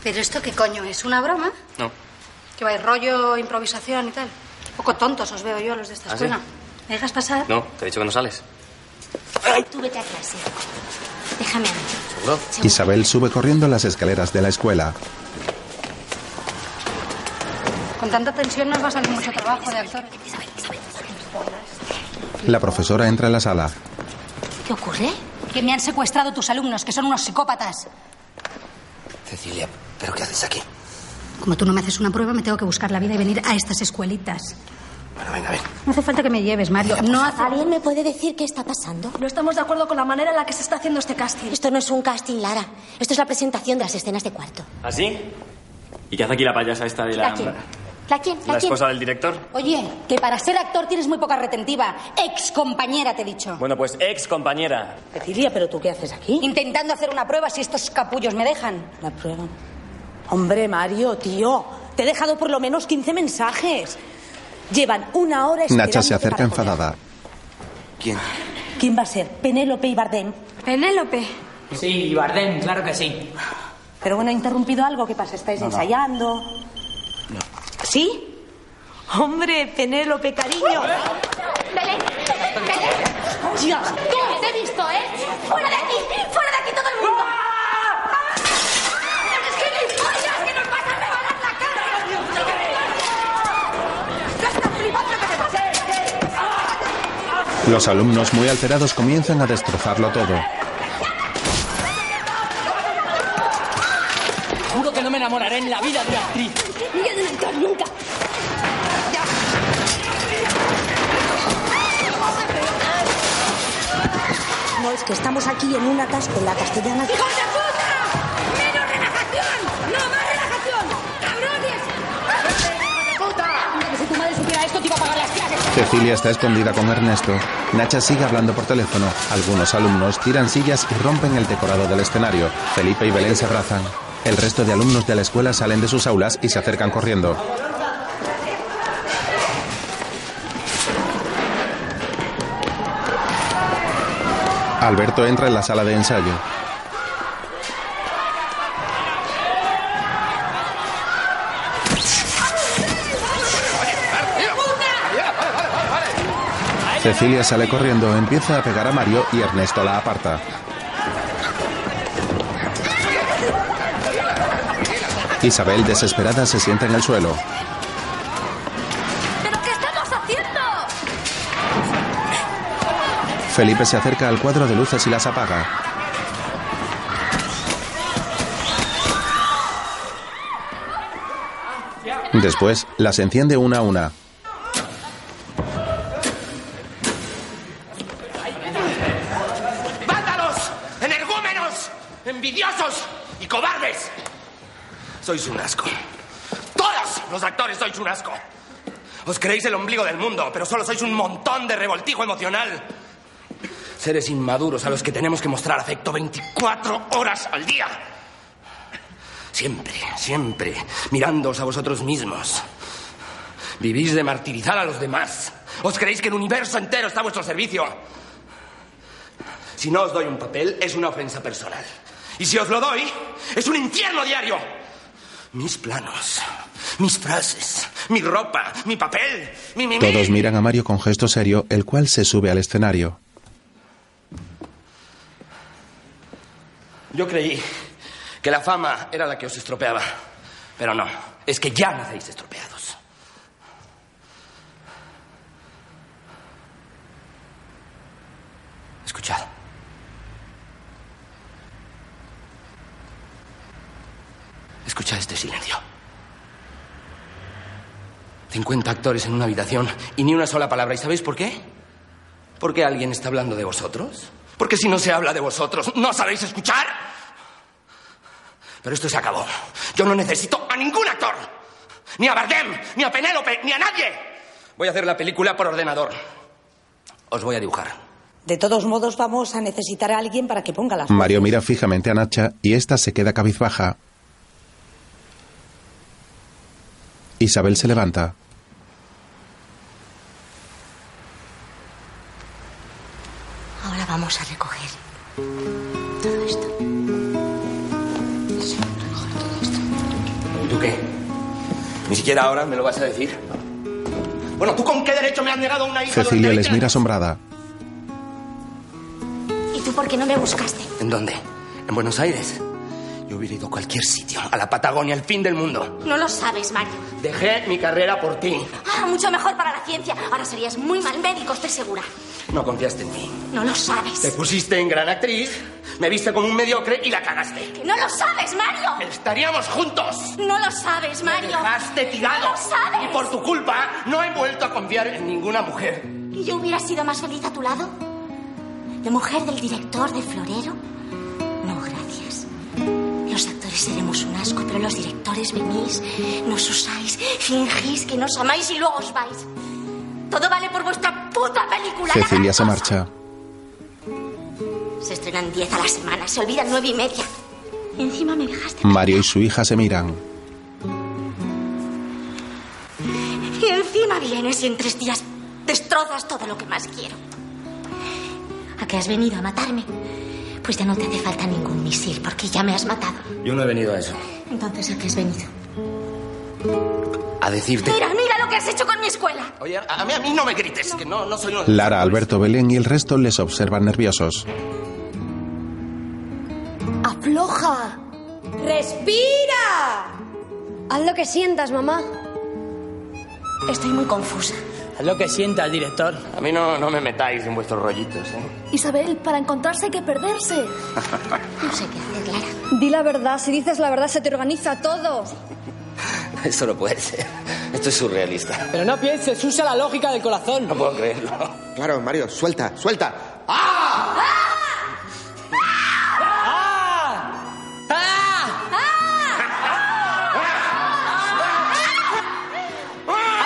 ¿Pero esto qué coño es? ¿Una broma?
No.
¿Que vais rollo improvisación y tal? Un poco tontos os veo yo los de esta
¿Ah, sí?
escuela. ¿Me dejas pasar?
No, te he dicho que no sales.
Tú vete a clase. Déjame a mí.
¿Seguro?
Isabel sube corriendo las escaleras de la escuela.
Con tanta tensión nos va a salir mucho trabajo de actor.
La profesora entra en la sala.
¿Qué ocurre? Que me han secuestrado tus alumnos, que son unos psicópatas.
Cecilia, ¿pero qué haces aquí?
Como tú no me haces una prueba, me tengo que buscar la vida y venir a estas escuelitas.
Bueno, venga, ven.
No hace falta que me lleves, Mario. No hace...
¿Alguien me puede decir qué está pasando?
No estamos de acuerdo con la manera en la que se está haciendo este casting.
Esto no es un casting, Lara. Esto es la presentación de las escenas de cuarto.
¿Así? ¿Ah, ¿Y qué hace aquí la payasa esta de la...
¿La quién?
¿La quién?
¿La esposa del director?
Oye, que para ser actor tienes muy poca retentiva. Ex compañera, te he dicho.
Bueno, pues ex compañera.
Cecilia, ¿pero tú qué haces aquí? Intentando hacer una prueba si estos
Pues
capullos me dejan. La prueba.
Hombre, Mario, tío, te he dejado por lo menos 15 mensajes. Llevan una hora
Nacha
esperándote
se acerca
para comer.
enfadada.
¿Quién?
¿Quién va a ser? ¿Penélope y Bardem? ¿Penélope?
Sí, Bardem, claro que sí.
Pero bueno, he interrumpido algo. ¿Qué pasa? ¿Estáis
No, no.
ensayando?
¿Sí? Hombre, Penélope, cariño.
Belén, Belén.
Dios,
tú te he visto, ¿eh? ¡Fuera de aquí! ¡Fuera de aquí todo el mundo!
¡Ah!
¡Es que me follas! ¡Que nos vas a rebalar la cara! ¡No estás flipando lo que te pasa!
Los alumnos muy alterados comienzan a destrozarlo todo.
Juro que no me enamoraré en la vida de una actriz.
¡Ni de entrar nunca!
No, es que estamos aquí en un atasco en la castellana.
¡Hijos de puta! ¡Menos relajación! ¡No más relajación! ¡Cabrones! puta!
Si tu madre supiera esto, te iba a pagar las clases.
Cecilia está escondida con Ernesto. Nacha sigue hablando por teléfono. Algunos alumnos tiran sillas y rompen el decorado del escenario. Felipe y Belén se abrazan. El resto de alumnos de la escuela salen de sus aulas y se acercan corriendo. Alberto entra en la sala de ensayo. Cecilia sale corriendo, empieza a pegar a Mario y Ernesto la aparta. Isabel, desesperada, se sienta en el suelo.
¿Pero qué estamos haciendo?
Felipe se acerca al cuadro de luces y las apaga. Después, las enciende una a una.
¡Vándalos! ¡Energúmenos! ¡Envidiosos! ¡Y cobardes! Sois un asco. ¡Todos los actores sois un asco! Os creéis el ombligo del mundo, pero solo sois un montón de revoltijo emocional. Seres inmaduros a los que tenemos que mostrar afecto 24 horas al día. Siempre, siempre, mirándoos a vosotros mismos. Vivís de martirizar a los demás. Os creéis que el universo entero está a vuestro servicio. Si no os doy un papel, es una ofensa personal. Y si os lo doy, es un infierno diario. Mis planos, mis frases, mi ropa, mi papel, mi... mi, mi.
Todos miran a Mario con gesto serio, el cual se sube al escenario.
Yo creí que la fama era la que os estropeaba. Pero no, es que ya nacéis estropeados. Escuchad. Escuchad este silencio. 50 actores en una habitación y ni una sola palabra. ¿Y sabéis por qué? Porque alguien está hablando de vosotros. Porque si no se habla de vosotros, ¿no sabéis escuchar? Pero esto se acabó. Yo no necesito a ningún actor. Ni a Bardem, ni a Penélope, ni a nadie. Voy a hacer la película por ordenador. Os voy a dibujar.
De todos modos, vamos a necesitar a alguien para que ponga las.
Mm.
Mario mira fijamente a Nacha y esta se queda cabizbaja. Isabel se levanta.
Ahora vamos a recoger todo esto.
¿Y tú qué? Ni siquiera ahora me lo vas a decir. Bueno, ¿tú con qué derecho me has negado una hija?
Cecilia les mira asombrada.
¿Y tú por qué no me buscaste?
¿En dónde? ¿En Buenos Aires? Yo hubiera ido a cualquier sitio, a la Patagonia, al fin del mundo.
No lo sabes, Mario.
Dejé mi carrera por ti.
Ah, mucho mejor para la ciencia. Ahora serías muy mal médico, estoy segura.
No confiaste en mí.
No lo sabes.
Te pusiste en gran actriz, me viste como un mediocre y la cagaste.
¡No lo sabes, Mario!
Estaríamos juntos.
¡No lo sabes, Mario!
Me dejaste tirado.
¡No lo sabes!
Y por tu culpa no he vuelto a confiar en ninguna mujer.
¿Y yo hubiera sido más feliz a tu lado? ¿La mujer del director de Florero? No, gracias. Los actores seremos un asco, pero los directores venís, nos usáis, fingís que nos amáis y luego os vais. Todo vale por vuestra puta película. la
Cecilia
gran
se marcha.
cosa. Se estrenan 10 a la semana, se olvidan nueve y media. Y encima me dejaste.
Mario y su hija se miran.
Y encima vienes y en tres días destrozas todo lo que más quiero. ¿A qué has venido a matarme? Pues ya no te hace falta ningún misil porque ya me has matado.
Yo no he venido a eso.
Entonces, ¿a qué has venido?
a decirte...
Mira, mira lo que has hecho con mi escuela.
Oye, a, a mí, a mí no me grites, que no, no soy una...
Lara, Alberto, Belén y el resto les observan nerviosos.
¡Afloja! ¡Respira! Haz lo que sientas, mamá.
Estoy muy confusa. Haz lo que sientas, director.
A mí no, no me metáis en vuestros rollitos, ¿eh?
Isabel, para encontrarse hay que perderse. No sé qué hacer, Lara.
Di la verdad. Si dices la verdad, se te organiza todo.
Eso no puede ser. Esto es surrealista.
Pero no pienses, usa la lógica del corazón.
No puedo creerlo.
Claro, Mario, suelta, suelta.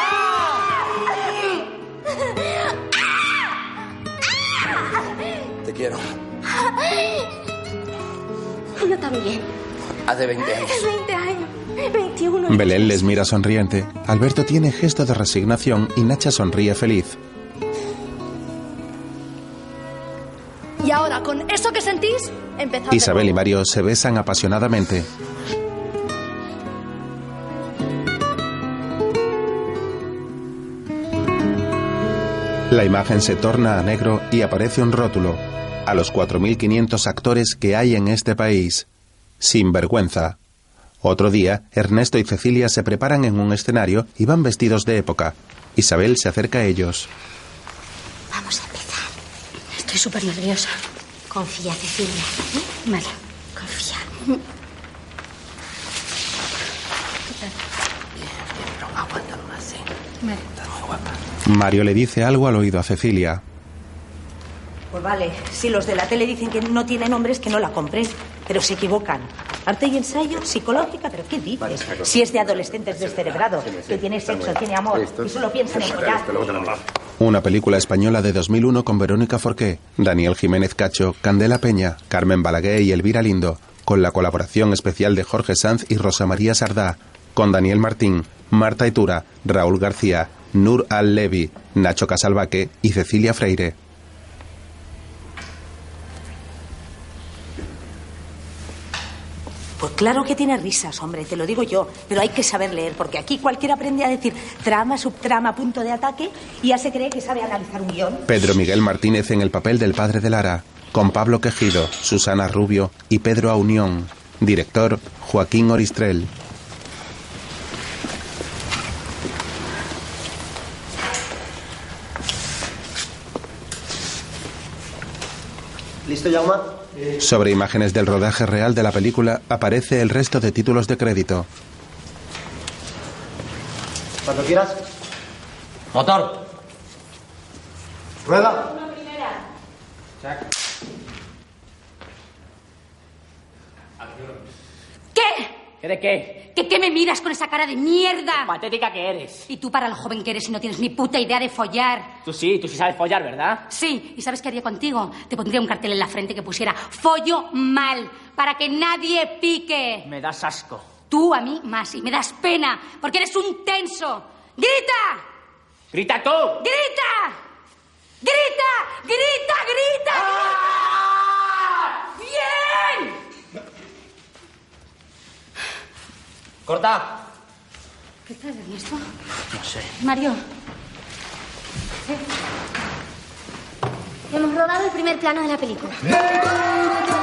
¡Ah!
Te quiero.
Yo también.
Hace 20 años.
20 años. 21.
Belén les mira sonriente. Alberto tiene gesto de resignación y Nacha sonríe feliz.
Y ahora, con eso que sentís, empezamos.
Isabel y Mario se besan apasionadamente. La imagen se torna a negro y aparece un rótulo. A los 4.500 actores que hay en este país. Sin vergüenza. Otro día, Ernesto y Cecilia se preparan en un escenario y van vestidos de época. Isabel se acerca a ellos.
Vamos a empezar.
Estoy súper nerviosa.
Confía, Cecilia. ¿Eh?
Vale.
Confía.
No aguantan más, ¿eh?
Vale.
Estás muy guapa.
Mario le dice algo al oído a Cecilia.
Pues vale, si los de la tele dicen que no tiene nombres, que no la compren. Pero se equivocan. Arte y ensayo, psicológica, pero ¿qué dices?
claro.
Si es de adolescentes descerebrados,
sí, sí,
que tiene
está
sexo,
muy bien.
tiene amor,
Listo.
y solo piensan en follar.
Una película española de 2001 con Verónica Forqué, Daniel Jiménez Cacho, Candela Peña, Carmen Balaguer y Elvira Lindo, con la colaboración especial de Jorge Sanz y Rosa María Sardá, con Daniel Martín, Marta Itura, Raúl García, Nur Al-Levi, Nacho Casalbaque y Cecilia Freire.
Pues claro que tiene risas, hombre, te lo digo yo, pero hay que saber leer, porque aquí cualquiera aprende a decir trama, subtrama, punto de ataque, y ya se cree que sabe analizar un guión.
Pedro Miguel Martínez en el papel del padre de Lara, con Pablo Quejido, Susana Rubio y Pedro Aunión. Director Joaquín Oristrel.
¿Listo, Yauma?
Sobre imágenes del rodaje real de la película aparece el resto de títulos de crédito.
Cuando quieras.
Motor.
Rueda.
¿Qué?
¿Qué de qué?
¿Qué, ¿Qué me miras con esa cara de mierda?
Patética que eres.
Y tú para lo joven que eres si no tienes ni puta idea de follar.
Tú sí, tú sí sabes follar, ¿verdad?
Sí, ¿y sabes qué haría contigo? Te pondría un cartel en la frente que pusiera follo mal, para que nadie pique.
Me das asco.
Tú a mí más y me das pena, porque eres un tenso. ¡Grita!
¡Grita tú!
¡Grita! ¡Grita! ¡Grita! ¡Grita! ¡Bien!
¡Corta!
¿Qué estás, Ernesto?
No sé.
Mario. Hemos rodado el primer plano de la película.